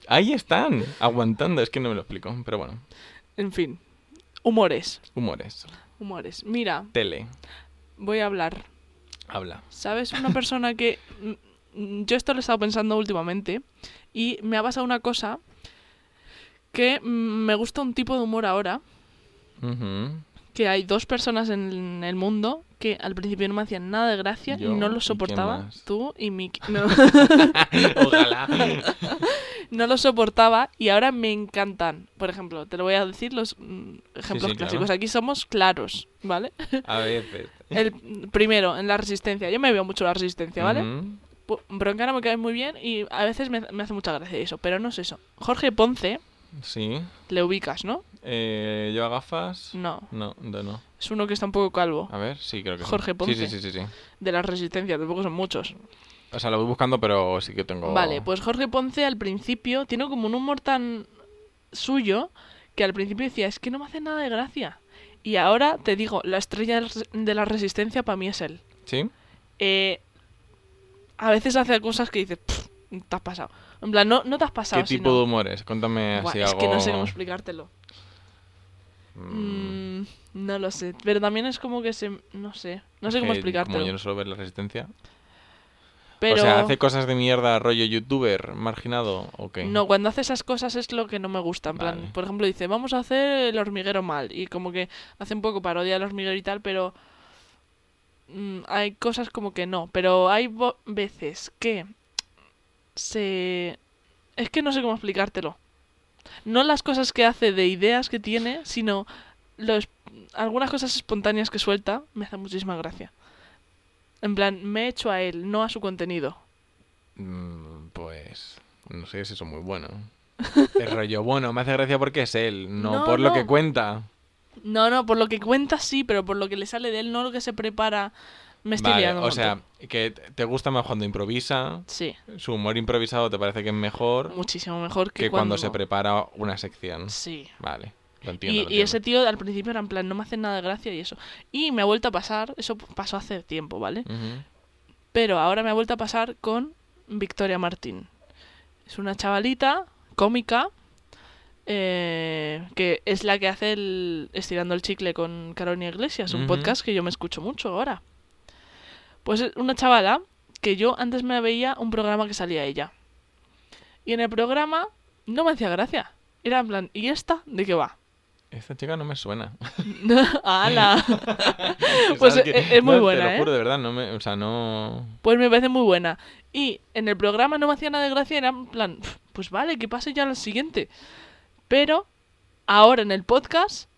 S2: ahí están, aguantando. Es que no me lo explico, pero bueno.
S1: En fin, humores,
S2: Humores.
S1: humores. Mira,
S2: Tele.
S1: voy a hablar.
S2: Habla.
S1: ¿Sabes? Una persona que... mm, mm, Yo esto lo he estado pensando últimamente y me ha pasado una cosa que mm, me gusta un tipo de humor ahora,
S2: Ujú.
S1: que hay dos personas en el mundo que al principio no me hacían nada de gracia
S2: Yo,
S1: y no
S2: ¿y quién
S1: los soportaba.
S2: más?
S1: Tú y Miki. No.
S2: Ojalá.
S1: no los soportaba y ahora me encantan. Por ejemplo, te lo voy a decir los mm, ejemplos
S2: sí, claro.
S1: clásicos. Aquí somos claros, ¿vale?
S2: A veces.
S1: El primero, en la resistencia. Yo me veo mucho la resistencia, ¿vale?
S2: Ujú.
S1: Pu- Broncano me cae muy bien y a veces me, me hace mucha gracia eso, pero no es eso. Jorge Ponce,
S2: Sí.
S1: le ubicas, ¿no?
S2: Eh, ¿Yo a gafas?
S1: No,
S2: No, no, no.
S1: es uno que está un poco calvo.
S2: A ver, sí, creo que sí.
S1: Jorge Ponce.
S2: Sí, sí, sí, sí, sí.
S1: De la resistencia, tampoco son muchos.
S2: O sea, lo voy buscando, pero sí que tengo...
S1: Vale, pues Jorge Ponce al principio tiene como un humor tan suyo que al principio decía, es que no me hace nada de gracia. Y ahora te digo, la estrella del res- de la resistencia para mí es él.
S2: ¿Sí?
S1: Eh, a veces hace cosas que dices, "Pff, te has pasado. En plan, no, no te has pasado.
S2: ¿Qué tipo
S1: sino-
S2: de humores? Cuéntame
S1: Buah,
S2: así
S1: es
S2: algo...
S1: que no sé cómo explicártelo.
S2: Mm,
S1: Mm, no lo sé. Pero también es como que se... No sé. No sé
S2: es
S1: cómo
S2: que
S1: explicártelo.
S2: Como yo no suelo ver la resistencia.
S1: Pero...
S2: O sea, ¿hace cosas de mierda rollo youtuber marginado o qué?
S1: No, cuando hace esas cosas es lo que no me gusta. En plan,
S2: Vale.
S1: por ejemplo, dice, vamos a hacer el hormiguero mal. Y como que hace un poco parodia al hormiguero y tal, pero mm, hay cosas como que no. Pero hay vo- veces que se... Es que no sé cómo explicártelo. No las cosas que hace de ideas que tiene, sino los... algunas cosas espontáneas que suelta me hacen muchísima gracia. En plan, me he hecho a él, no a su contenido.
S2: Mm, Pues no sé si eso es muy bueno. El rollo bueno, me hace gracia porque es él, no,
S1: No,
S2: por lo
S1: no.
S2: que cuenta.
S1: No, no, por lo que cuenta sí, pero por lo que le sale de él, no lo que se prepara. Me estoy
S2: Vale,
S1: liando un
S2: o sea,
S1: montón.
S2: que te te gusta más cuando improvisa,
S1: Sí,
S2: su humor improvisado te parece que es mejor
S1: muchísimo mejor que,
S2: que cuando se prepara una sección.
S1: Sí.
S2: Vale, lo
S1: Y,
S2: entiendo. lo
S1: y ese
S2: entiendo.
S1: tío al principio era en plan, no me hace nada de gracia y eso. Y me ha vuelto a pasar, eso pasó hace tiempo, ¿vale?
S2: Ujú.
S1: Pero ahora me ha vuelto a pasar con Victoria Martín. Es una chavalita cómica eh, que es la que hace el Estirando el Chicle con Carolina Iglesias, un
S2: Ujú.
S1: podcast que yo me escucho mucho ahora. Pues es una chavala que yo antes me veía un programa que salía ella. Y en el programa no me hacía gracia. Era en plan, ¿y esta de qué va?
S2: Esta chica no me suena.
S1: ¡Hala!
S2: Es
S1: Pues,
S2: alguien-
S1: eh, es muy
S2: no, Te
S1: buena,
S2: lo
S1: ¿eh?
S2: juro, de verdad, no me, o sea, no...
S1: Pues me parece muy buena. Y en el programa no me hacía nada de gracia, era en plan, "Pf, pues vale, que pase ya al siguiente. Pero ahora en el podcast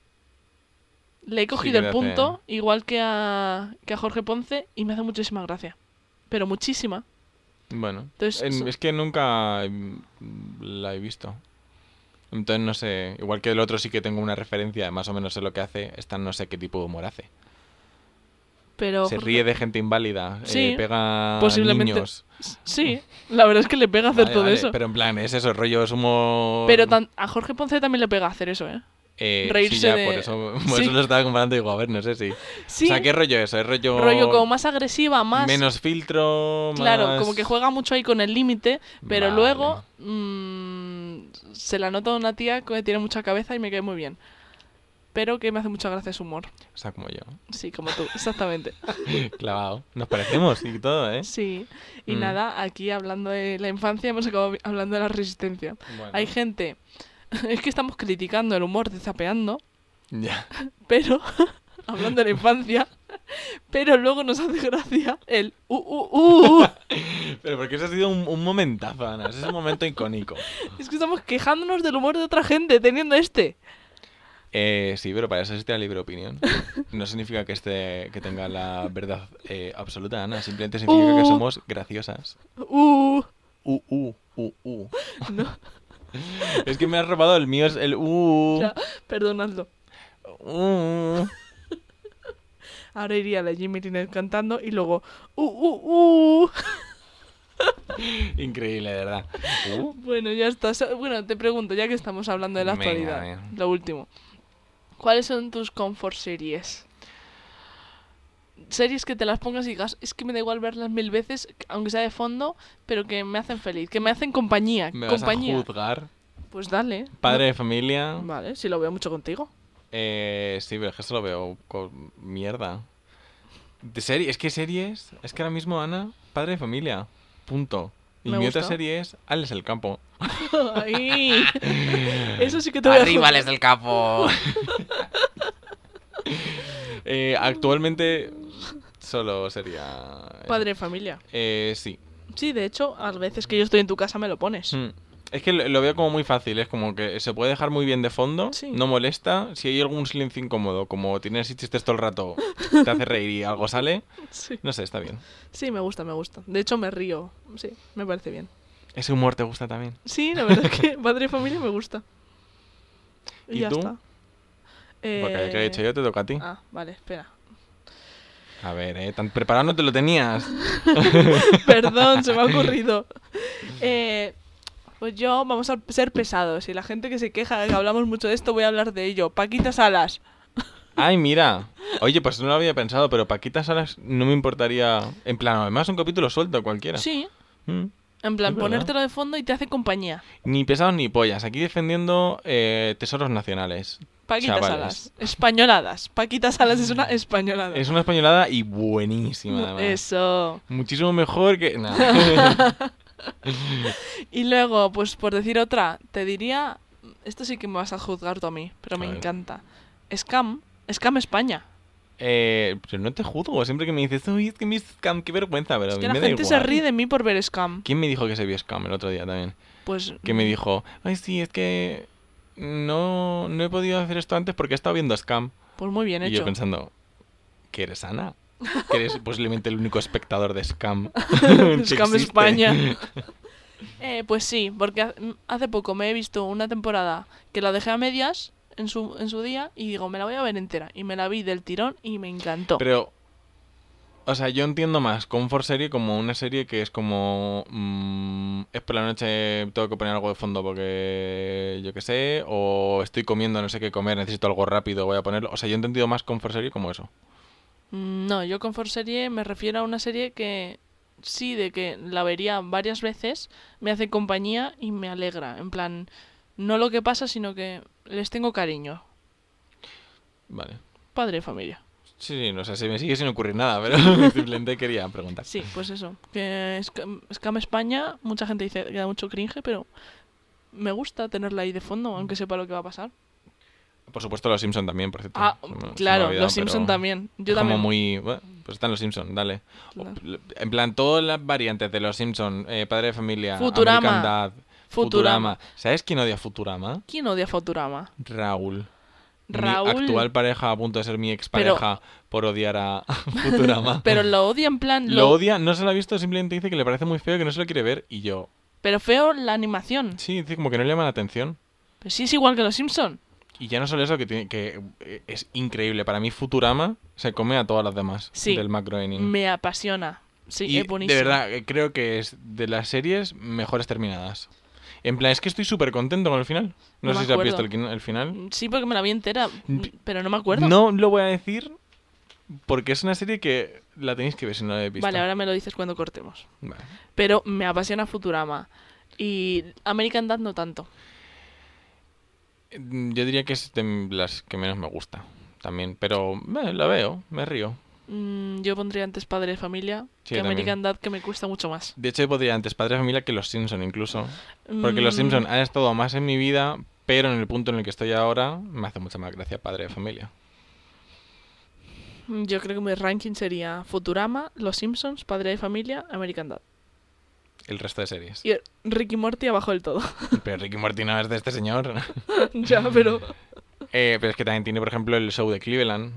S1: le he cogido
S2: que le
S1: el
S2: hace-
S1: punto, igual que a, que a Jorge Ponce, y me hace muchísima gracia. Pero muchísima.
S2: Bueno,
S1: Entonces,
S2: en-
S1: so-
S2: es que nunca mm, la he visto. Entonces no sé, igual que el otro sí que tengo una referencia, más o menos sé lo que hace, esta no sé qué tipo de humor hace.
S1: Pero
S2: Se
S1: Jorge-
S2: ríe de gente inválida, eh,
S1: Sí,
S2: pega a
S1: posiblemente.
S2: niños.
S1: Sí, la verdad es que le pega hacer
S2: Vale,
S1: todo
S2: vale,
S1: eso. Pero,
S2: Pero en plan, es eso, rollo, es humor...
S1: tan- a Jorge Ponce también le pega hacer eso, ¿eh?
S2: eh, sí,
S1: reírse
S2: ya,
S1: de-
S2: por eso, por
S1: Sí.
S2: eso lo estaba comparando y digo, a ver, no sé si...
S1: Sí,
S2: O sea, ¿qué rollo es eso? Es rollo...
S1: rollo como más agresiva, más...
S2: Menos filtro, más...
S1: Claro, como que juega mucho ahí con el límite, pero
S2: Vale.
S1: luego mm, se la nota una tía que tiene mucha cabeza y me cae muy bien. Pero que me hace mucha gracia su humor.
S2: O sea, como yo.
S1: Sí, como tú, exactamente.
S2: Clavado. Nos parecemos y todo, ¿eh?
S1: Sí. Y
S2: Mm.
S1: nada, aquí hablando de la infancia hemos acabado vi- hablando de la resistencia.
S2: Bueno.
S1: Hay gente... Es que estamos criticando el humor de Zapeando,
S2: Ya.
S1: pero... hablando de la infancia. Pero luego nos hace gracia el... Uh, uh, uh.
S2: Pero porque eso ha sido un, un momentazo, Ana. Ese es un momento icónico.
S1: Es que estamos quejándonos del humor de otra gente teniendo este.
S2: Eh, sí, pero para eso existe la libre opinión. No significa que esté que tenga la verdad eh, absoluta, Ana. Simplemente significa que
S1: Uh.
S2: somos graciosas.
S1: Uh.
S2: Uh, uh, uh, uh.
S1: No.
S2: Es que me has robado el mío, es el uh,
S1: Ya, perdonadlo.
S2: uh.
S1: Ahora iría la Jimmy Liner cantando y luego. Uh, uh, uh.
S2: Increíble, de verdad. Uh.
S1: Bueno, ya está. So- Bueno, te pregunto, ya que estamos hablando de la
S2: Venga,
S1: actualidad,
S2: venga.
S1: lo último. ¿Cuáles son tus comfort series? Series que te las pongas y digas, es que me da igual verlas mil veces, aunque sea de fondo, pero que me hacen feliz, que me hacen compañía.
S2: Me vas
S1: compañía.
S2: a juzgar.
S1: Pues dale.
S2: Padre de familia.
S1: Vale, si lo veo mucho contigo.
S2: Eh, sí, pero es que eso lo veo con mierda. De serie, es que series, es que ahora mismo Ana, padre de familia, punto. Y
S1: Me
S2: mi
S1: gusta.
S2: otra serie es Alex el campo.
S1: Ay, eso sí que te voy a
S3: Arriba,
S1: juzgar.
S3: les del campo.
S2: Eh, actualmente solo sería eso.
S1: Padre de familia.
S2: Eh, sí.
S1: Sí, de hecho, a las veces que yo estoy en tu casa me lo pones.
S2: Mm. Es que lo, lo veo como muy fácil, es como que se puede dejar muy bien de fondo,
S1: Sí.
S2: no molesta. Si hay algún silencio incómodo, como tienes chistes todo el rato, te hace reír y algo sale,
S1: Sí.
S2: no sé, está bien.
S1: Sí, me gusta, me gusta. De hecho, me río. Sí, me parece bien.
S2: Ese humor te gusta también.
S1: Sí, la verdad es que Padre y Familia me gusta. Y,
S2: ¿Y
S1: ya
S2: tú?
S1: está.
S2: Porque el que he
S1: Eh,
S2: dicho yo te toca a ti.
S1: Ah, vale, espera.
S2: A ver, eh, tan preparado no te lo tenías.
S1: Perdón, se me ha ocurrido. Eh, pues yo, vamos a ser pesados. Y la gente que se queja de que hablamos mucho de esto, voy a hablar de ello. Paquita Salas.
S2: Ay, mira. Oye, pues no lo había pensado, pero Paquita Salas no me importaría. En plan, además un capítulo suelto cualquiera.
S1: Sí,
S2: Mm.
S1: en plan,
S2: Es verdad.
S1: ponértelo de fondo y te hace compañía.
S2: Ni pesados ni pollas. Aquí defendiendo eh, tesoros nacionales.
S1: Paquita
S2: Chavales.
S1: Salas. Españoladas. Paquita Salas es una españolada.
S2: Es una españolada y buenísima, además.
S1: Eso.
S2: Muchísimo mejor que. Nah.
S1: Y luego, pues por decir otra, te diría, esto sí que me vas a juzgar tú a mí, pero me
S2: A ver.
S1: encanta. Scam, Scam España.
S2: Eh, pero no te juzgo. Siempre que me dices, uy, es que mis scam, qué vergüenza, pero
S1: es
S2: a
S1: que
S2: mí
S1: la
S2: me da
S1: gente se
S2: igual.
S1: ríe de mí por ver Scam.
S2: ¿Quién me dijo que se vio scam el otro día también?
S1: Pues
S2: que me dijo, ay sí, es que no, no he podido hacer esto antes porque he estado viendo Scam.
S1: pues muy bien
S2: y yo
S1: hecho.
S2: pensando, ¿que eres Ana? Que eres posiblemente el único espectador de Scam. que
S1: Scam
S2: existe".
S1: España. Eh, pues sí, porque ha- m- hace poco me he visto una temporada que la dejé a medias en su, en su día y digo, me la voy a ver entera. Y me la vi del tirón y me encantó.
S2: Pero, o sea, yo entiendo más Comfort Serie como una serie que es como... mm, es por la noche, tengo que poner algo de fondo porque yo qué sé, o estoy comiendo, no sé qué comer, necesito algo rápido, voy a ponerlo. O sea, yo he entendido más Comfort Serie como eso.
S1: Mm, No, yo confort serie me refiero a una serie que sí, de que la vería varias veces, me hace compañía y me alegra. En plan, no lo que pasa, sino que les tengo cariño.
S2: Vale.
S1: Padre y familia.
S2: Sí, sí, no sé, se me sigue sin ocurrir nada, pero simplemente quería preguntar.
S1: Sí, pues eso. Que Scam Scam España, mucha gente dice que da mucho cringe, pero me gusta tenerla ahí de fondo, aunque sepa lo que va a pasar.
S2: Por supuesto, los Simpson también, por cierto.
S1: Ah,
S2: Se me- se me
S1: claro,
S2: ha olvidado,
S1: los Simpson
S2: pero
S1: también. Yo
S2: como
S1: también.
S2: muy. Bueno, pues están los Simpson, dale. O-
S1: Claro.
S2: pl- En plan, todas las variantes de los Simpson, eh, Padre de Familia,
S1: Futurama.
S2: American Dad,
S1: Futurama.
S2: Futurama. ¿Sabes quién odia Futurama?
S1: ¿Quién odia Futurama?
S2: Raúl.
S1: Raúl.
S2: Mi actual pareja a punto de ser mi expareja por odiar a Futurama.
S1: Pero lo odia en plan.
S2: Lo odia, no se lo ha visto, simplemente dice que le parece muy feo, que no se lo quiere ver. Y yo,
S1: Pero feo la animación.
S2: sí, dice como que no le llama la atención.
S1: Pero sí es igual que los Simpson.
S2: Y ya no solo eso, que, tiene- que eh, es increíble. Para mí, Futurama se come a todas las demás
S1: Sí.
S2: del macroening.
S1: Me apasiona. Sí,
S2: Y
S1: es buenísimo.
S2: De verdad, eh, creo que es de las series mejores terminadas. En plan, es que estoy súper contento con el final.
S1: No
S2: No,
S1: me
S2: sé si has
S1: acuerdo.
S2: visto el, quin- el final.
S1: Sí, porque me la vi entera,
S2: Pi-
S1: pero no me acuerdo.
S2: No lo voy a decir porque es una serie que la tenéis que ver si no la habéis visto.
S1: Vale, ahora me lo dices cuando cortemos.
S2: Vale.
S1: Pero me apasiona Futurama. Y American Dad no tanto.
S2: Mm, Yo diría que es de las que menos me gusta también, pero eh, la veo, me río.
S1: Mm, yo pondría antes Padre de Familia
S2: Sí,
S1: que
S2: yo también.
S1: American Dad, que me cuesta mucho más.
S2: De hecho, podría antes Padre de Familia que Los Simpson incluso. Porque Los
S1: Mm,
S2: Simpson ah. han estado más en mi vida, pero en el punto en el que estoy ahora me hace mucha más gracia Padre de Familia.
S1: mm, Yo creo que mi ranking sería Futurama, Los Simpsons, Padre de Familia, American Dad.
S2: El resto de series.
S1: Y Ricky Morty abajo del todo.
S2: Pero Ricky Morty no es de este señor.
S1: ya, pero.
S2: Eh, pero es que también tiene, por ejemplo, el show de Cleveland,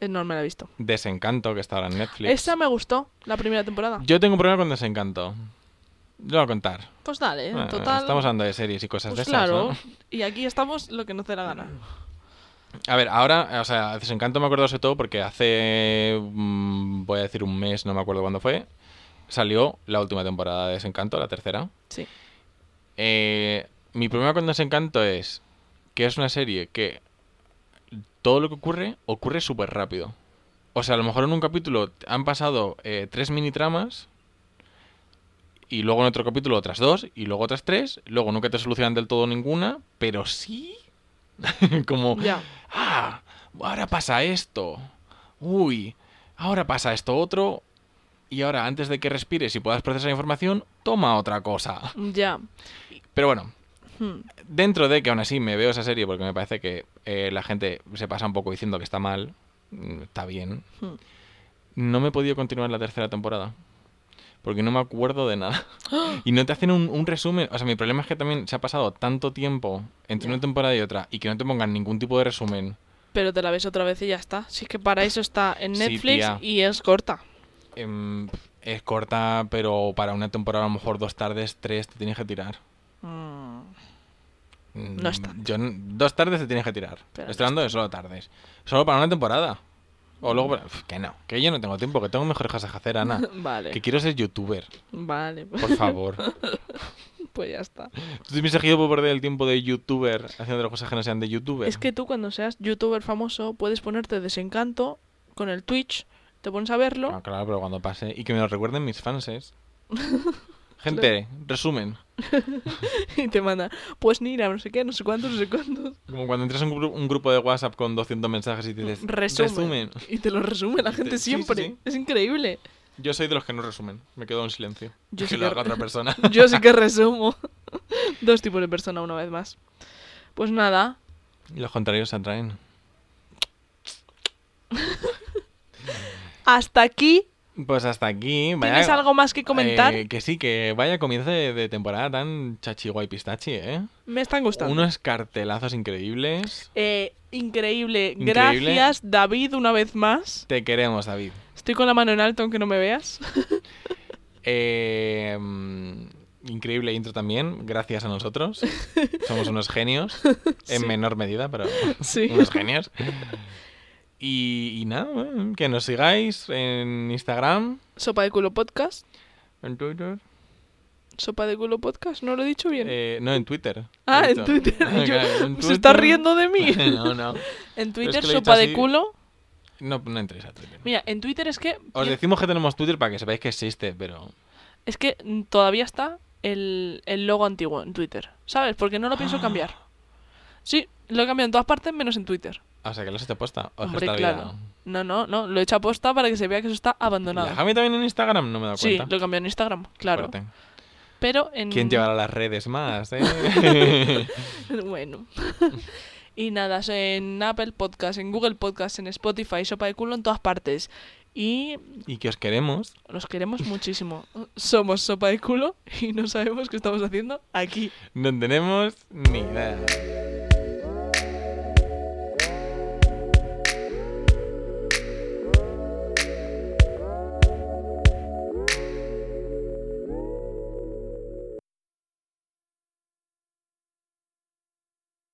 S1: Eh, No me la he visto.
S2: Desencanto, que está ahora en Netflix.
S1: Esa me gustó, la primera temporada.
S2: Yo tengo un problema con Desencanto. Lo voy a contar.
S1: Pues dale, en
S2: Ah,
S1: total.
S2: Estamos hablando de series y cosas
S1: pues
S2: de esas.
S1: claro.
S2: ¿no?
S1: Y aquí estamos lo que no te la gana.
S2: A ver, ahora, o sea, Desencanto me acuerdo sobre todo porque hace. mm, voy a decir un mes, no me acuerdo cuándo fue. Salió la última temporada de Desencanto, la tercera.
S1: Sí.
S2: Eh, mi problema con Desencanto es que es una serie que todo lo que ocurre ocurre súper rápido. O sea, a lo mejor en un capítulo han pasado eh, tres mini tramas y luego en otro capítulo otras dos y luego otras tres. Luego nunca te solucionan del todo ninguna, pero sí como
S1: Ya.
S2: ah, ahora pasa esto. Uy, ahora pasa esto otro. Y ahora, antes de que respires y puedas procesar información, toma otra cosa.
S1: Ya.
S2: Pero bueno,
S1: Hmm.
S2: dentro de que aún así me veo esa serie porque me parece que eh, la gente se pasa un poco diciendo que está mal, mm, está bien,
S1: Hmm.
S2: no me he podido continuar la tercera temporada. Porque no me acuerdo de nada. Y no te hacen un, un resumen. O sea, mi problema es que también se ha pasado tanto tiempo entre una temporada y otra y que no te pongan ningún tipo de resumen.
S1: Pero te la ves otra vez y ya está. Si es que para eso está en
S2: Sí,
S1: Netflix
S2: tía.
S1: y es corta.
S2: Em, es corta, pero para una temporada a lo mejor dos tardes, tres te tienes que tirar.
S1: Mm,
S2: Mm,
S1: No es tarde.
S2: yo n- dos tardes te tienes que tirar.
S1: Pero no es
S2: Estoy hablando de solo tardes. Solo para una temporada.
S1: Mm.
S2: O luego para- Pf, Que no, que yo no tengo tiempo, que tengo mejores cosas que hacer, Ana.
S1: Vale.
S2: Que quiero ser youtuber,
S1: Vale,
S2: por favor.
S1: pues ya está.
S2: ¿Tú te piensas que yo puedo perder el tiempo de youtuber haciendo las cosas que no sean de youtuber?
S1: Es que tú cuando seas youtuber famoso puedes ponerte desencanto con el Twitch, te pones a verlo.
S2: Ah, claro, pero cuando pase. Y que me lo recuerden mis fanses. Gente, resumen.
S1: Y te manda, pues Nira, no sé qué, no sé cuántos, no sé cuántos.
S2: Como cuando entras en un, gru- un grupo de WhatsApp con 200 mensajes y dices...
S1: Resumen.
S2: resumen.
S1: Y te lo resume la gente
S2: Sí, sí,
S1: siempre.
S2: sí.
S1: Es increíble.
S2: Yo soy de los que no resumen. Me quedo en silencio.
S1: Yo
S2: que
S1: sí
S2: lo
S1: que-
S2: haga otra persona.
S1: Yo sí que resumo. Dos tipos de persona una vez más. Pues nada,
S2: Y los contrarios se atraen.
S1: hasta aquí.
S2: Pues hasta aquí. Vaya,
S1: ¿Tienes algo más que comentar?
S2: Eh, que sí, que vaya comienzo de, de temporada tan chachiguay pistachi, ¿eh?
S1: Me están gustando.
S2: Unos cartelazos increíbles.
S1: Eh, increíble.
S2: Increíble.
S1: Gracias, David, una vez más.
S2: Te queremos, David.
S1: Estoy con la mano en alto aunque no me veas.
S2: Eh, mm, increíble intro también, gracias a nosotros. Somos unos genios, en menor medida, pero
S1: Sí.
S2: unos genios. Y, y nada, bueno, que nos sigáis en Instagram,
S1: Sopa de culo podcast.
S2: en Twitter.
S1: Sopa de culo podcast, no lo he dicho bien.
S2: Eh, no, en Twitter.
S1: Ah,
S2: He
S1: en
S2: dicho.
S1: Twitter.
S2: Ah,
S1: Yo-
S2: claro, en
S1: Se está
S2: Twitter.
S1: riendo de mí.
S2: no,
S1: En
S2: no. Pero
S1: Twitter,
S2: es que lo he dicho
S1: sopa de
S2: así.
S1: culo.
S2: No, no entréis a Twitter.
S1: Mira, en Twitter es que.
S2: Os decimos que tenemos Twitter para que sepáis que existe, pero.
S1: Es que mm, todavía está el, el logo antiguo en Twitter. ¿Sabes? Porque no lo
S2: Ah.
S1: pienso cambiar. Sí, lo he cambiado en todas partes menos en Twitter.
S2: O sea, que lo has hecho aposta. O es que
S1: Hombre,
S2: está
S1: claro.
S2: olvidado.
S1: No, no, no. Lo he hecho a posta para que se vea que eso está
S2: ¿La
S1: abandonado.
S2: Jami también en Instagram? No me he dado
S1: Sí,
S2: cuenta.
S1: lo he cambiado en Instagram, claro. Mm.
S2: Fuerte.
S1: Pero en.
S2: ¿Quién llevará las redes más? eh?
S1: Bueno. Y nada, en Apple Podcast, en Google Podcast, en Spotify, Sopa de Culo, en todas partes. Y
S2: Y que os queremos.
S1: los queremos muchísimo. Somos Sopa de Culo y no sabemos qué estamos haciendo aquí.
S2: No tenemos ni idea.